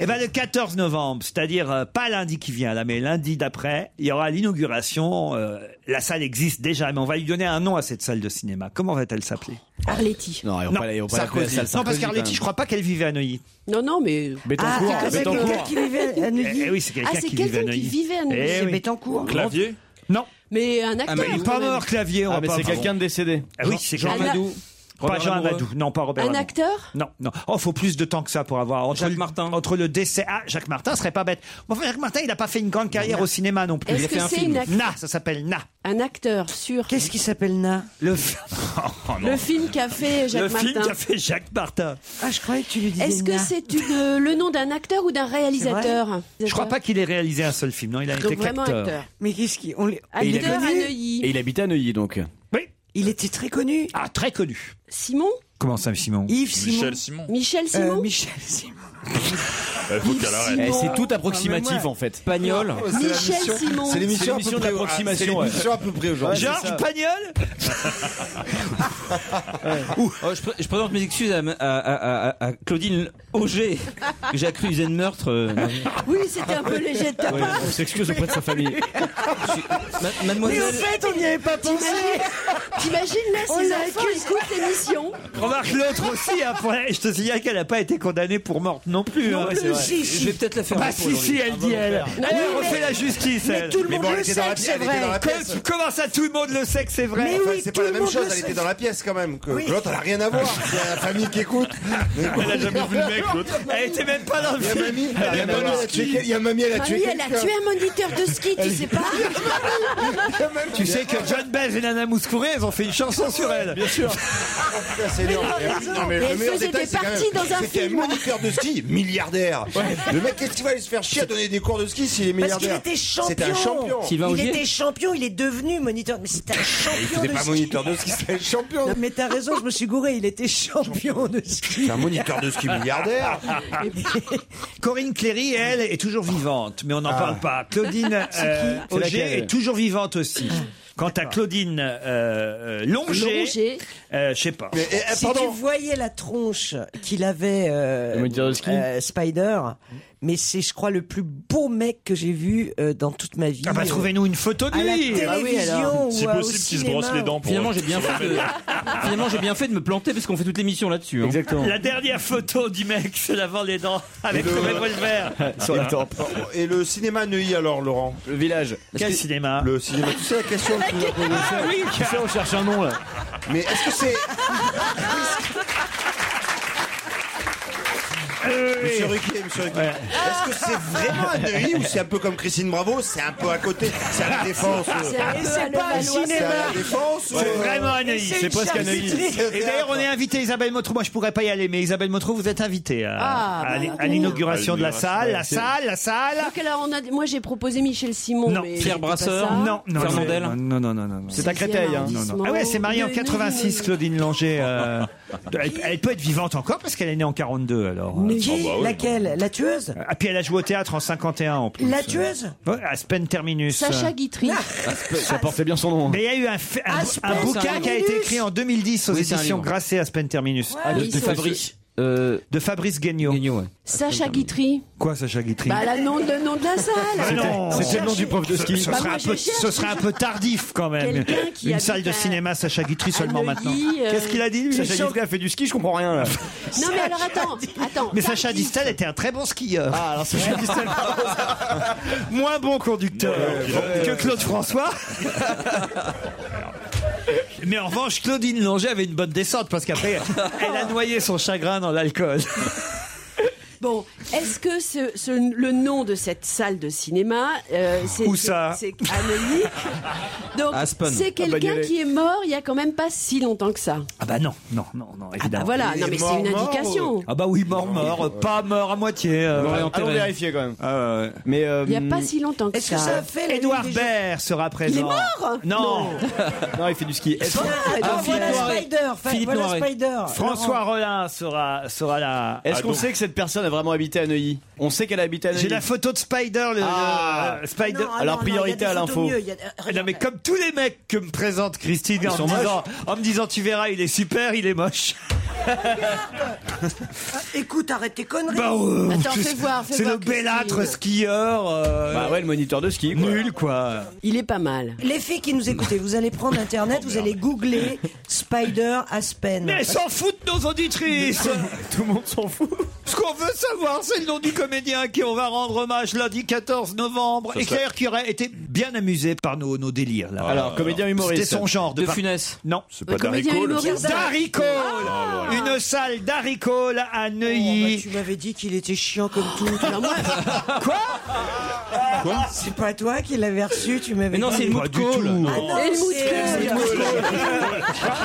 Speaker 3: Eh ben, le 14 novembre, c'est-à-dire euh, pas lundi qui vient là, mais lundi d'après, il y aura l'inauguration. euh, la salle existe déjà, mais on va lui donner un nom à cette salle de cinéma. Comment va-t-elle s'appeler
Speaker 6: Arletty.
Speaker 8: Non, ils vont
Speaker 3: Non,
Speaker 8: pas la- ils vont pas l'appeler la
Speaker 3: Sarkozy.
Speaker 8: salle
Speaker 3: Non, parce
Speaker 8: Sarkozy, quand
Speaker 3: qu'Arletty,
Speaker 8: même.
Speaker 3: je crois pas qu'elle vivait à Neuilly.
Speaker 6: Non, non, mais.
Speaker 8: Bettencourt,
Speaker 6: Ah, c'est quelqu'un
Speaker 8: Bettencourt.
Speaker 6: qui vivait à Neuilly.
Speaker 3: Eh oui, c'est quelqu'un
Speaker 6: Ah, c'est
Speaker 3: qui vivait à
Speaker 6: quelqu'un qui
Speaker 3: Neuilly.
Speaker 6: vivait à Neuilly.
Speaker 3: Eh
Speaker 6: C'est
Speaker 3: oui.
Speaker 6: Bettencourt.
Speaker 5: Clavier
Speaker 3: Non.
Speaker 6: Mais un acteur.
Speaker 3: Ah, mais il est pas
Speaker 6: quand même.
Speaker 3: mort, Clavier. on
Speaker 8: Ah,
Speaker 3: va
Speaker 8: mais
Speaker 3: pas-
Speaker 8: c'est quelqu'un de décédé.
Speaker 3: Ah oui, c'est
Speaker 6: Jean
Speaker 3: quelqu'un-
Speaker 6: Amadou.
Speaker 3: Pas
Speaker 6: Robert
Speaker 3: Jean
Speaker 6: Lamoureux.
Speaker 3: Amadou, non, pas Robert
Speaker 6: Un
Speaker 3: Lamoureux.
Speaker 6: acteur
Speaker 3: Non, non. Oh, faut plus de temps que ça pour avoir. Entre Jacques Martin. Entre le décès. Ah, Jacques Martin serait pas bête. Bon, enfin, Jacques Martin, il n'a pas fait une grande carrière au cinéma non plus.
Speaker 6: Est-ce Il a que fait un c'est film. une actrice
Speaker 3: Na, ça s'appelle Na.
Speaker 6: Un acteur sur
Speaker 7: Qu'est-ce qui s'appelle Na
Speaker 3: Le, fi- Oh, non.
Speaker 6: le film qu'a fait Jacques
Speaker 3: Le film
Speaker 6: Martin.
Speaker 3: qu'a fait Jacques Martin.
Speaker 7: Ah, je croyais que tu lui disais
Speaker 6: Est-ce que
Speaker 7: Na.
Speaker 6: c'est une- euh, le nom d'un acteur ou d'un réalisateur
Speaker 3: Je crois pas qu'il ait réalisé un seul film. Non, il a
Speaker 6: Donc
Speaker 3: été
Speaker 6: vraiment acteur.
Speaker 3: qu'acteur.
Speaker 7: Mais qu'est-ce qui on les...
Speaker 8: Et il
Speaker 6: Acteur à
Speaker 8: est-
Speaker 6: Neuilly.
Speaker 8: Et il habitait à Neuilly donc.
Speaker 3: Oui.
Speaker 7: Il était très connu.
Speaker 3: Ah, très connu.
Speaker 6: Simon
Speaker 3: Comment ça, Simon
Speaker 7: Yves Simon.
Speaker 5: Michel Simon.
Speaker 6: Michel Simon
Speaker 7: Euh, Michel Simon.
Speaker 5: Euh, faut qu'elle arrête.
Speaker 8: Eh, C'est tout approximatif
Speaker 7: Ah, mais moi-
Speaker 8: en fait.
Speaker 1: Pagnol.
Speaker 6: Michel Simon.
Speaker 8: C'est l'émission de l'approximation,
Speaker 4: C'est l'émission à peu près aujourd'hui.
Speaker 3: Georges Pagnol
Speaker 1: Oh, je, pr- je présente mes excuses à, m- à- à- à- à Claudine Auger, que j'ai accusée de meurtre. euh, dans-
Speaker 6: Oui, c'était un peu léger de ta
Speaker 8: Ouais,
Speaker 6: part.
Speaker 8: on s'excuse auprès de sa famille.
Speaker 1: Ma-
Speaker 7: Mais en
Speaker 1: mademoiselle,
Speaker 7: fait, on n'y avait pas pensé.
Speaker 6: T'imagines- T'imagines là,
Speaker 7: On
Speaker 6: ces
Speaker 7: Oh, l'a
Speaker 6: enfants
Speaker 7: accusé.
Speaker 6: écoutent l'émission.
Speaker 3: Remarque l'autre aussi. hein, pour- Je te signale qu'elle n'a pas été condamnée pour morte non plus. hein.
Speaker 7: Non plus, si,
Speaker 1: je vais
Speaker 7: si.
Speaker 1: peut-être la faire.
Speaker 3: Bah
Speaker 1: pour
Speaker 3: si, si,
Speaker 1: aujourd'hui.
Speaker 3: elle dit elle. Elle
Speaker 7: mais-
Speaker 3: refait la justice,
Speaker 7: Mais
Speaker 3: elle.
Speaker 7: tout le monde
Speaker 4: bon, elle
Speaker 7: le
Speaker 4: était dans la
Speaker 7: sait que
Speaker 4: pièce,
Speaker 7: c'est
Speaker 4: elle était dans
Speaker 7: vrai.
Speaker 4: la
Speaker 3: Comme- Comment ça, tout le monde le sait que c'est vrai
Speaker 7: Mais oui,
Speaker 4: Enfin, c'est pas
Speaker 7: tout
Speaker 4: la
Speaker 7: le
Speaker 4: même
Speaker 7: monde
Speaker 4: chose,
Speaker 7: le
Speaker 4: elle
Speaker 7: sait.
Speaker 4: était dans la pièce quand même. Que
Speaker 7: Oui.
Speaker 4: euh, L'autre, elle a rien à voir. Il y a la famille qui écoute. Mais bon,
Speaker 5: Elle a jamais vu le mec, l'autre.
Speaker 3: Elle était même pas dans le
Speaker 4: il y a
Speaker 3: film.
Speaker 4: mamie, elle a rien à
Speaker 3: Ah,
Speaker 4: voir. Il y a mamie, elle a tué
Speaker 6: Mamie, elle a
Speaker 4: quelqu'un.
Speaker 6: tué un moniteur de ski, tu sais pas
Speaker 4: Il y a mamie,
Speaker 3: Tu sais que John Bez et Nana Mouskouré, elles ont ont fait une chanson sur elle. Bien sûr.
Speaker 4: C'est énorme.
Speaker 3: Mais elle a raison.
Speaker 4: Non, mais
Speaker 3: Mais
Speaker 4: le
Speaker 3: elle
Speaker 4: meilleur
Speaker 3: faisait
Speaker 4: détail,
Speaker 3: des
Speaker 4: c'est quand même-
Speaker 3: parties dans un
Speaker 4: C'était un
Speaker 3: film.
Speaker 4: moniteur de ski milliardaire. Le mec, qu'est-ce qu'il va aller se faire chier à donner des cours de ski s'il est
Speaker 7: Parce qu'il
Speaker 4: milliardaire
Speaker 7: était champion.
Speaker 4: C'était un champion.
Speaker 7: il était champion, il est devenu moniteur. Mais c'était un
Speaker 4: Il
Speaker 7: champion
Speaker 4: faisait
Speaker 7: de
Speaker 4: pas
Speaker 7: ski.
Speaker 4: moniteur de ski, c'était un champion.
Speaker 7: Non, mais t'as raison, je me suis gouré. Il était champion de ski.
Speaker 4: C'est un moniteur de ski milliardaire.
Speaker 3: Corinne Cléry, elle, est toujours vivante, mais on n'en
Speaker 4: Ah.
Speaker 3: parle pas. Claudine
Speaker 4: C'est qui
Speaker 3: euh,
Speaker 4: C'est
Speaker 3: Auger
Speaker 4: laquelle
Speaker 3: est toujours vivante aussi. Quant à Claudine euh, euh, Longer,
Speaker 7: Longer.
Speaker 3: euh, je sais pas.
Speaker 4: eh,
Speaker 7: si tu voyais la tronche qu'il avait, euh, euh, Spider, mais c'est, je crois, le plus beau mec que j'ai vu euh, dans toute ma vie.
Speaker 3: Ah bah,
Speaker 7: Euh,
Speaker 3: trouvez-nous une photo de
Speaker 7: à la
Speaker 3: lui.
Speaker 7: télévision
Speaker 3: Ah oui, alors.
Speaker 7: ou
Speaker 3: Si
Speaker 7: à- au
Speaker 3: possible qu'il se
Speaker 7: cinéma.
Speaker 3: brosse les dents pour-
Speaker 1: Finalement, j'ai bien fait de, finalement, j'ai bien fait de me planter parce qu'on fait toute l'émission là-dessus. hein. Exactement.
Speaker 3: La dernière photo du mec se lavant les dents avec
Speaker 1: Et
Speaker 3: le
Speaker 1: le-
Speaker 3: même revolver.
Speaker 1: Sur la tempe.
Speaker 4: Et le cinéma Neuilly alors, Laurent
Speaker 8: Le village.
Speaker 3: Quel cinéma
Speaker 4: Le cinéma. Tu sais la question que tu nous as posée
Speaker 3: Ah oui,
Speaker 4: Tu sais,
Speaker 3: on cherche un nom là.
Speaker 4: Mais est-ce que c'est. Monsieur Ruquier, monsieur Ruquier. Est-ce que c'est vraiment à Neuilly ou c'est un peu comme Christine Bravo C'est un peu à côté, c'est à la défense. euh.
Speaker 3: C'est un peu à Levallois.
Speaker 4: C'est à la défense.
Speaker 3: C'est vraiment à Neuilly. Et d'ailleurs, on est invité Isabelle Motro. Moi, je pourrais pas y aller, mais Isabelle Motro, vous êtes invitée à,
Speaker 6: Ah,
Speaker 3: à
Speaker 6: bah,
Speaker 3: l'in- à
Speaker 6: attends.
Speaker 3: l'inauguration de la salle. La
Speaker 6: Ouais, c'est-
Speaker 3: salle, la salle.
Speaker 6: Donc alors, on a, moi j'ai proposé Michel Simon.
Speaker 3: Non,
Speaker 6: mais c'était pas ça.
Speaker 3: Non, non,
Speaker 1: Fernandel.
Speaker 3: non, non, non, non, non, non.
Speaker 1: C'est à Créteil, hein.
Speaker 3: Non, non. Ah ouais, c'est mariée en
Speaker 1: Mais
Speaker 3: 86, Claudine Langer. euh, elle, elle peut être vivante encore parce qu'elle est née en 42 alors.
Speaker 7: Mais qui Laquelle La tueuse
Speaker 3: Ah puis elle a joué au théâtre en 51 en plus.
Speaker 7: La tueuse
Speaker 3: Ouais, Aspen Terminus.
Speaker 6: Sacha Guitry.
Speaker 3: Ah, Ça portait bien son nom. Mais il y a eu un, f-
Speaker 7: Ah,
Speaker 3: un-
Speaker 6: Aspen
Speaker 3: un bouquin
Speaker 6: Terminus.
Speaker 3: qui a été écrit en 2010 aux
Speaker 1: Oui, c'est un
Speaker 3: éditions
Speaker 1: livre.
Speaker 3: Grasset Aspen Terminus.
Speaker 6: Ah, de- ils de sont- Fabrice,
Speaker 3: De Fabrice Guignot.
Speaker 6: Sacha Guitry.
Speaker 3: Quoi, Sacha Guitry
Speaker 6: Bah, la nom, le nom de la salle.
Speaker 3: Ah non,
Speaker 6: On
Speaker 3: c'était le nom
Speaker 6: cherche-
Speaker 3: du prof de ski. Ce,
Speaker 6: Bah,
Speaker 3: serait
Speaker 6: moi,
Speaker 3: un
Speaker 6: je
Speaker 3: peu,
Speaker 6: cherche
Speaker 3: ce serait un peu tardif quand même.
Speaker 6: Quelqu'un qui
Speaker 3: Une
Speaker 6: habite
Speaker 3: salle de
Speaker 6: à-
Speaker 3: cinéma, Sacha Guitry seulement maintenant.
Speaker 6: Neuilly, euh,
Speaker 3: Qu'est-ce qu'il a dit lui
Speaker 6: Sacha Guitry
Speaker 3: a fait du ski, je comprends rien là.
Speaker 6: Non, mais alors attends, attends.
Speaker 3: Mais Sacha Distel était un très bon skieur. Ah, alors Sacha Distel, moins bon conducteur que Claude François. Mais en revanche, Claudine Langer avait une bonne descente parce qu'après, elle a noyé son chagrin dans l'alcool.
Speaker 6: Bon, est-ce que ce, ce- le nom de cette salle de cinéma, euh, c'est
Speaker 3: Où
Speaker 6: c'est-
Speaker 3: ça
Speaker 6: c'est anonyme. Donc,
Speaker 3: Aspen.
Speaker 6: c'est
Speaker 3: À
Speaker 6: quelqu'un
Speaker 3: Bagnolet.
Speaker 6: qui est mort il y a quand même pas si longtemps que ça.
Speaker 3: Ah bah non, non, non, non, évidemment.
Speaker 6: bah voilà, non, mais c'est une indication.
Speaker 3: Ah bah oui, mort, mort, euh, pas mort à moitié. euh,
Speaker 8: Mort et enterré. Allons
Speaker 3: vérifier quand même.
Speaker 8: Ah,
Speaker 3: Mais euh,
Speaker 6: Il y a pas si longtemps que ça.
Speaker 3: Edouard Baird sera présent.
Speaker 6: mort
Speaker 3: Non. non, il fait du ski.
Speaker 7: Ah, voilà Spider, enfin, voilà Spider.
Speaker 3: François Rollin sera, sera là. Ah,
Speaker 8: Est-ce qu'on sait que cette personne a vraiment habité à Neuilly On sait qu'elle a habité à Neuilly.
Speaker 3: J'ai la photo de Spider. le-
Speaker 8: Ah.
Speaker 3: le- Spider.
Speaker 8: Non, ah Alors, non, non, priorité il y a des à photos l'info. mieux, il y a-
Speaker 3: Non mais comme tous les mecs que me présente Christine en
Speaker 8: sont
Speaker 3: me,
Speaker 8: moches.
Speaker 3: disant, en me disant tu verras il est super il est moche.
Speaker 7: Ah, Écoute, arrête tes conneries.
Speaker 3: Bah, euh, c'est- C'est le belâtre skieur. Bah ouais, le moniteur de ski. Nul, quoi.
Speaker 6: Il est pas mal.
Speaker 7: Les filles qui nous écoutez, vous allez prendre internet, vous allez googler Spider Aspen.
Speaker 3: Mais elles s'en foutent de nos auditrices Tout le monde s'en fout Ce qu'on veut savoir, c'est le nom du comédien à qui on va rendre hommage lundi 14 novembre
Speaker 8: Ça
Speaker 3: et
Speaker 8: serait-
Speaker 3: d'ailleurs qui aurait été bien amusé par nos, nos délires. Là.
Speaker 8: Alors, comédien humoriste.
Speaker 3: C'était son genre.
Speaker 8: De
Speaker 3: par-
Speaker 8: Funès.
Speaker 3: Non. Oh
Speaker 8: C'est pas Un Darry comédien Cole humoriste.
Speaker 3: Darry Cole
Speaker 1: Ah
Speaker 3: Une salle Darry Cole à Neuilly.
Speaker 7: Ah. Oh, bah, tu m'avais dit qu'il était chiant comme tout.
Speaker 3: Quoi
Speaker 7: C'est pas toi qui l'avais reçu, tu m'avais
Speaker 1: Mais non,
Speaker 7: dit.
Speaker 1: c'est Helmut
Speaker 7: Pas du
Speaker 1: Kohl.
Speaker 7: tout. Ah non,
Speaker 6: Helmut
Speaker 7: c'est-
Speaker 6: Kohl.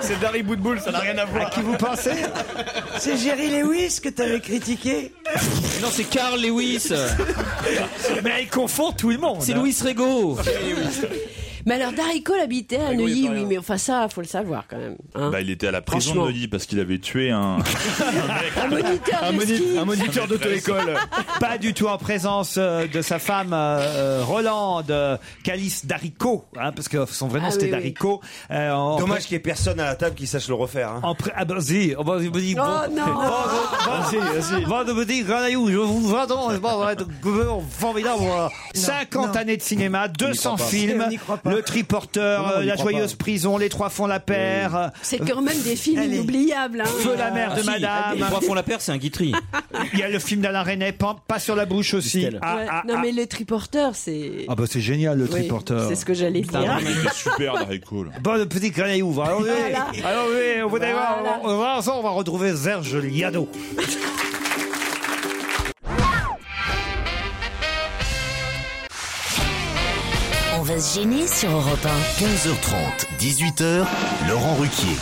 Speaker 8: C'est Dari Boudboul, ça n'a rien à voir.
Speaker 3: À qui vous pensez
Speaker 7: C'est Jerry Lewis que t'avais critiqué.
Speaker 1: Non, c'est Carl Lewis.
Speaker 3: Mais il confond tout le monde. hein.
Speaker 1: C'est Louis Rego.
Speaker 6: Mais alors, Darry Cole habitait
Speaker 3: Ah,
Speaker 6: à
Speaker 5: Rigaud, il est
Speaker 6: Neuilly,
Speaker 5: pas
Speaker 6: oui,
Speaker 5: rien.
Speaker 6: mais enfin, ça, faut le savoir quand même.
Speaker 3: Hein
Speaker 5: Bah, il était à la prison de
Speaker 6: Franchement.
Speaker 5: Neuilly parce qu'il avait tué un.
Speaker 6: Un moniteur de ski.
Speaker 3: Pas du tout en présence euh, de sa femme euh, euh, Rolande euh, Calice Darico, hein, parce que son vrai nom
Speaker 4: Ah
Speaker 3: c'était
Speaker 4: oui, oui.
Speaker 3: Darico. euh, en-
Speaker 4: Dommage qu'il y ait personne à la table qui sache le refaire. hein.
Speaker 3: En pré- ah, ben, si, on va vous dire.
Speaker 4: Oh,
Speaker 3: bon-
Speaker 4: non.
Speaker 3: Vas-y, vas-y. Vendredi, Granaillou, je vous vends dans formidable. voilà. 50 années de cinéma, 200
Speaker 4: pas.
Speaker 3: films,
Speaker 4: On n'y croit pas.
Speaker 3: Le Triporteur,
Speaker 4: Non, non, on
Speaker 3: euh,
Speaker 4: n'y
Speaker 3: La
Speaker 4: croit
Speaker 3: Joyeuse
Speaker 4: pas.
Speaker 3: Prison, Les Trois Fonds la Paire. euh,
Speaker 6: C'est quand même des films inoubliables. Hein.
Speaker 3: Feu la mère de
Speaker 1: Si,
Speaker 3: madame.
Speaker 1: Les trois font la paire, c'est un guitry.
Speaker 3: Il y a le film d'Alain René, Pan- Pas sur la bouche aussi. Ah,
Speaker 6: Ouais,
Speaker 3: ah,
Speaker 6: non,
Speaker 3: ah.
Speaker 6: mais les triporteurs, c'est.
Speaker 3: Ah bah c'est génial le
Speaker 6: Oui,
Speaker 3: triporteur.
Speaker 6: C'est ce que j'allais dire.
Speaker 5: super Darry Cole.
Speaker 3: Bon, le petit grenier ouvre. Alors, oui,
Speaker 6: Voilà.
Speaker 3: alors, oui, on va d'ailleurs- on va- on va ensemble, on va retrouver Serge Liado.
Speaker 10: On va va se gêner sur Europe 1.
Speaker 2: 15h30, 18h, Laurent Ruquier.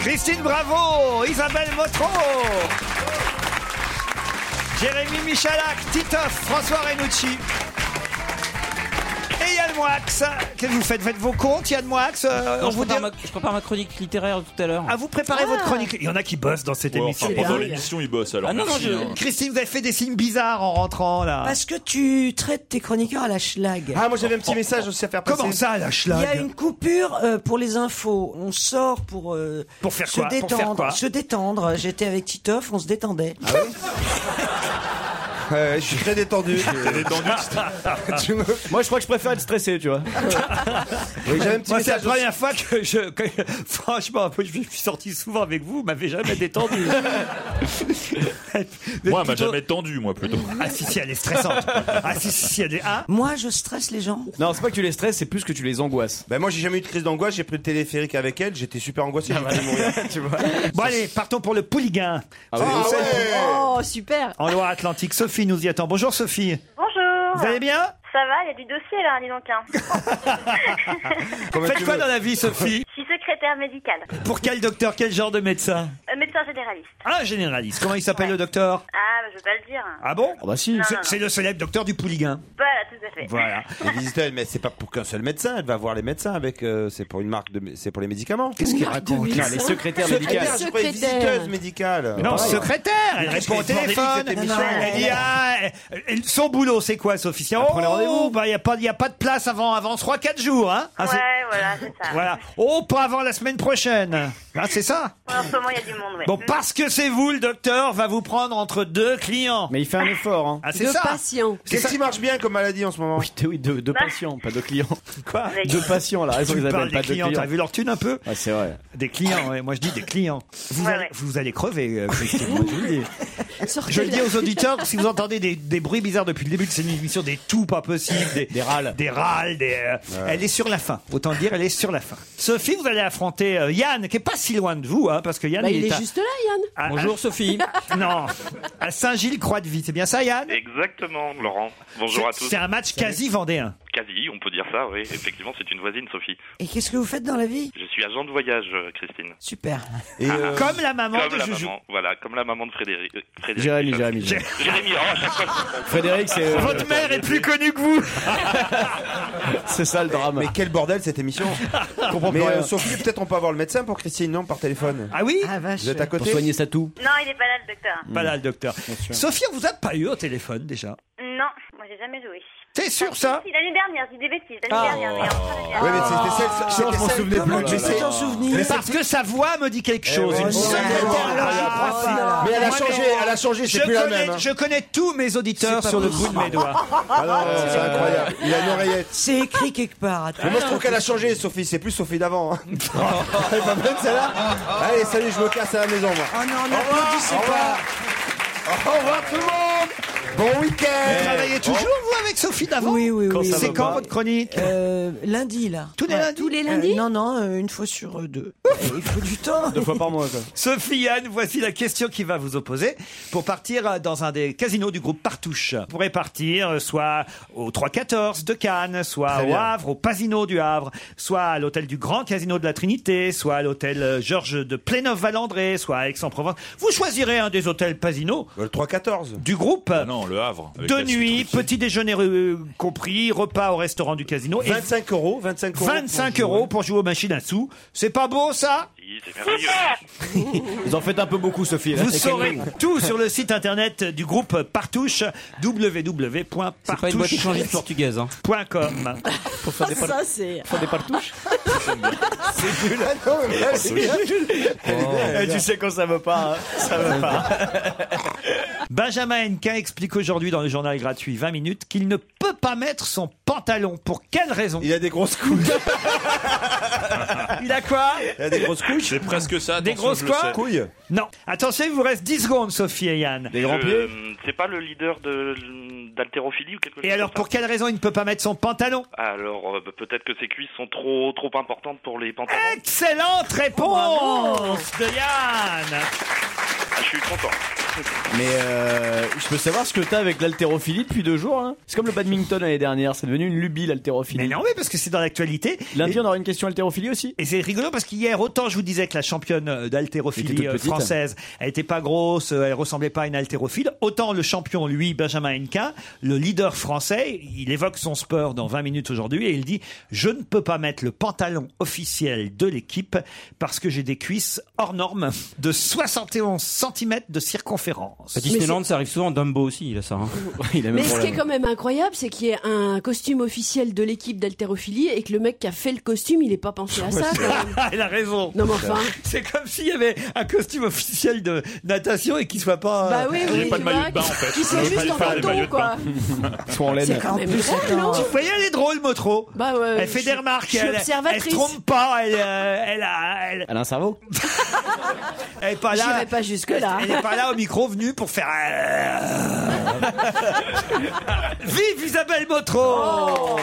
Speaker 3: Christine Bravo, Isabelle Motro, Jérémy Michalak, Titoff, François Renucci. Et Yann Moix, qu'est-ce que vous faites Faites vos comptes, Yann Moix euh,
Speaker 1: Non,
Speaker 3: on
Speaker 1: je,
Speaker 3: vous
Speaker 1: prépare
Speaker 3: dit-
Speaker 1: ma, je prépare ma chronique littéraire tout à l'heure.
Speaker 3: Ah, vous préparez votre chronique Il y en a qui bossent dans cette
Speaker 5: Ouais,
Speaker 3: émission.
Speaker 5: enfin, pendant l'émission, il bosse alors.
Speaker 3: Ah non, non,
Speaker 5: merci,
Speaker 3: je-
Speaker 5: hein.
Speaker 3: Christine, vous avez fait des signes bizarres en rentrant là.
Speaker 7: Parce que tu traites tes chroniqueurs à la schlag.
Speaker 4: Ah, moi j'avais un petit message aussi à faire passer.
Speaker 3: Comment ça, la schlag
Speaker 7: Il y a une coupure euh, pour les infos. On sort pour, euh,
Speaker 3: Pour faire
Speaker 7: se
Speaker 3: quoi Pour faire
Speaker 7: détendre.
Speaker 3: quoi
Speaker 7: se détendre. J'étais avec Titoff, on se détendait.
Speaker 4: Ouais, je suis très détendu.
Speaker 5: T'es détendu,
Speaker 4: Tu me-
Speaker 8: Moi, je crois que je préfère être stressé, tu vois.
Speaker 4: Oui, j'avais un petit
Speaker 3: Moi, c'est la
Speaker 4: message
Speaker 3: première fois que je. que- franchement, je suis sorti souvent avec vous, vous m'avez jamais détendu.
Speaker 5: Moi, elle m'a jamais tendu, moi, plutôt.
Speaker 3: Ah si, si, elle est stressante. Ah si, si, si, elle est. Ah
Speaker 7: Moi, je stresse les gens.
Speaker 8: Non, c'est pas que tu les stresses, c'est plus que tu les angoisses.
Speaker 4: Ben moi j'ai jamais eu de crise d'angoisse, j'ai pris le téléphérique avec elle, j'étais super angoissé, j'ai failli mourir.
Speaker 8: Ah, tu vois.
Speaker 3: Bon, allez, partons pour le Pouligain.
Speaker 6: Ah Oh, super.
Speaker 3: En Loire-Atlantique, Sophie nous y attend. Bonjour Sophie.
Speaker 12: Bonjour.
Speaker 3: Vous allez bien
Speaker 12: Ça va, il y a du dossier là, dis donc. hein.
Speaker 4: Comment
Speaker 3: Faites
Speaker 4: tu
Speaker 3: quoi
Speaker 4: veux
Speaker 3: dans la vie, Sophie
Speaker 12: Je suis secrétaire médicale,
Speaker 3: Pour quel docteur, quel genre de médecin
Speaker 12: Euh, médecin généraliste.
Speaker 3: Un généraliste. Comment il s'appelle le docteur
Speaker 12: Ah, bah, je vais pas le dire.
Speaker 3: Ah bon
Speaker 8: bah si.
Speaker 12: Non,
Speaker 3: C'est-
Speaker 12: non, non.
Speaker 3: C'est le célèbre docteur du Pouligain.
Speaker 12: Voilà, tout à fait.
Speaker 3: Voilà.
Speaker 4: Les visiteurs, mais c'est pas pour qu'un seul médecin, elle va voir les médecins avec. euh, c'est pour une marque de. C'est pour les médicaments. Qu'est-ce qu'il raconte
Speaker 8: Putain, les secrétaires
Speaker 3: Ah,
Speaker 8: médicales.
Speaker 4: je croyais
Speaker 6: Secrétaire.
Speaker 4: visiteuse médicale.
Speaker 3: Non,
Speaker 4: Pareil.
Speaker 3: secrétaire, elle
Speaker 4: Qu'est-ce
Speaker 3: répond au
Speaker 4: qu'elle est
Speaker 3: téléphone.
Speaker 4: bordélique, cette émission.
Speaker 3: Elle dit, ah, elle- elle- son boulot, c'est quoi, Sophie C'est, Oh, bah, il n'y a, pas- y a pas de place avant, avant 3-4 jours. Hein Ah, c'est-
Speaker 12: ouais, voilà, c'est ça.
Speaker 3: Voilà. Oh, pas avant la semaine prochaine. Hein, c'est ça
Speaker 12: Ouais, en ce moment, il y a du monde, ouais.
Speaker 3: Bon, parce que c'est vous, le docteur va vous prendre entre deux clients.
Speaker 8: Mais il fait un effort, hein.
Speaker 3: Ah, c'est
Speaker 6: De
Speaker 3: ça
Speaker 6: patient.
Speaker 4: Qu'est-ce qui marche bien comme maladie en ce moment
Speaker 8: Oui, de, oui, de,
Speaker 12: Bah.
Speaker 8: de patients, pas de clients.
Speaker 3: Quoi
Speaker 8: De patients, la raison
Speaker 3: Tu
Speaker 8: qu'ils
Speaker 3: parles
Speaker 8: appellent
Speaker 3: des
Speaker 8: pas de
Speaker 3: clients, t'as
Speaker 8: clients.
Speaker 3: vu leur thune un peu
Speaker 8: Ah, c'est vrai.
Speaker 3: Des clients, ouais, moi je dis des clients. Vous,
Speaker 12: Ouais,
Speaker 3: allez,
Speaker 12: ouais.
Speaker 3: vous allez crever, euh, Christine, moi, je vous le dis.
Speaker 6: Sortez
Speaker 3: Je le dis aux auditeurs, si vous entendez des, des bruits bizarres depuis le début de cette émission, des tout pas possibles, des,
Speaker 8: Des râles.
Speaker 3: des râles, des, euh, elle est sur la fin. Autant dire, elle est sur la fin. Sophie, vous allez affronter euh, Yann, qui est pas si loin de vous, hein, parce que Yann,
Speaker 6: Bah, il est
Speaker 3: à- Ah,
Speaker 6: juste là, Yann.
Speaker 3: à-
Speaker 1: Bonjour Sophie.
Speaker 3: à- non, à Saint-Gilles-Croix-de-Vie, c'est bien ça, Yann
Speaker 13: Exactement, Laurent. Bonjour à
Speaker 3: C'est
Speaker 13: tous.
Speaker 3: c'est un match quasi vendéen.
Speaker 13: Quasi, on peut dire ça, oui. Effectivement, c'est une voisine, Sophie.
Speaker 7: Et qu'est-ce que vous faites dans la vie
Speaker 13: Je suis agent de voyage, euh, Christine. Ah,
Speaker 7: Super.
Speaker 4: Et, euh,
Speaker 3: Comme la maman
Speaker 13: Comme
Speaker 3: de
Speaker 13: la
Speaker 3: Joujou.
Speaker 13: maman, voilà, comme la maman de Frédéric. euh, Frédéric
Speaker 8: Jérémy, Jérémy. Jérémy.
Speaker 13: Jérémy, oh, à chaque fois, je comprends.
Speaker 8: Frédéric, c'est. euh,
Speaker 3: Votre mère est plus connue que vous. Ah,
Speaker 8: C'est ça le drame.
Speaker 4: Mais quel bordel cette émission
Speaker 8: comprends
Speaker 4: Mais
Speaker 8: pas
Speaker 4: euh,
Speaker 8: rien.
Speaker 4: Sophie, peut-être on peut avoir le médecin pour Christine, non Par téléphone.
Speaker 3: Ah oui
Speaker 7: Ah vache.
Speaker 4: Vous êtes à
Speaker 8: Pour
Speaker 4: côté
Speaker 8: soigner sa toux.
Speaker 12: Non, il est pas là, le docteur.
Speaker 3: Pas là, le docteur. Sophie, on vous a pas eu au téléphone déjà.
Speaker 12: Non, moi, j'ai jamais joué.
Speaker 3: T'es sûr ça
Speaker 12: Si, l'année dernière, j'ai des bêtises. L'année
Speaker 3: Ah.
Speaker 12: dernière, mais en train de dire.
Speaker 4: Ouais, mais c'était celle. c'était celle-
Speaker 7: Comment
Speaker 4: plus,
Speaker 7: tu
Speaker 4: là,
Speaker 7: peux
Speaker 4: là.
Speaker 7: t'en souvenir
Speaker 3: Mais parce que sa voix me dit quelque chose.
Speaker 4: Eh ouais,
Speaker 3: Une
Speaker 4: ouais,
Speaker 3: secrétaire
Speaker 4: ouais,
Speaker 3: à la
Speaker 4: ouais,
Speaker 3: Croix-de-Vie.
Speaker 7: ouais, ouais.
Speaker 4: Mais elle a
Speaker 3: oh, Ah, Moi,
Speaker 4: changé, elle a changé,
Speaker 3: Je
Speaker 4: c'est plus la
Speaker 3: connais,
Speaker 4: même. hein.
Speaker 3: je connais tous mes auditeurs sur le bout de mes doigts.
Speaker 4: Ah non, c'est incroyable. Il a une oreillette.
Speaker 7: C'est écrit quelque part. Attends.
Speaker 4: Mais moi je trouve qu'elle a changé Sophie, c'est plus Sophie d'avant. hein. Elle est pas bonne celle-là Allez salut, je me casse à la maison moi.
Speaker 7: Oh non,
Speaker 4: Au revoir,
Speaker 7: n'applaudissez
Speaker 4: au
Speaker 7: pas.
Speaker 4: revoir. Au revoir tout le monde Bon
Speaker 3: Vous
Speaker 4: week-end
Speaker 3: travaillez toujours, vous, avec Sophie d'avant
Speaker 7: Oui, oui, oui.
Speaker 3: C'est quand votre chronique
Speaker 7: Euh, lundi là.
Speaker 3: Tous les lundis
Speaker 6: Tous les lundis.
Speaker 7: Euh, Non, non, euh, une fois sur euh, deux. Euh, Il faut du temps.
Speaker 8: Deux fois par mois, quoi.
Speaker 3: Sophie Anne, voici la question qui va vous opposer pour partir euh, dans un des casinos du groupe Partouche. Vous pourrez partir euh, soit au 314 de Cannes, soit
Speaker 4: Très
Speaker 3: au
Speaker 4: bien.
Speaker 3: Havre, au Pasino du Havre, soit à l'hôtel du Grand Casino de la Trinité, soit à l'hôtel euh, Georges de Plénov-Valandré, soit à Aix-en-Provence. Vous choisirez un des hôtels Pasino
Speaker 4: Le 3-14
Speaker 3: du groupe.
Speaker 5: Ah non, le Havre. avec
Speaker 3: De
Speaker 5: la
Speaker 3: nuit,
Speaker 5: citrouille.
Speaker 3: petit déjeuner euh, compris, repas au restaurant du casino et
Speaker 4: 25 euros, 25 euros.
Speaker 3: 25 euros pour jouer aux machines à sous. C'est pas beau ça
Speaker 13: Oui, c'est merveilleux.
Speaker 8: Vous en faites un peu beaucoup, Sophie. là.
Speaker 3: Vous
Speaker 8: Et
Speaker 3: saurez
Speaker 8: Camille.
Speaker 3: tout sur le site internet du groupe Partouche,
Speaker 1: C'est pas une boîte échangiste
Speaker 3: www.partouche.com.
Speaker 1: portugaise. Hein.
Speaker 3: Pour faire des
Speaker 6: Ça, c'est.
Speaker 3: Ah
Speaker 8: Eh, tu sais quand ça veut pas, hein. ça veut pas.
Speaker 3: Benjamin Henquin explique aujourd'hui dans le journal gratuit 20 minutes qu'il ne peut pas mettre son pantalon. Pour quelle raison
Speaker 4: Il a des grosses couilles.
Speaker 3: Il a quoi
Speaker 4: Il a des grosses couilles.
Speaker 5: C'est presque ça.
Speaker 3: Des
Speaker 5: attention,
Speaker 3: grosses
Speaker 5: je le
Speaker 3: quoi
Speaker 5: sais.
Speaker 4: Couilles.
Speaker 3: Non. Attention, il vous reste 10 secondes, Sophie et Yann.
Speaker 8: Des grands
Speaker 13: Euh,
Speaker 8: pieds
Speaker 13: c'est pas le leader de d'haltérophilie ou quelque chose
Speaker 3: Et alors,
Speaker 13: comme
Speaker 3: pour quelle raison il ne peut pas mettre son pantalon
Speaker 13: ça Alors, euh, bah, peut-être que ses cuisses sont trop trop importantes pour les pantalons.
Speaker 3: Excellente réponse de Yann
Speaker 13: Ah, je suis content.
Speaker 8: Mais euh, je peux savoir ce que t'as avec l'haltérophilie depuis deux jours. là C'est comme le badminton l'année dernière, c'est devenu une lubie l'haltérophilie. Mais
Speaker 3: non, mais parce que c'est dans l'actualité.
Speaker 8: Lundi, on aura une question haltérophilie aussi.
Speaker 3: Et c'est rigolo parce qu'hier, autant je vous disais que la championne
Speaker 8: Elle était
Speaker 3: d'haltérophilie
Speaker 8: toute
Speaker 3: euh,
Speaker 8: petite.
Speaker 3: française, elle était pas grosse, euh, elle ressemblait pas à une haltérophile, autant le champion, lui, Benjamin Hennequin, le leader français, il évoque son sport dans 20 minutes aujourd'hui et il dit « Je ne peux pas mettre le pantalon officiel de l'équipe parce que j'ai des cuisses hors normes de 71 cm de circonférence. »
Speaker 1: À Disneyland, ça arrive souvent. Dumbo aussi, il a ça. hein.
Speaker 6: Mais ce qui est quand même incroyable, c'est qu'il y ait un costume officiel de l'équipe d'haltérophilie et que le mec qui a fait le costume, il n'ait pas pensé à ça. quand même.
Speaker 3: Ah, Elle a raison.
Speaker 6: Non, mais enfin.
Speaker 3: C'est comme s'il y avait un costume officiel de natation et qu'il soit pas. euh,
Speaker 6: Bah oui, oui, tu vois, qui- qui soit
Speaker 3: Il veut
Speaker 6: juste
Speaker 3: pas
Speaker 6: en
Speaker 3: faire de
Speaker 6: coton,
Speaker 3: maillot de
Speaker 6: quoi.
Speaker 3: bain.
Speaker 8: Ils sont en laine.
Speaker 3: C'est quand même
Speaker 8: En plus,
Speaker 3: drôle,
Speaker 8: c'est un-
Speaker 3: non Tu voyais, elle est drôle, Motro.
Speaker 6: Bah ouais.
Speaker 3: elle fait
Speaker 6: je-
Speaker 3: des remarques.
Speaker 6: je suis
Speaker 3: elle, elle
Speaker 6: observatrice.
Speaker 3: se trompe pas. Elle, euh, elle, a- elle,
Speaker 8: Elle a un cerveau.
Speaker 3: elle est pas là.
Speaker 6: J'irai pas jusque-là.
Speaker 3: Elle n'est pas là au micro venue pour faire. euh. Vive Isabelle Motro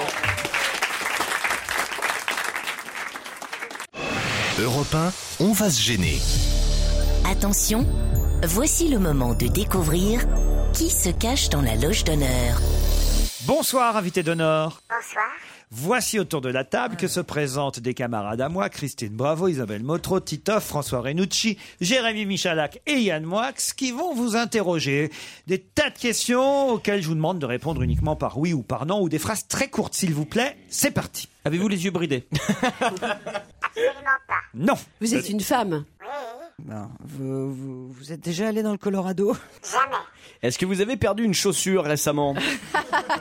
Speaker 2: Europe 1, on va se gêner.
Speaker 10: Attention, voici le moment de découvrir
Speaker 6: Oh.
Speaker 10: qui se cache dans la loge d'honneur.
Speaker 3: Bonsoir, invité d'honneur.
Speaker 12: Bonsoir.
Speaker 3: Voici autour de la table que se présentent des camarades à moi, Christine Bravo, Isabelle Motro, Titoff, François Renucci, Jérémy Michalak et Yann Moix, qui vont vous interroger des tas de questions auxquelles je vous demande de répondre uniquement par oui ou par non, ou des phrases très courtes, s'il vous plaît. C'est parti.
Speaker 1: Avez-vous les yeux bridés
Speaker 3: Non.
Speaker 6: Vous êtes une femme.
Speaker 7: Non, vous, vous- vous êtes déjà allé dans le Colorado
Speaker 8: Est-ce que vous avez perdu une chaussure récemment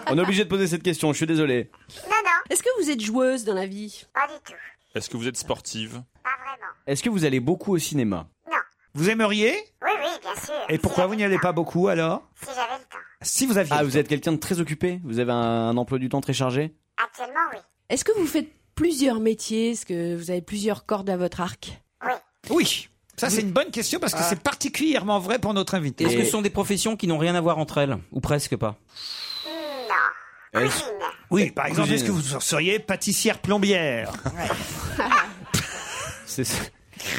Speaker 8: On est obligé de poser cette question, je suis désolé.
Speaker 6: Non, non. Est-ce que vous êtes joueuse dans la vie Pas du tout.
Speaker 8: Est-ce que vous êtes sportive Pas vraiment. Est-ce que vous allez beaucoup au cinéma
Speaker 3: Vous aimeriez
Speaker 12: Oui, oui, bien sûr.
Speaker 3: Et pourquoi vous n'y allez pas beaucoup alors
Speaker 12: Si j'avais le temps.
Speaker 3: Si vous aviez.
Speaker 8: Ah, vous êtes quelqu'un de très occupé Vous avez un, un emploi du temps très chargé
Speaker 12: Actuellement, oui.
Speaker 6: Est-ce que vous faites plusieurs métiers Est-ce que vous avez plusieurs cordes à votre arc
Speaker 3: Oui. Ça, c'est une bonne question parce que c'est particulièrement vrai pour notre invité.
Speaker 1: Est-ce que ce sont des professions qui n'ont rien à voir entre elles Ou presque pas
Speaker 3: Oui, par exemple,
Speaker 1: Cuisine.
Speaker 3: est-ce que vous seriez pâtissière plombière
Speaker 8: C'est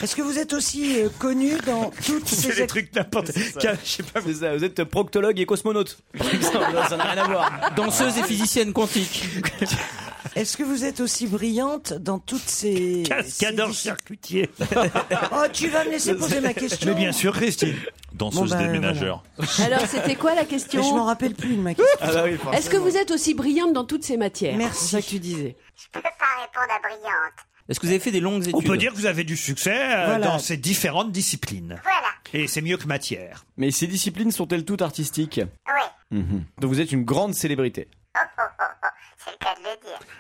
Speaker 7: Est-ce que vous êtes aussi euh, connu dans toutes ces
Speaker 8: les
Speaker 7: ac-
Speaker 3: trucs n'importe
Speaker 8: Tiens,
Speaker 3: je sais pas.
Speaker 8: vous êtes proctologue et cosmonaute. ça n'a rien à voir.
Speaker 1: Danseuse et physicienne quantique.
Speaker 7: Est-ce que vous êtes aussi brillante dans toutes ces
Speaker 3: Cascadeur charcutier.
Speaker 7: Oh, tu vas me laisser poser ma question.
Speaker 3: Mais bien sûr, Christine.
Speaker 5: Danseuse
Speaker 7: Bon, ben,
Speaker 5: des ménageurs.
Speaker 6: Alors, c'était quoi la
Speaker 7: Mais je m'en
Speaker 6: question
Speaker 7: rappelle plus de ma
Speaker 5: Ah bah oui,
Speaker 7: question.
Speaker 6: Est-ce que vous êtes aussi brillante dans toutes ces matières
Speaker 7: Merci.
Speaker 6: C'est ça que tu disais.
Speaker 1: Est-ce que vous avez fait des longues études
Speaker 3: On peut dire que vous avez du succès euh,
Speaker 1: Voilà.
Speaker 3: dans ces différentes disciplines. Et c'est mieux que matière.
Speaker 8: Mais ces disciplines sont-elles toutes artistiques
Speaker 12: Oh.
Speaker 8: Oui. Donc vous êtes une grande célébrité.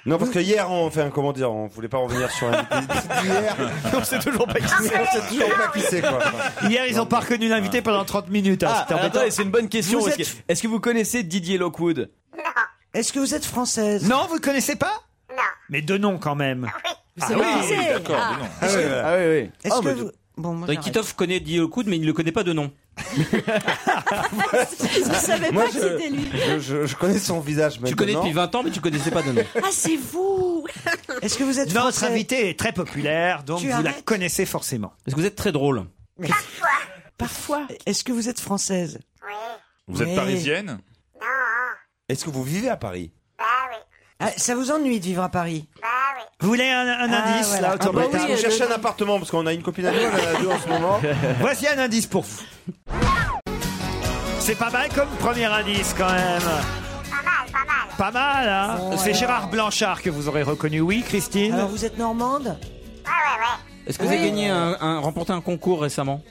Speaker 4: Non, parce que hier, on, enfin, comment dire, on voulait pas revenir sur un hier.
Speaker 8: on sait toujours
Speaker 3: Ah,
Speaker 8: pas qui
Speaker 12: Ah,
Speaker 4: c'est. On sait toujours pas qui c'est, quoi.
Speaker 3: Hier, ils n'ont pas reconnu l'invité pendant 30 minutes. hein,
Speaker 8: Ah,
Speaker 3: c'était
Speaker 8: alors,
Speaker 3: embêtant.
Speaker 8: attendez, c'est une bonne question.
Speaker 3: Vous
Speaker 8: parce que-
Speaker 3: êtes-
Speaker 8: Est-ce que vous connaissez Didier Lockwood
Speaker 7: Est-ce que vous êtes française
Speaker 3: Non, vous ne connaissez pas
Speaker 12: Non.
Speaker 3: Mais de noms quand même.
Speaker 8: Ah
Speaker 7: C'est vrai, c'est- ah.
Speaker 8: Est-ce que- Ah oui, oui.
Speaker 7: Est-ce que vous... Bon, moi,
Speaker 1: Donc,
Speaker 7: j'arrête.
Speaker 1: Titov connaît Diocoude, mais il ne le connaît pas de nom.
Speaker 6: Je savais
Speaker 4: Moi,
Speaker 6: pas que c'était lui.
Speaker 4: je, je- je connais son visage maintenant.
Speaker 1: Tu connais depuis 20 ans, mais tu connaissais pas de nom.
Speaker 6: Ah, c'est vous
Speaker 7: Est-ce que vous êtes
Speaker 3: Notre
Speaker 7: français
Speaker 3: invité est très populaire, donc
Speaker 7: Tu
Speaker 3: vous la
Speaker 7: arrêtes
Speaker 3: connaissez forcément.
Speaker 1: Est-ce que vous êtes très drôle
Speaker 6: Parfois.
Speaker 7: Est-ce que vous êtes française
Speaker 5: Vous êtes
Speaker 7: Ouais.
Speaker 5: parisienne
Speaker 4: Est-ce que vous vivez à Paris
Speaker 7: Ah, Ça vous ennuie de vivre à Paris
Speaker 12: Ah
Speaker 3: Vous voulez un, un
Speaker 7: Ah, euh,
Speaker 3: indice
Speaker 7: voilà.
Speaker 3: là autour de la
Speaker 4: Parce
Speaker 3: table
Speaker 4: qu'on cherche un appartement, parce qu'on a une copine à nous, on en a deux en ce moment.
Speaker 3: Voici un indice pour vous. C'est pas mal comme premier indice quand même. Pas mal, hein
Speaker 7: Ouais.
Speaker 3: C'est Gérard Blanchard que vous aurez reconnu, oui, Christine
Speaker 7: Alors vous êtes normande
Speaker 1: Est-ce que vous avez gagné un, un- remporté un concours récemment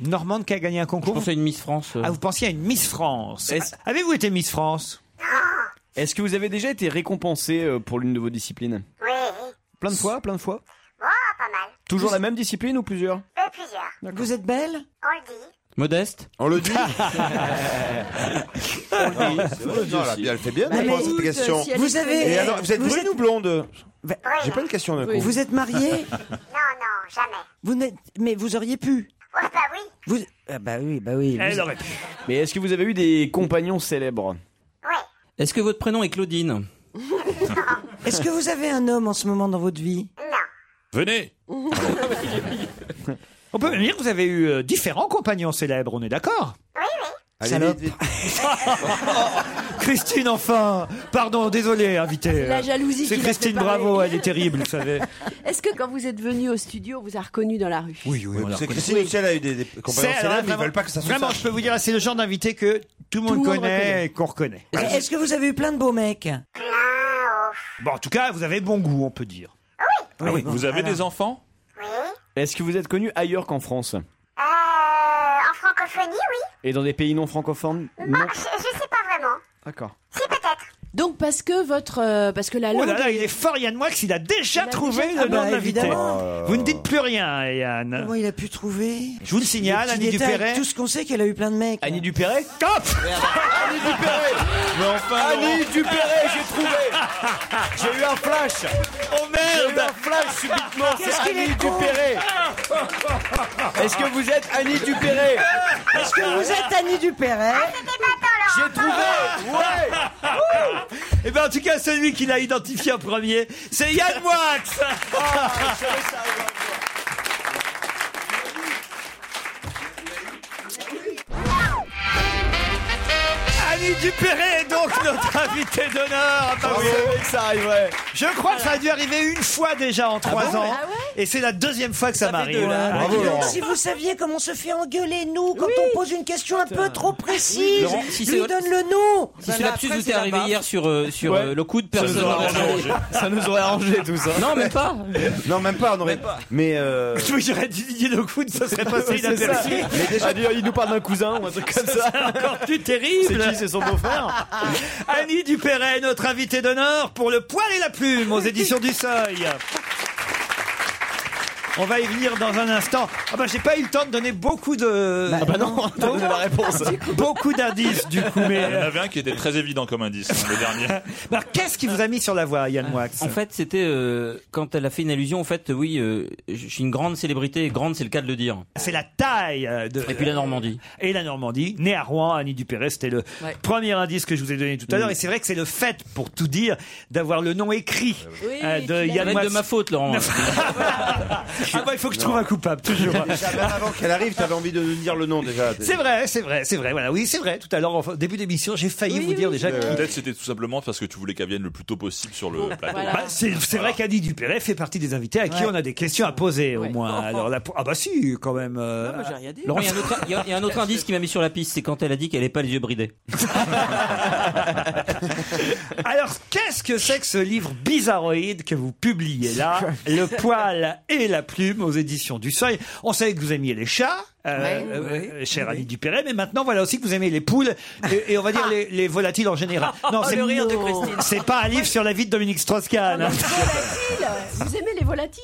Speaker 3: Normande qui a gagné un
Speaker 1: Je
Speaker 3: concours
Speaker 1: pensais à une Miss France. euh.
Speaker 3: Ah, vous pensiez à une Miss France
Speaker 8: Est-ce-
Speaker 3: A- Avez-vous été Miss France
Speaker 8: Est-ce que vous avez déjà été récompensé euh, pour l'une de vos disciplines
Speaker 12: Oui.
Speaker 8: Plein de fois, plein de fois.
Speaker 12: Oh, pas mal.
Speaker 8: Toujours la même discipline ou plusieurs
Speaker 12: Euh, plusieurs.
Speaker 7: Vous êtes belle
Speaker 12: On le dit.
Speaker 1: Modeste
Speaker 4: On le dit
Speaker 8: Ah
Speaker 4: On le dit. Non, elle a bien- elle fait bien de
Speaker 3: Bah,
Speaker 7: Mais
Speaker 4: répondre à cette
Speaker 7: écoute,
Speaker 4: question.
Speaker 6: si elle
Speaker 7: Vous
Speaker 6: est
Speaker 7: avez-
Speaker 4: Et alors, vous êtes
Speaker 7: Vous
Speaker 4: brune
Speaker 7: êtes-
Speaker 4: ou blonde
Speaker 7: Bah,
Speaker 4: J'ai pas une question d'un coup.
Speaker 7: Vous êtes mariée
Speaker 12: Non, non, jamais.
Speaker 7: Vous n'êtes- Mais vous auriez pu
Speaker 12: Ouais, bah oui.
Speaker 7: Vous... Ah bah oui, bah oui.
Speaker 3: Elle
Speaker 7: vous-
Speaker 3: aurait pu.
Speaker 8: Mais est-ce que vous avez eu des compagnons célèbres
Speaker 1: Est-ce que votre prénom est Claudine
Speaker 7: Est-ce que vous avez un homme en ce moment dans votre vie
Speaker 5: Venez
Speaker 3: On peut même dire que vous avez eu euh, différents compagnons célèbres, on est d'accord
Speaker 4: Allez,
Speaker 3: Salope. Christine, enfin Pardon, désolé, invité. euh.
Speaker 6: La jalousie
Speaker 3: C'est
Speaker 6: qui l'a
Speaker 3: Christine
Speaker 6: fait parler.
Speaker 3: Bravo, elle est terrible, vous savez.
Speaker 6: Est-ce que quand vous êtes venu au studio, on vous a reconnu dans la rue
Speaker 3: Oui, oui,
Speaker 4: C'est Christine Michel a eu des, des compagnons
Speaker 3: C'est-
Speaker 4: célèbres,
Speaker 3: alors,
Speaker 4: mais ils veulent pas que ça se
Speaker 3: Vraiment, je peux vous dire, c'est le genre d'invité que tout le
Speaker 7: Tout
Speaker 3: monde
Speaker 7: le monde
Speaker 3: connaît
Speaker 7: reconnaît.
Speaker 3: et qu'on reconnaît.
Speaker 7: Et Est-ce que vous avez eu plein de beaux mecs
Speaker 3: Euh. Bon, en tout cas, vous avez bon goût, on peut dire.
Speaker 8: Ah oui,
Speaker 5: Vous avez des enfants
Speaker 8: Est-ce que vous êtes connu ailleurs qu'en France
Speaker 12: Euh, en francophonie, oui.
Speaker 8: Et dans des pays non francophones
Speaker 12: Moi,
Speaker 8: Non.
Speaker 12: je, je sais pas vraiment.
Speaker 8: D'accord.
Speaker 6: Donc parce que votre euh, parce que la
Speaker 3: Oh
Speaker 6: langue
Speaker 3: là là, il est fort, Yann Moix, il a déjà
Speaker 6: Il a
Speaker 3: trouvé
Speaker 6: déjà-
Speaker 3: le
Speaker 6: Ah
Speaker 3: nom
Speaker 6: bah,
Speaker 3: de l'invité.
Speaker 7: évidemment.
Speaker 3: Vous ne dites plus rien, Yann.
Speaker 7: Comment il a pu trouver
Speaker 3: Je vous le signale,
Speaker 7: Les petits
Speaker 3: Annie
Speaker 7: détails,
Speaker 3: Dupéret.
Speaker 7: Tout ce qu'on sait qu'elle a eu plein de mecs.
Speaker 8: Annie Dupéret
Speaker 3: Annie Dupéret
Speaker 5: Mais enfin
Speaker 3: Annie Dupéret, j'ai
Speaker 14: trouvé J'ai eu un flash
Speaker 3: Oh merde
Speaker 14: un flash subitement,
Speaker 3: Qu'est-ce
Speaker 14: c'est
Speaker 3: qu'il
Speaker 14: Annie
Speaker 3: est con
Speaker 14: Dupéré Est-ce que vous êtes Annie Dupéré
Speaker 7: Est-ce que vous êtes Annie Dupéret
Speaker 14: J'ai trouvé Ouais
Speaker 3: Et bien Eh ben, en tout cas, celui qui l'a identifié en premier, c'est Yann Moix
Speaker 12: Ah
Speaker 3: Annie Dupéré est donc notre invitée d'honneur.
Speaker 14: Ah, vous savez que ça arriverait.
Speaker 3: Je crois que ça a dû arriver une fois déjà en trois
Speaker 7: bon
Speaker 3: ans,
Speaker 7: Ah
Speaker 3: et c'est la deuxième fois que ça, m'arrive.
Speaker 7: Ouais,
Speaker 3: Bravo,
Speaker 7: dis donc,
Speaker 3: Laurent.
Speaker 7: si vous saviez comment on se fait engueuler nous quand on pose une question un peu trop
Speaker 1: Oui,
Speaker 7: précise,
Speaker 1: Laurent, si
Speaker 7: lui
Speaker 1: c'est-
Speaker 7: donne le nom.
Speaker 1: Si ce lapsus vous était arrivé hier sur, euh, sur
Speaker 8: Ouais.
Speaker 1: euh, le coup de
Speaker 8: Ça nous
Speaker 1: personne.
Speaker 8: aurait
Speaker 1: n'aurait
Speaker 8: arrangé.
Speaker 1: changé.
Speaker 8: Ça nous aurait arrangé tout ça.
Speaker 1: Non, même pas.
Speaker 4: Non, même pas, on aurait. Mais. Euh...
Speaker 3: Je vous dirais Didier Lecoud, ça serait passé
Speaker 8: C'est ça.
Speaker 3: inaperçu.
Speaker 8: Mais déjà- Ah, il nous parle d'un cousin ou un truc comme ça.
Speaker 3: encore plus terrible.
Speaker 8: C'est qui, c'est son beau-frère
Speaker 3: Annie Dupéret, notre invitée d'honneur pour Le Poil et la Plume aux éditions du Seuil. On va y venir dans un instant. Ah bah j'ai pas eu le temps de donner beaucoup de.
Speaker 8: Ah bah non, t'as donné la réponse.
Speaker 3: Beaucoup d'indices du coup,
Speaker 5: Il y
Speaker 3: mais.
Speaker 5: en
Speaker 3: euh,
Speaker 5: avait un qui était très évident comme indice, hein, le dernier.
Speaker 3: bah, Qu'est-ce qui vous a mis sur la voie, Yann Moix
Speaker 1: En fait, c'était euh, quand elle a fait une allusion. En fait, oui, euh, je suis une grande célébrité. et Grande, c'est le cas de le dire.
Speaker 3: C'est la taille euh, de.
Speaker 1: Et puis la Normandie.
Speaker 3: Et la Normandie, née à Rouen, Annie Dupéret, c'était le
Speaker 1: Ouais.
Speaker 3: premier indice que je vous ai donné tout à l'heure. Et c'est vrai que c'est le fait, pour tout dire, d'avoir le nom écrit
Speaker 1: Oui,
Speaker 3: euh,
Speaker 1: tu l'as
Speaker 3: de Yann
Speaker 1: dit. Ça va être
Speaker 3: Moix.
Speaker 1: de ma faute, Laurent.
Speaker 3: Ah bah, il faut que je trouve un coupable, toujours.
Speaker 4: Déjà, même avant qu'elle arrive, t'avais envie de nous dire le nom déjà.
Speaker 3: C'est vrai, c'est vrai, c'est vrai. Voilà, oui, c'est vrai. Tout à l'heure, au début d'émission, j'ai failli vous dire déjà. qui-
Speaker 5: Peut-être c'était tout simplement parce que tu voulais qu'elle vienne le plus tôt possible sur le plateau.
Speaker 3: Bah, c'est c'est vrai qu'Annie Dupéret fait partie des invités à qui on a des questions à poser au moins. Alors là, pour- ah bah si, quand même. euh,
Speaker 1: Laurent, il y a un autre, il y a- il y a un autre indice qui m'a mis sur la piste. C'est quand elle a dit qu'elle n'avait pas les yeux bridés.
Speaker 3: Alors qu'est-ce que c'est que ce livre bizarroïde que vous publiez là, Le poil et la plume aux éditions du Seuil On savait que vous aimiez les chats, euh,
Speaker 7: Ouais,
Speaker 3: euh, euh, cher Annie Dupéret, mais maintenant voilà aussi que vous aimez les poules et, et on va
Speaker 15: Ah.
Speaker 3: dire les, les volatiles en général.
Speaker 6: Oh,
Speaker 3: c'est
Speaker 6: le rire de
Speaker 3: non.
Speaker 6: Christine.
Speaker 3: C'est pas un livre sur la vie de Dominique Strauss-Kahn.
Speaker 15: Ah,
Speaker 3: hein.
Speaker 6: Vous aimez les volatiles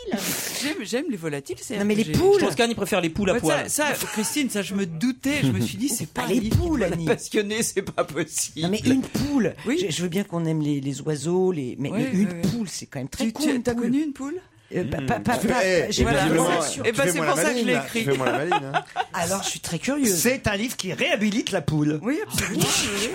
Speaker 15: J'aime, j'aime les volatiles. c'est-
Speaker 7: Non, mais les
Speaker 15: j'ai-
Speaker 7: poules.
Speaker 1: Strauss-Kahn, il préfère les poules à
Speaker 15: Ouais,
Speaker 1: poil.
Speaker 15: Ça, ça, Christine, ça, je me doutais. Je me suis dit, c'est pas
Speaker 7: Ah, les poules, Annie.
Speaker 15: passionné, c'est pas possible.
Speaker 7: Non mais une poule. Je, je veux bien qu'on aime les, les oiseaux, les mais,
Speaker 15: Ouais,
Speaker 7: mais une
Speaker 15: ouais, ouais.
Speaker 7: poule, c'est quand même très
Speaker 15: Tu-
Speaker 7: cool.
Speaker 15: tu-
Speaker 7: une
Speaker 15: T'as
Speaker 7: poule.
Speaker 15: connu une poule
Speaker 7: Euh, pa- pa- pa- pa- j'ai pas de relation.
Speaker 15: Et ben c'est pour ça que je l'ai écrit.
Speaker 7: Alors je suis très curieuse.
Speaker 3: C'est un livre qui réhabilite la poule.
Speaker 15: Oui, absolument. oui,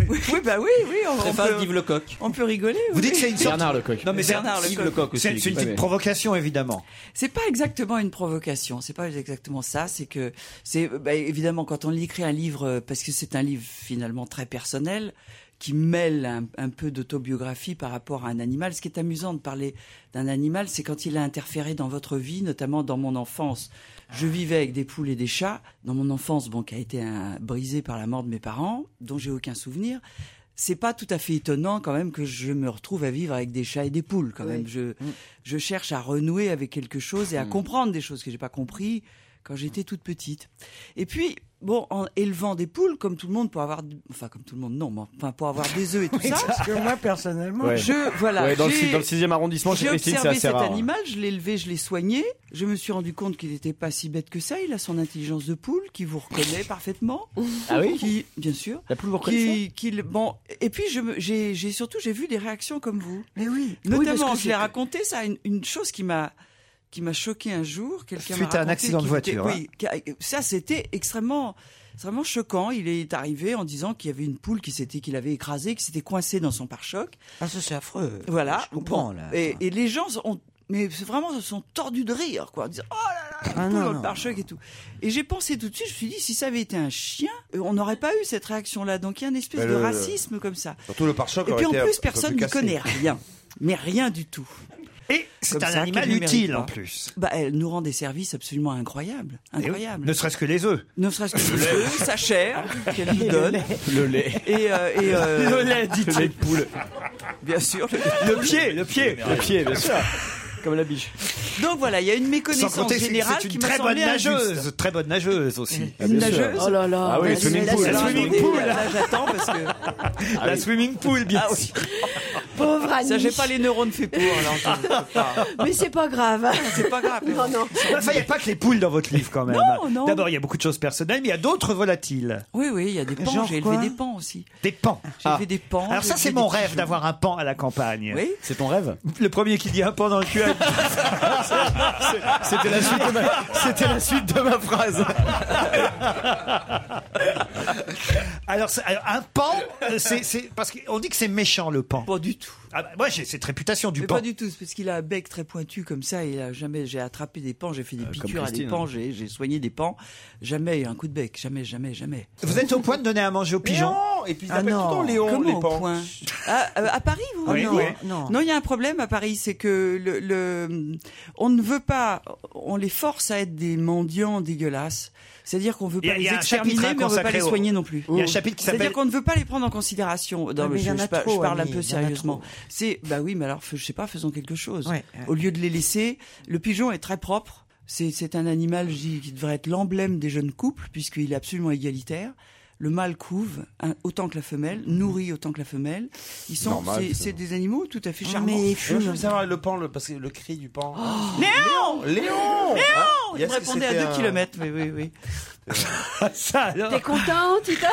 Speaker 15: oui. oui, oui, bah oui, oui. On, on
Speaker 1: Préface d'Yves
Speaker 15: peut,
Speaker 1: Lecoq.
Speaker 15: on peut rigoler.
Speaker 3: Vous
Speaker 15: oui.
Speaker 3: dites que c'est une sorte... Non mais c'est
Speaker 15: Bernard
Speaker 3: c'est-
Speaker 15: Lecoq.
Speaker 3: C'est c'est une petite provocation évidemment.
Speaker 15: C'est pas exactement une provocation, c'est pas exactement ça, c'est que c'est bah, évidemment quand on écrit un livre euh, parce que c'est un livre finalement très personnel qui mêle un, un peu d'autobiographie par rapport à un animal. Ce qui est amusant de parler d'un animal, c'est quand il a interféré dans votre vie, notamment dans mon enfance. Je vivais avec des poules et des chats dans mon enfance, bon qui a été un- brisée par la mort de mes parents, dont j'ai aucun souvenir. C'est pas tout à fait étonnant quand même que je me retrouve à vivre avec des chats et des poules quand
Speaker 7: Oui. Mm.
Speaker 15: même. Je, je cherche à renouer avec quelque chose et à comprendre des choses que j'ai pas compris quand j'étais toute petite. Et puis, bon, en élevant des poules, comme tout le monde, pour avoir, enfin, comme tout le monde, non, mais enfin, pour avoir des œufs et tout
Speaker 7: Oui,
Speaker 15: ça.
Speaker 7: parce que moi personnellement,
Speaker 8: Ouais.
Speaker 15: Je, voilà.
Speaker 8: Ouais, dans, le,
Speaker 15: j'ai-
Speaker 8: si- dans le sixième arrondissement, chez
Speaker 15: J'ai
Speaker 8: Christine, c'est
Speaker 15: observé
Speaker 8: assez
Speaker 15: cet
Speaker 8: rare. hein.
Speaker 15: animal, je l'ai élevé, je l'ai soigné. Je me suis rendu compte qu'il n'était pas si bête que ça. Il a son intelligence de poule qui vous reconnaît parfaitement.
Speaker 8: Ah oui
Speaker 15: Qui, bien sûr.
Speaker 8: La poule vous reconnaissait
Speaker 15: Qui, qui le- bon. Et puis je me- j'ai j'ai surtout j'ai vu des réactions comme vous.
Speaker 7: Mais oui.
Speaker 15: Notamment,
Speaker 7: parce que
Speaker 15: je l'ai
Speaker 7: c'est-
Speaker 15: raconté ça une, une chose qui m'a qui m'a choqué un jour. Quelqu'un
Speaker 3: Suite
Speaker 15: m'a
Speaker 3: à un
Speaker 15: raconté
Speaker 3: accident de
Speaker 15: qu'il était-
Speaker 7: hein.
Speaker 3: voiture,
Speaker 15: oui, qui- ça c'était extrêmement extrêmement choquant. Il est arrivé en disant qu'il y avait une poule qui s'était qu'il avait écrasée, qui s'était coincée dans son pare-choc.
Speaker 7: Ah ça c'est affreux.
Speaker 15: Voilà.
Speaker 7: Je comprends
Speaker 15: Bon.
Speaker 7: là.
Speaker 15: Et, et les gens ont, mais c'est vraiment se sont tordus de rire, quoi. en disant, oh là là, tout
Speaker 4: Ah
Speaker 15: dans le pare-choc et tout. Et j'ai pensé tout de suite, je me suis dit, si ça avait été un chien, euh, on n'aurait pas eu cette réaction-là. Donc il y a une espèce
Speaker 4: Mais
Speaker 15: de
Speaker 4: Bah, le- le-
Speaker 15: racisme comme ça.
Speaker 4: Surtout le pare-choc
Speaker 15: Et
Speaker 4: aurait
Speaker 15: puis en
Speaker 4: été un
Speaker 15: plus,
Speaker 4: peu plus
Speaker 15: personne ne
Speaker 4: cassé.
Speaker 15: connaît rien. Mais rien du tout.
Speaker 3: Et c'est
Speaker 15: Comme
Speaker 3: un
Speaker 15: ça,
Speaker 3: animal
Speaker 15: qu'elle ne mérite
Speaker 3: utile
Speaker 15: pas.
Speaker 3: en plus.
Speaker 15: Bah, elle nous rend des services absolument incroyables.
Speaker 3: Eh oui.
Speaker 15: Incroyables.
Speaker 3: Ne serait-ce que les œufs.
Speaker 15: Ne serait-ce que les œufs, sa chair qu'elle nous donne.
Speaker 3: Le lait.
Speaker 15: Et, euh, et, euh,
Speaker 3: Le lait, dit-il.
Speaker 15: Le lait de poule. Bien sûr.
Speaker 3: Le pied, le pied.
Speaker 15: Le pied, bien sûr.
Speaker 8: Comme la biche.
Speaker 15: Donc voilà, il y a une
Speaker 3: Sans
Speaker 15: méconnaissance
Speaker 3: compter que c'est-
Speaker 15: générale
Speaker 3: c'est
Speaker 15: qui
Speaker 3: une
Speaker 15: m'a
Speaker 3: très bonne
Speaker 15: semblé injuste.
Speaker 3: nageuse. Très bonne nageuse aussi.
Speaker 15: Une nageuse
Speaker 3: Ah oui,
Speaker 15: Bah,
Speaker 3: swimming
Speaker 15: là,
Speaker 3: pool.
Speaker 15: c'est-
Speaker 3: La
Speaker 15: là,
Speaker 3: swimming
Speaker 15: attendez,
Speaker 3: pool.
Speaker 15: Ah, Là, j'attends parce que.
Speaker 3: La swimming pool, bien sûr.
Speaker 6: Pauvre Annie.
Speaker 15: Ça, j'ai pas les neurones faits pour, alors. je-
Speaker 6: Mais c'est pas grave.
Speaker 15: C'est pas grave.
Speaker 6: Non, non.
Speaker 3: Enfin, il n'y a Ah, pas que les poules dans votre livre quand même.
Speaker 15: Non, non.
Speaker 3: D'abord, il y a beaucoup de choses personnelles, mais il y a d'autres volatiles.
Speaker 15: Oui, oui, il y a des pans.
Speaker 3: Genre
Speaker 15: J'ai
Speaker 3: quoi
Speaker 15: élevé des pans aussi.
Speaker 3: Des pans. Ah.
Speaker 15: J'ai fait des pans,
Speaker 3: Alors
Speaker 15: j'ai
Speaker 3: ça,
Speaker 15: fait
Speaker 3: c'est
Speaker 15: des
Speaker 3: mon
Speaker 15: petits
Speaker 3: rêve
Speaker 15: jeux.
Speaker 3: d'avoir un pan à la campagne.
Speaker 15: Oui.
Speaker 3: C'est ton rêve Le premier qui dit un pan dans le cul.
Speaker 14: C'était la suite de ma- c'était la
Speaker 3: suite de ma phrase. alors, c'est- alors, un pan, euh, c'est c'est- parce qu'on dit que c'est méchant le pan. Ah, bah,
Speaker 15: Pas du tout.
Speaker 3: moi, j'ai cette réputation du
Speaker 15: Mais
Speaker 3: pan.
Speaker 15: pas du tout, c'est parce qu'il a un bec très pointu comme ça. Il a jamais. J'ai attrapé des pans, j'ai fait des piqûres à des
Speaker 3: Christine,
Speaker 15: pans,
Speaker 3: hein.
Speaker 15: j'ai j'ai soigné des pans. Jamais il y a un coup de bec, jamais, jamais, jamais.
Speaker 3: Vous êtes au point de donner à manger aux pigeons
Speaker 15: et puis
Speaker 3: ils Ah appellent tout le non. Ah, temps Léon,
Speaker 15: Comment
Speaker 3: les
Speaker 15: au
Speaker 3: pans.
Speaker 15: point à, euh, à Paris, vous
Speaker 3: Oui,
Speaker 15: voulez
Speaker 3: oui.
Speaker 15: dire
Speaker 3: Non.
Speaker 15: Non, il y a un problème à Paris, c'est que le, le- on ne veut pas, on les force à être des mendiants dégueulasses. C'est-à-dire qu'on veut
Speaker 3: Il y
Speaker 15: pas
Speaker 3: a- il
Speaker 15: les
Speaker 3: y a un chapitre,
Speaker 15: exterminer,
Speaker 3: hein,
Speaker 15: mais on veut pas
Speaker 3: consacré
Speaker 15: les
Speaker 3: au-
Speaker 15: soigner non plus.
Speaker 3: Il y a un chapitre qui s'appelle-
Speaker 15: C'est-à-dire qu'on ne veut pas les prendre en considération. Non,
Speaker 3: Ah, mais
Speaker 15: mais
Speaker 3: il y
Speaker 15: je,
Speaker 3: en a
Speaker 15: je par- je
Speaker 3: trop,
Speaker 15: parle un
Speaker 3: Annie,
Speaker 15: peu
Speaker 3: il y en a
Speaker 15: sérieusement.
Speaker 3: trop.
Speaker 15: C'est bah oui, mais alors f- je sais pas, faisons quelque chose. Au lieu de les laisser, le pigeon est très propre. C'est c'est un animal je dis, qui devrait être l'emblème des jeunes couples puisqu'il est absolument égalitaire. Le mâle couve hein, autant que la femelle, nourrit autant que la femelle. Ils sont
Speaker 14: Normal,
Speaker 15: c'est-
Speaker 14: ça.
Speaker 15: c'est des animaux tout à fait
Speaker 4: Ah,
Speaker 15: charmants.
Speaker 14: je veux savoir le pan, le, parce que le cri du pan.
Speaker 6: Oh.
Speaker 15: Léon
Speaker 14: Léon
Speaker 15: Léon
Speaker 14: Hein
Speaker 15: Il me
Speaker 14: Est-ce que
Speaker 15: répondait
Speaker 14: c'était
Speaker 15: à 2
Speaker 14: un-
Speaker 15: km, mais oui, oui.
Speaker 3: Ça alors
Speaker 6: T'es contente, Tita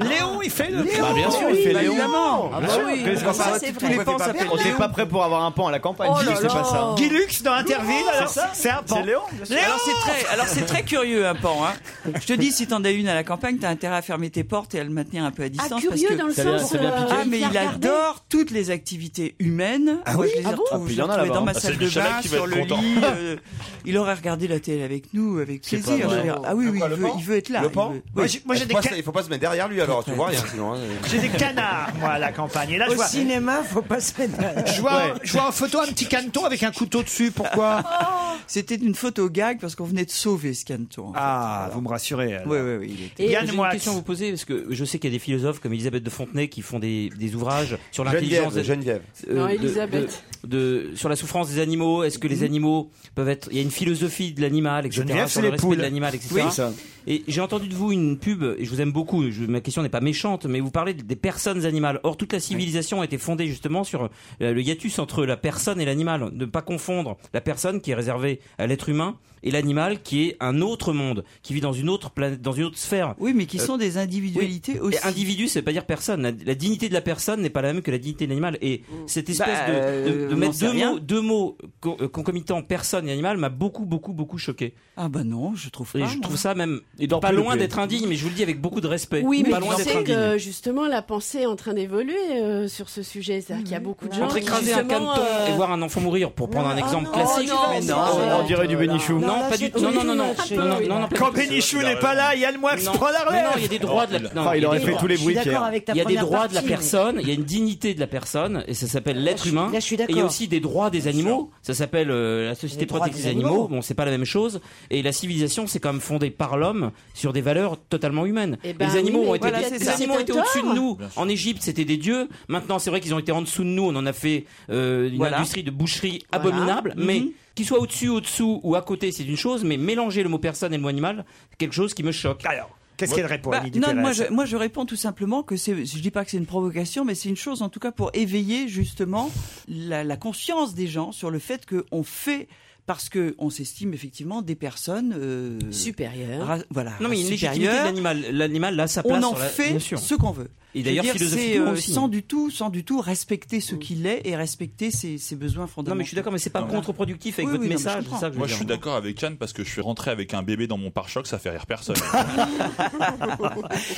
Speaker 3: Léon, il fait
Speaker 6: le-
Speaker 8: Bah, bien sûr, il fait Léon.
Speaker 15: évidemment.
Speaker 8: Ah,
Speaker 15: Bah
Speaker 8: sûr.
Speaker 15: oui,
Speaker 8: Mais
Speaker 15: ça,
Speaker 8: pas-
Speaker 15: c'est
Speaker 8: tous
Speaker 15: vrai.
Speaker 8: les
Speaker 15: Pourquoi
Speaker 8: pans
Speaker 15: pas
Speaker 8: s'appellent
Speaker 15: Léon
Speaker 8: On n'est pas prêt pour avoir un pan à la campagne.
Speaker 15: Oh là
Speaker 8: c'est
Speaker 15: là.
Speaker 8: pas ça.
Speaker 3: Guy Lux dans Interville, alors
Speaker 15: C'est ça.
Speaker 3: ça, c'est un pan.
Speaker 15: C'est Léon, alors c'est très, alors c'est très curieux un pan. Hein. Je te dis, si t'en as une à la campagne, t'as intérêt à fermer tes portes et à le maintenir un peu à distance.
Speaker 6: Ah, curieux
Speaker 15: parce que...
Speaker 6: dans le Ça vient- sens, ça vient euh, piquer.
Speaker 15: Ah, mais
Speaker 6: il a
Speaker 15: il
Speaker 6: regardé.
Speaker 15: adore toutes les activités humaines.
Speaker 8: Ah
Speaker 15: Moi,
Speaker 8: oui
Speaker 15: je les
Speaker 8: Ah bon
Speaker 15: retrouve.
Speaker 8: Ah, puis il
Speaker 15: je
Speaker 8: y en a
Speaker 15: les retrouvais
Speaker 8: là-bas.
Speaker 15: dans ma
Speaker 8: Ah, c'est
Speaker 15: salle de
Speaker 8: Michalak
Speaker 15: bain,
Speaker 8: qui va
Speaker 15: sur
Speaker 8: être
Speaker 15: le
Speaker 8: content.
Speaker 15: lit. euh, il aurait regardé la télé avec nous, avec
Speaker 14: C'est pas
Speaker 15: plaisir.
Speaker 14: vrai.
Speaker 15: je veux dire. Ah oui, oui, il veut, il veut être là.
Speaker 14: Le
Speaker 15: il
Speaker 14: pan
Speaker 15: veut- oui.
Speaker 14: Moi, j'ai- moi, j'ai
Speaker 4: Il
Speaker 14: des
Speaker 4: faut pas
Speaker 14: ca-
Speaker 4: se- Il faut pas se mettre derrière lui alors, tu vois rien sinon. hein.
Speaker 3: J'ai des canards, moi, à la campagne. Et là, je
Speaker 7: Au
Speaker 3: vois-
Speaker 7: cinéma, faut pas se mettre.
Speaker 3: Je vois, je vois en photo un petit caneton avec un couteau dessus. Pourquoi
Speaker 15: C'était une photo gag parce qu'on venait de sauver ce caneton. en fait.
Speaker 3: Ah, vous me rassurez. alors.
Speaker 15: Oui, oui, oui. il était-
Speaker 1: Et j'ai une question à vous poser parce que je sais qu'il y a des philosophes comme Elisabeth de Fontenay qui font des, des ouvrages sur l'intelligence. Euh,
Speaker 4: Geneviève, Geneviève.
Speaker 6: Non,
Speaker 1: de-
Speaker 6: Elisabeth.
Speaker 1: de- de- sur la souffrance des animaux. Est-ce que les animaux peuvent être Il y a une philosophie de l'animal, etc.
Speaker 3: Mm-hmm. Geneviève,
Speaker 1: sur
Speaker 3: c'est
Speaker 1: le
Speaker 3: les
Speaker 1: respect
Speaker 3: poules.
Speaker 1: de l'animal, etc.
Speaker 3: Oui, ça.
Speaker 1: Et j'ai entendu de vous une pub et je vous aime beaucoup. je- ma question n'est pas méchante, mais vous parlez des personnes animales. Or, toute la civilisation a été fondée justement sur euh, le hiatus entre la personne et l'animal. Ne pas confondre la personne qui est réservée à l'être humain et l'animal qui est un autre monde, qui vit dans une autre planète, dans une autre sphère.
Speaker 15: Oui, mais qui
Speaker 1: Euh,
Speaker 15: sont des individualités aussi.
Speaker 1: et individu, ça veut pas dire personne. La, la dignité de la personne n'est pas la même que la dignité de l'animal. Et cette espèce
Speaker 15: Bah,
Speaker 1: de, de-
Speaker 15: euh,
Speaker 1: de
Speaker 15: on n'en
Speaker 1: mettre
Speaker 15: sait
Speaker 1: deux
Speaker 15: rien.
Speaker 1: mots, deux mots co- euh, concomitants personne et animal m'a beaucoup, beaucoup, beaucoup choqué.
Speaker 15: Ah bah non, je trouve pas.
Speaker 1: Et je trouve
Speaker 15: moi.
Speaker 1: ça même
Speaker 8: dort
Speaker 1: pas
Speaker 8: plus, le
Speaker 1: loin
Speaker 8: père.
Speaker 1: d'être indigne, mais je vous le dis avec beaucoup de respect.
Speaker 6: Oui, mais
Speaker 1: pas loin
Speaker 6: tu
Speaker 1: d'être
Speaker 6: sais
Speaker 1: indigne.
Speaker 6: que justement la pensée est en train d'évoluer euh, sur ce sujet. C'est-à-dire qu'il y a beaucoup de gens
Speaker 1: Entre
Speaker 6: qui
Speaker 1: écraser un
Speaker 6: justement,
Speaker 1: caneton
Speaker 6: euh,
Speaker 1: et voir un enfant mourir, pour prendre un exemple classique.
Speaker 6: non,
Speaker 1: mais
Speaker 6: c'est
Speaker 1: non,
Speaker 6: pas vrai.
Speaker 1: on dirait du bénichou.
Speaker 6: Non,
Speaker 1: Non,
Speaker 6: là,
Speaker 1: pas
Speaker 6: c'est
Speaker 1: du tout. Non, non, non, non.
Speaker 6: too much.
Speaker 1: Non, non, non, non, pas
Speaker 3: Quand
Speaker 1: du tout.
Speaker 3: Bénichou n'est pas là, Yann Moix
Speaker 1: Non.
Speaker 3: prend la
Speaker 1: Mais
Speaker 3: relève.
Speaker 1: non, il y a des droits de la. non,
Speaker 8: Enfin, il
Speaker 1: y a
Speaker 8: aurait
Speaker 1: des
Speaker 8: fait
Speaker 1: droits.
Speaker 8: tous les hein. Je suis bruits, d'accord Pierre.
Speaker 7: avec ta
Speaker 1: Il y a des
Speaker 7: première
Speaker 1: droits de la
Speaker 7: partie, mais-
Speaker 1: personne. Il y a une dignité de la personne et ça s'appelle l'être humain.
Speaker 7: là, je suis
Speaker 1: Et il y a
Speaker 7: d'accord.
Speaker 1: aussi des droits des animaux. Ça s'appelle euh, la société
Speaker 7: Les droits
Speaker 1: protectrice des
Speaker 7: des
Speaker 1: animaux.
Speaker 7: animaux.
Speaker 1: Bon, c'est pas la même chose. Et la civilisation, c'est quand même fondée par l'homme sur des valeurs totalement humaines.
Speaker 6: Eh ben
Speaker 1: les animaux
Speaker 6: oui,
Speaker 1: ont
Speaker 6: mais
Speaker 1: été,
Speaker 6: voilà, c'est
Speaker 1: les
Speaker 6: ça.
Speaker 1: animaux
Speaker 6: C'est
Speaker 1: étaient
Speaker 6: un
Speaker 1: au-dessus de
Speaker 6: tort.
Speaker 1: nous. En Égypte, c'était des dieux. Maintenant, c'est vrai qu'ils ont été en dessous de nous. On en a fait euh, une
Speaker 15: Voilà.
Speaker 1: industrie de boucherie
Speaker 15: Voilà.
Speaker 1: abominable.
Speaker 15: Mhm.
Speaker 1: Mais qu'ils soient au-dessus, au-dessous ou à côté, c'est une chose. Mais mélanger le mot personne et le mot animal, c'est quelque chose qui me choque.
Speaker 3: Alors, qu'est-ce qu'elle répond,
Speaker 15: Bah,
Speaker 3: Annie
Speaker 15: non,
Speaker 3: Dupérez
Speaker 15: moi je, moi je réponds tout simplement que c'est, je dis pas que c'est une provocation, mais c'est une chose en tout cas pour éveiller justement la, la conscience des gens sur le fait qu'on fait parce que on s'estime effectivement des personnes euh,
Speaker 6: supérieures.
Speaker 15: ra- voilà,
Speaker 1: Non mais il y a une légitimité de
Speaker 15: supérieures.
Speaker 1: l'animal. L'animal là, sa place.
Speaker 15: On en
Speaker 1: sur la-
Speaker 15: fait
Speaker 1: bien sûr.
Speaker 15: ce qu'on veut.
Speaker 1: Et
Speaker 15: Je
Speaker 1: d'ailleurs,
Speaker 15: veux dire, c'est
Speaker 1: philosophiquement
Speaker 15: euh,
Speaker 1: aussi. hein.
Speaker 15: sans du tout, sans du tout respecter ce qu'il est et respecter ses, ses besoins fondamentaux.
Speaker 1: Non mais je suis d'accord, mais c'est pas
Speaker 15: Voilà.
Speaker 1: contre-productif avec
Speaker 15: Oui,
Speaker 1: votre
Speaker 15: oui, non, mais je
Speaker 1: message. c'est
Speaker 15: comprends.
Speaker 1: ça que je veux
Speaker 5: Moi, je
Speaker 1: dire.
Speaker 5: suis d'accord avec Chan parce que je suis rentré avec un bébé dans mon pare-choc, ça fait rire personne.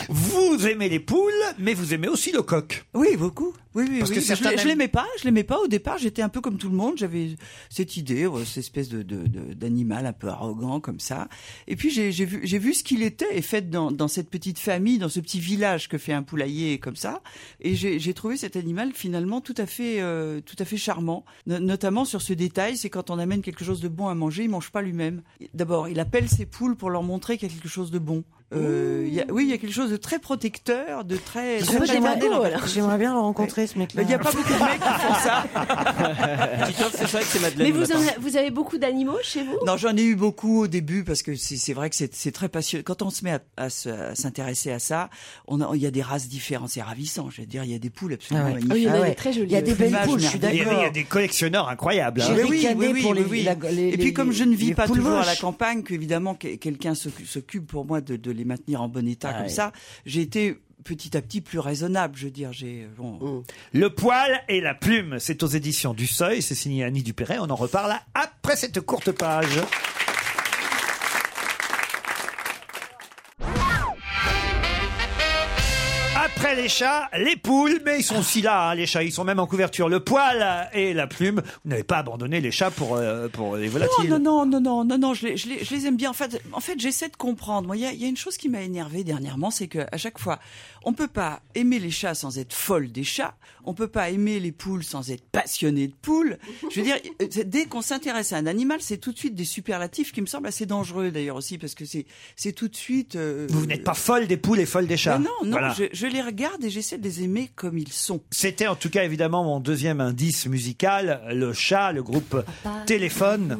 Speaker 3: Vous aimez les poules, mais vous aimez aussi le coq.
Speaker 15: Oui, beaucoup. Oui, oui,
Speaker 3: Parce
Speaker 15: oui.
Speaker 3: que
Speaker 15: Je-
Speaker 3: certains
Speaker 15: je,
Speaker 3: aiment-
Speaker 15: je l'aimais pas, je l'aimais pas au départ. J'étais un peu comme tout le monde. J'avais cette idée, ouais, cette espèce de de- de- d'animal un peu arrogant comme ça. Et puis j'ai j'ai vu j'ai vu ce qu'il était et fait dans dans cette petite famille, dans ce petit village que fait un poulailler comme ça. Et j'ai j'ai trouvé cet animal finalement tout à fait euh, tout à fait charmant, No- notamment sur ce détail, c'est quand on amène quelque chose de bon à manger, il mange pas lui-même. D'abord, il appelle ses poules pour leur montrer qu'il y a quelque chose de bon. Euh, il y a- oui, il y a quelque chose de très protecteur, de très.
Speaker 7: Ils
Speaker 15: très
Speaker 7: sont pas des
Speaker 15: paternel,
Speaker 7: badauds,
Speaker 15: en fait.
Speaker 7: alors. J'aimerais bien le rencontrer, ce mec-là.
Speaker 15: Mais il n'y a pas beaucoup de mecs qui font ça. Ah, bah,
Speaker 1: Titoff, c'est vrai que c'est Madeleine.
Speaker 6: Mais
Speaker 1: le
Speaker 6: vous, en
Speaker 1: matin.
Speaker 6: avez- vous avez beaucoup d'animaux chez vous
Speaker 15: Non, j'en ai eu beaucoup au début parce que c'est c'est vrai que c'est c'est très passionnant. Quand on se met à, à se- à s'intéresser à ça, on a- il y a des races différentes, c'est ravissant. Je veux dire, il y a des poules absolument
Speaker 7: Ah ouais.
Speaker 15: magnifiques.
Speaker 7: Ah oui, il y en a Ah des ouais. très jolies. Il y a des belles
Speaker 15: Plumage
Speaker 7: poules, je suis
Speaker 3: Il y, a,
Speaker 15: merveilleux.
Speaker 3: il y a des collectionneurs incroyables. hein.
Speaker 15: J'ai ricané
Speaker 7: oui,
Speaker 15: pour
Speaker 7: oui,
Speaker 15: les-
Speaker 7: oui.
Speaker 15: la-
Speaker 7: les-
Speaker 15: et puis
Speaker 7: les-
Speaker 15: comme je ne vis
Speaker 7: les
Speaker 15: pas
Speaker 7: poules
Speaker 15: toujours à la
Speaker 7: vaches.
Speaker 15: campagne, qu'évidemment que- quelqu'un s'occu- s'occupe pour moi de, de les maintenir en bon état
Speaker 3: Ah
Speaker 15: comme
Speaker 3: ouais.
Speaker 15: ça, j'ai été petit à petit plus raisonnable. Je veux dire, j'ai bon,
Speaker 3: Le poil et la plume, c'est aux éditions du Seuil, c'est signé Annie Dupéret, on en reparle après cette courte page. Après les chats, les poules, mais ils sont aussi là, hein, les chats, ils sont même en couverture. Le poil et la plume, vous n'avez pas abandonné les chats pour, euh, pour les volatiles.
Speaker 15: Non, non, non, non, non, non, non, je les, je les, je les aime bien. En fait, en fait j'essaie de comprendre. Moi, il y a, il y a une chose qui m'a énervée dernièrement, c'est que à chaque fois, on peut pas aimer les chats sans être folle des chats. On peut pas aimer les poules sans être passionné de poules. Je veux dire, euh, c'est- dès qu'on s'intéresse à un animal, c'est tout de suite des superlatifs qui me semblent assez dangereux d'ailleurs aussi, parce que c'est c'est tout de suite. euh,
Speaker 3: Vous n'êtes pas folle des poules et folle des chats.
Speaker 15: Mais non, non,
Speaker 3: Voilà.
Speaker 15: je, je les regarde et j'essaie de les aimer comme ils sont.
Speaker 3: C'était en tout cas évidemment mon deuxième indice musical, le chat, le groupe Téléphone.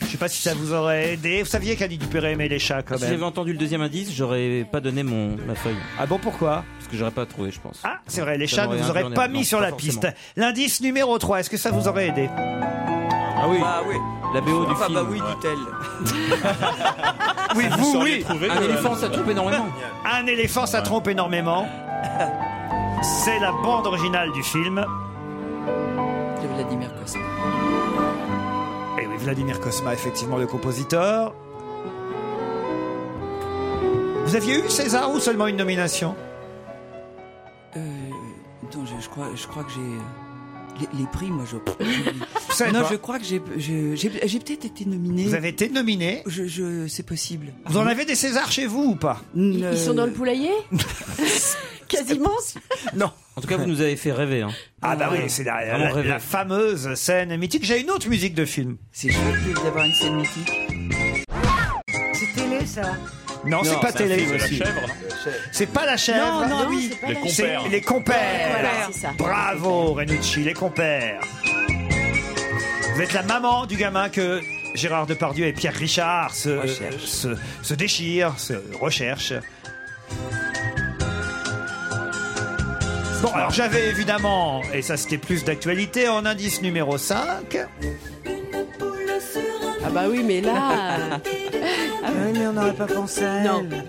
Speaker 3: Je sais pas si ça vous aurait aidé. Vous saviez qu'Annie Dupéré aimait les chats
Speaker 15: bah.
Speaker 3: quand
Speaker 1: Ah, Si j'avais
Speaker 3: même.
Speaker 1: entendu le deuxième indice, j'aurais pas donné mon, ma feuille.
Speaker 3: Ah bon, pourquoi
Speaker 1: Parce que j'aurais pas trouvé, je pense.
Speaker 3: Ah, C'est vrai, les
Speaker 1: Ça
Speaker 3: chats ne
Speaker 1: m'aurait
Speaker 3: vous
Speaker 1: inclus
Speaker 3: auraient
Speaker 1: en
Speaker 3: pas
Speaker 1: erreur.
Speaker 3: mis
Speaker 1: Non,
Speaker 3: sur
Speaker 1: pas
Speaker 3: la
Speaker 1: forcément.
Speaker 3: piste. L'indice numéro 3, est-ce que ça vous aurait aidé Ah oui.
Speaker 1: La BO du
Speaker 3: Enfin,
Speaker 1: film.
Speaker 3: bah oui,
Speaker 1: Oui,
Speaker 3: vous, oui.
Speaker 1: Un éléphant, ça trompe énormément.
Speaker 3: Un éléphant, ça trompe énormément. C'est la bande originale du film.
Speaker 15: De Vladimir Cosma.
Speaker 3: Et Eh oui, Vladimir Cosma, effectivement, le compositeur. Vous aviez eu César ou seulement une nomination
Speaker 15: Euh, attends, je, je crois, je crois que j'ai les, les prix, moi je.
Speaker 3: savez
Speaker 15: non,
Speaker 3: pas.
Speaker 15: je crois que j'ai, je- j'ai, j'ai peut-être été nominé.
Speaker 3: Vous avez été nominé
Speaker 15: Je, je, c'est possible.
Speaker 3: Vous en avez des Césars chez vous ou pas
Speaker 15: Ils,
Speaker 6: Ils sont dans le poulailler Quasiment
Speaker 3: Non.
Speaker 1: En tout cas, vous nous avez fait rêver. hein.
Speaker 3: Ah bah oui, c'est la,
Speaker 1: Vraiment
Speaker 3: la-
Speaker 1: rêver.
Speaker 3: la fameuse scène mythique. J'ai une autre musique de film.
Speaker 15: C'est chouette d'avoir une scène mythique.
Speaker 7: C'est télé, ça.
Speaker 3: Non, c'est pas télé. aussi. C'est pas la chèvre.
Speaker 7: Non, non, Non, oui. c'est pas la
Speaker 3: C'est
Speaker 7: chèvre.
Speaker 3: Les compères.
Speaker 7: Ouais, voilà, c'est ça.
Speaker 3: Bravo, Renucci, les compères. Vous êtes la maman du gamin que Gérard Depardieu et Pierre Richard se, se, se déchirent, se recherchent. Bon, alors j'avais évidemment, et ça c'était plus d'actualité, en indice numéro 5.
Speaker 6: Ah bah oui, mais là.
Speaker 7: Oui, mais on n'aurait pas pensé à
Speaker 6: Non.
Speaker 7: elle.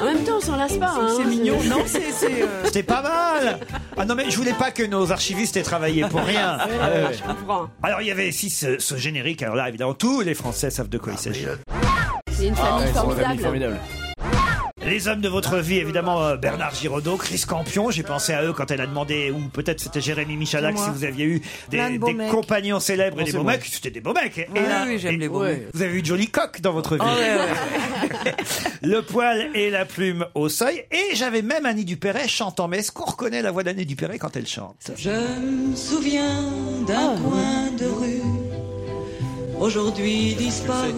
Speaker 6: En même temps, on s'en lasse pas. hein.
Speaker 15: C'est mignon. Non, c'est. c'est euh,
Speaker 3: C'était pas mal Ah non mais je voulais pas que nos archivistes aient travaillé pour rien.
Speaker 6: Ouais,
Speaker 3: Ah ouais, ouais.
Speaker 6: Je comprends.
Speaker 3: Alors il y avait aussi ce, ce générique, alors là évidemment tous les Français savent de quoi il s'agit.
Speaker 6: C'est une
Speaker 3: Ah
Speaker 6: famille formidable.
Speaker 3: Les hommes de votre vie, évidemment euh, Bernard Giraudot, Chris Campion, j'ai pensé à eux quand elle a demandé, ou peut-être c'était Jérémy Michalak
Speaker 7: C'est
Speaker 3: si
Speaker 7: moi.
Speaker 3: vous aviez eu
Speaker 7: Plein
Speaker 3: des,
Speaker 7: de beaux
Speaker 3: des
Speaker 7: mecs.
Speaker 3: compagnons célèbres
Speaker 7: Non,
Speaker 3: et des
Speaker 7: c'est
Speaker 3: beaux
Speaker 7: moi.
Speaker 3: mecs, c'était des beaux mecs. hein. Et
Speaker 15: Ouais,
Speaker 3: là,
Speaker 15: oui, j'aime
Speaker 3: et-
Speaker 15: les beaux mecs.
Speaker 3: Vous avez eu Johnny Coq dans votre vie.
Speaker 15: Ah ouais, ouais.
Speaker 3: Le poil et la plume au seuil. Et j'avais même Annie Dupéret chantant. Mais est-ce qu'on reconnaît la voix d'Annie Dupéret quand elle chante
Speaker 16: Je me souviens d'un coin de rue, aujourd'hui disparu.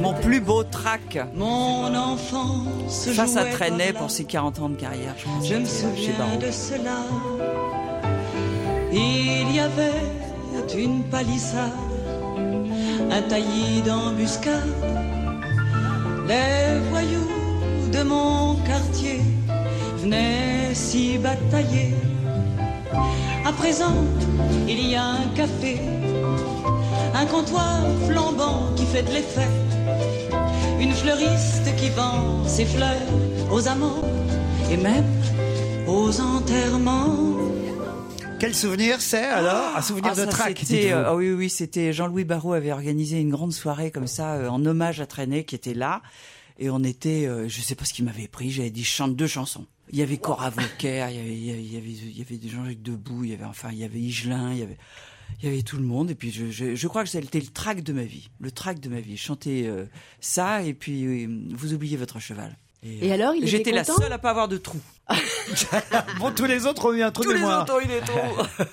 Speaker 15: Mon plus beau trac.
Speaker 16: Mon enfance
Speaker 15: Ça, ça
Speaker 16: jouait par
Speaker 15: traînait
Speaker 16: là.
Speaker 15: pour ses 40 ans de carrière. Je, pense,
Speaker 16: Je me
Speaker 15: euh, chez
Speaker 16: souviens
Speaker 15: Barreau.
Speaker 16: de cela. Il y avait une palissade, un taillis d'embuscade. Les voyous de mon quartier venaient s'y batailler. À présent, il y a un café, un comptoir flambant qui fait de l'effet. Une fleuriste qui vend ses fleurs aux amants et même aux enterrements.
Speaker 3: Quel souvenir c'est alors Un souvenir
Speaker 15: Ah,
Speaker 3: de
Speaker 15: ça,
Speaker 3: trac
Speaker 15: c'était,
Speaker 3: dites-vous.
Speaker 15: euh, ah oui, oui, c'était Jean-Louis Barrault avait organisé une grande soirée comme ça euh, en hommage à Trainé qui était là. Et on était, euh, je sais pas ce qu'il m'avait pris, j'avais dit chante deux chansons. Il y avait Cora Vauquer, il y avait, il y avait, il y avait, il y avait des Jean-Jacques Debout, il y avait, enfin, il y avait Higelin, il y avait, il y avait tout le monde. Et puis je, je, je crois que c'était le trac de ma vie, le trac de ma vie. Chanter euh, ça et puis euh, vous oubliez votre cheval.
Speaker 6: Et
Speaker 15: euh,
Speaker 6: alors, il était
Speaker 15: J'étais la
Speaker 6: content
Speaker 15: seule à pas avoir de trou.
Speaker 3: bon, tous les autres oh, ont eu un trou
Speaker 15: oh. Tous
Speaker 3: de
Speaker 15: les
Speaker 3: mémoire.
Speaker 15: autres ont eu des trous.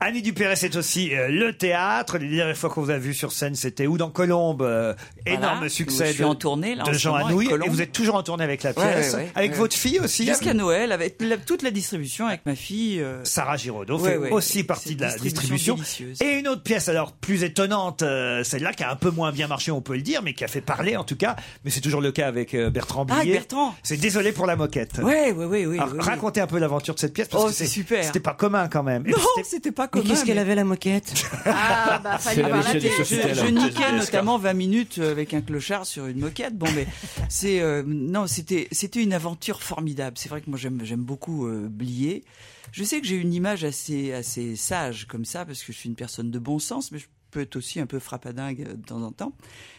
Speaker 3: Annie Dupéret, c'est aussi euh, le théâtre. Les dernières fois qu'on vous a vu sur scène, c'était ou dans Colombe, euh,
Speaker 15: Voilà.
Speaker 3: énorme succès
Speaker 15: Je suis
Speaker 3: de,
Speaker 15: en tournée, là, en
Speaker 3: de
Speaker 15: ce
Speaker 3: Jean
Speaker 15: moment,
Speaker 3: Anouilh.
Speaker 15: avec Colombe.
Speaker 3: Et vous êtes toujours en tournée avec la
Speaker 15: Ouais,
Speaker 3: pièce,
Speaker 15: ouais, ouais.
Speaker 3: avec
Speaker 15: Ouais.
Speaker 3: votre fille aussi.
Speaker 15: Jusqu'à Noël, avec la- toute la distribution avec ma fille. euh,
Speaker 3: Sarah Giraud
Speaker 15: Ouais,
Speaker 3: fait
Speaker 15: ouais.
Speaker 3: aussi
Speaker 15: C'est
Speaker 3: partie de
Speaker 15: une
Speaker 3: la distribution.
Speaker 15: délicieuse.
Speaker 3: Et une autre pièce, alors plus étonnante, euh, celle-là qui a un peu moins bien marché, on peut le dire, mais qui a fait parler en tout cas. Mais c'est toujours le cas avec euh, Bertrand
Speaker 15: Ah,
Speaker 3: Blier.
Speaker 15: Bertrand.
Speaker 3: C'est désolé pour la moquette.
Speaker 15: Ouais, ouais, ouais, ouais.
Speaker 3: Alors,
Speaker 15: ouais, ouais.
Speaker 3: racontez un peu l'aventure de cette pièce parce
Speaker 15: Oh,
Speaker 3: que
Speaker 15: c'est super.
Speaker 3: C'était pas commun quand même. Et
Speaker 15: Non,
Speaker 3: puis c'était-
Speaker 15: c'était pas
Speaker 7: Mais
Speaker 15: commun.
Speaker 7: qu'est-ce qu'elle avait la moquette
Speaker 15: Ah, bah,
Speaker 3: fallait C'est la voir la Michel télé. de Sofitel.
Speaker 15: Je, je niquais
Speaker 3: Yes,
Speaker 15: notamment 20 minutes euh, avec un clochard sur une moquette. Bon, mais c'est. euh, non, c'était c'était une aventure formidable. C'est vrai que moi, j'aime j'aime beaucoup euh, Blier. Je sais que j'ai une image assez, assez sage comme ça, parce que je suis une personne de bon sens, mais je peux être aussi un peu frappadingue euh, de temps en temps.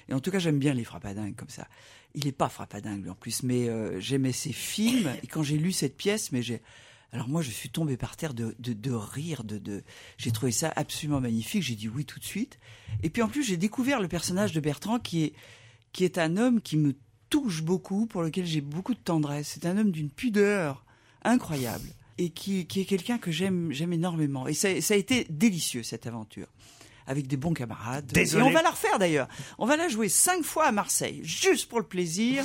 Speaker 15: Et en tout cas, j'aime bien les frappadingues comme ça. Il n'est pas frappadingue, lui, en plus, mais euh, j'aimais ses films. Et quand j'ai lu cette pièce, mais j'ai. Alors moi, je suis tombé par terre de, de, de rire. De, de... J'ai trouvé ça absolument magnifique. J'ai dit oui tout de suite. Et puis en plus, j'ai découvert le personnage de Bertrand qui est, qui est un homme qui me touche beaucoup, pour lequel j'ai beaucoup de tendresse. C'est un homme d'une pudeur incroyable et qui, qui est quelqu'un que j'aime, j'aime énormément. Et ça, ça a été délicieux, cette aventure. Avec des bons camarades.
Speaker 3: Désolé.
Speaker 15: Et on va la refaire d'ailleurs. On va la jouer cinq fois à Marseille, juste pour le plaisir.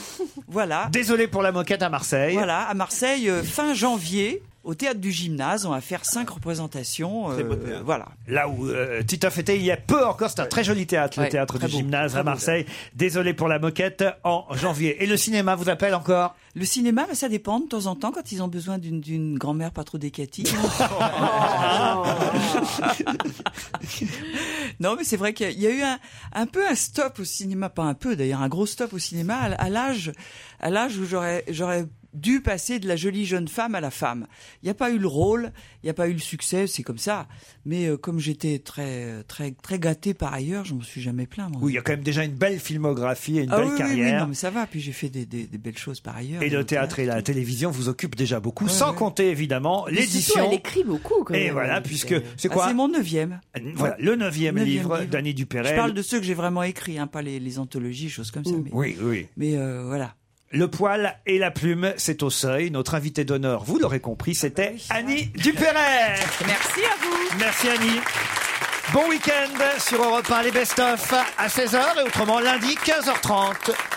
Speaker 15: voilà.
Speaker 3: Désolé pour la moquette à Marseille.
Speaker 15: Voilà, à Marseille, euh, fin janvier, au théâtre du gymnase, on va faire cinq représentations. euh, voilà.
Speaker 3: Là où euh, Titoff était il y a peu encore, c'est un très joli théâtre, le
Speaker 15: Ouais,
Speaker 3: théâtre du
Speaker 15: très beau,
Speaker 3: gymnase
Speaker 15: très
Speaker 3: à
Speaker 15: beau,
Speaker 3: Marseille. Désolé pour la moquette en janvier. Et le cinéma vous appelle encore
Speaker 15: Le cinéma, ben, ça dépend de temps en temps quand ils ont besoin d'une- d'une grand-mère pas trop décatie.
Speaker 6: Oh.
Speaker 15: non, mais c'est vrai qu'il y a eu un, un peu un stop au cinéma, pas un peu d'ailleurs, un gros stop au cinéma à, à l'âge, à l'âge où j'aurais, j'aurais dû passer de la jolie jeune femme à la femme. Il n'y a pas eu le rôle, il n'y a pas eu le succès, c'est comme ça. Mais euh, comme j'étais très, très, très gâtée par ailleurs, je m'en suis jamais plaint. moi.
Speaker 3: Oui, il y a quand même déjà une belle filmographie et une
Speaker 15: Ah
Speaker 3: belle
Speaker 15: oui, oui, oui,
Speaker 3: carrière.
Speaker 15: non, mais ça va. Puis j'ai fait des, des- des belles choses par ailleurs. euh,
Speaker 3: Et
Speaker 15: Au
Speaker 3: le théâtre et la télévision vous occupent déjà beaucoup, sans compter évidemment
Speaker 15: Mais surtout,
Speaker 3: l'édition.
Speaker 15: elle écrit beaucoup, quand
Speaker 3: Et
Speaker 15: même.
Speaker 3: voilà, puisque c'est
Speaker 15: Ah,
Speaker 3: quoi Euh,
Speaker 15: C'est mon neuvième.
Speaker 3: Voilà, le neuvième
Speaker 15: Neuvième
Speaker 3: livre
Speaker 15: livre.
Speaker 3: d'Annie Dupéret.
Speaker 15: Je parle de ceux que j'ai vraiment écrits, hein, pas les, les anthologies, choses comme ça. mais-
Speaker 3: Oui, oui.
Speaker 15: Mais euh, voilà.
Speaker 3: Le poil et la plume, c'est au seuil. Notre invité d'honneur, vous l'aurez compris, c'était Annie Dupéret.
Speaker 15: Merci à vous.
Speaker 3: Merci Annie. Bon week-end sur Europe 1, les best-of à 16h et autrement lundi 15h30.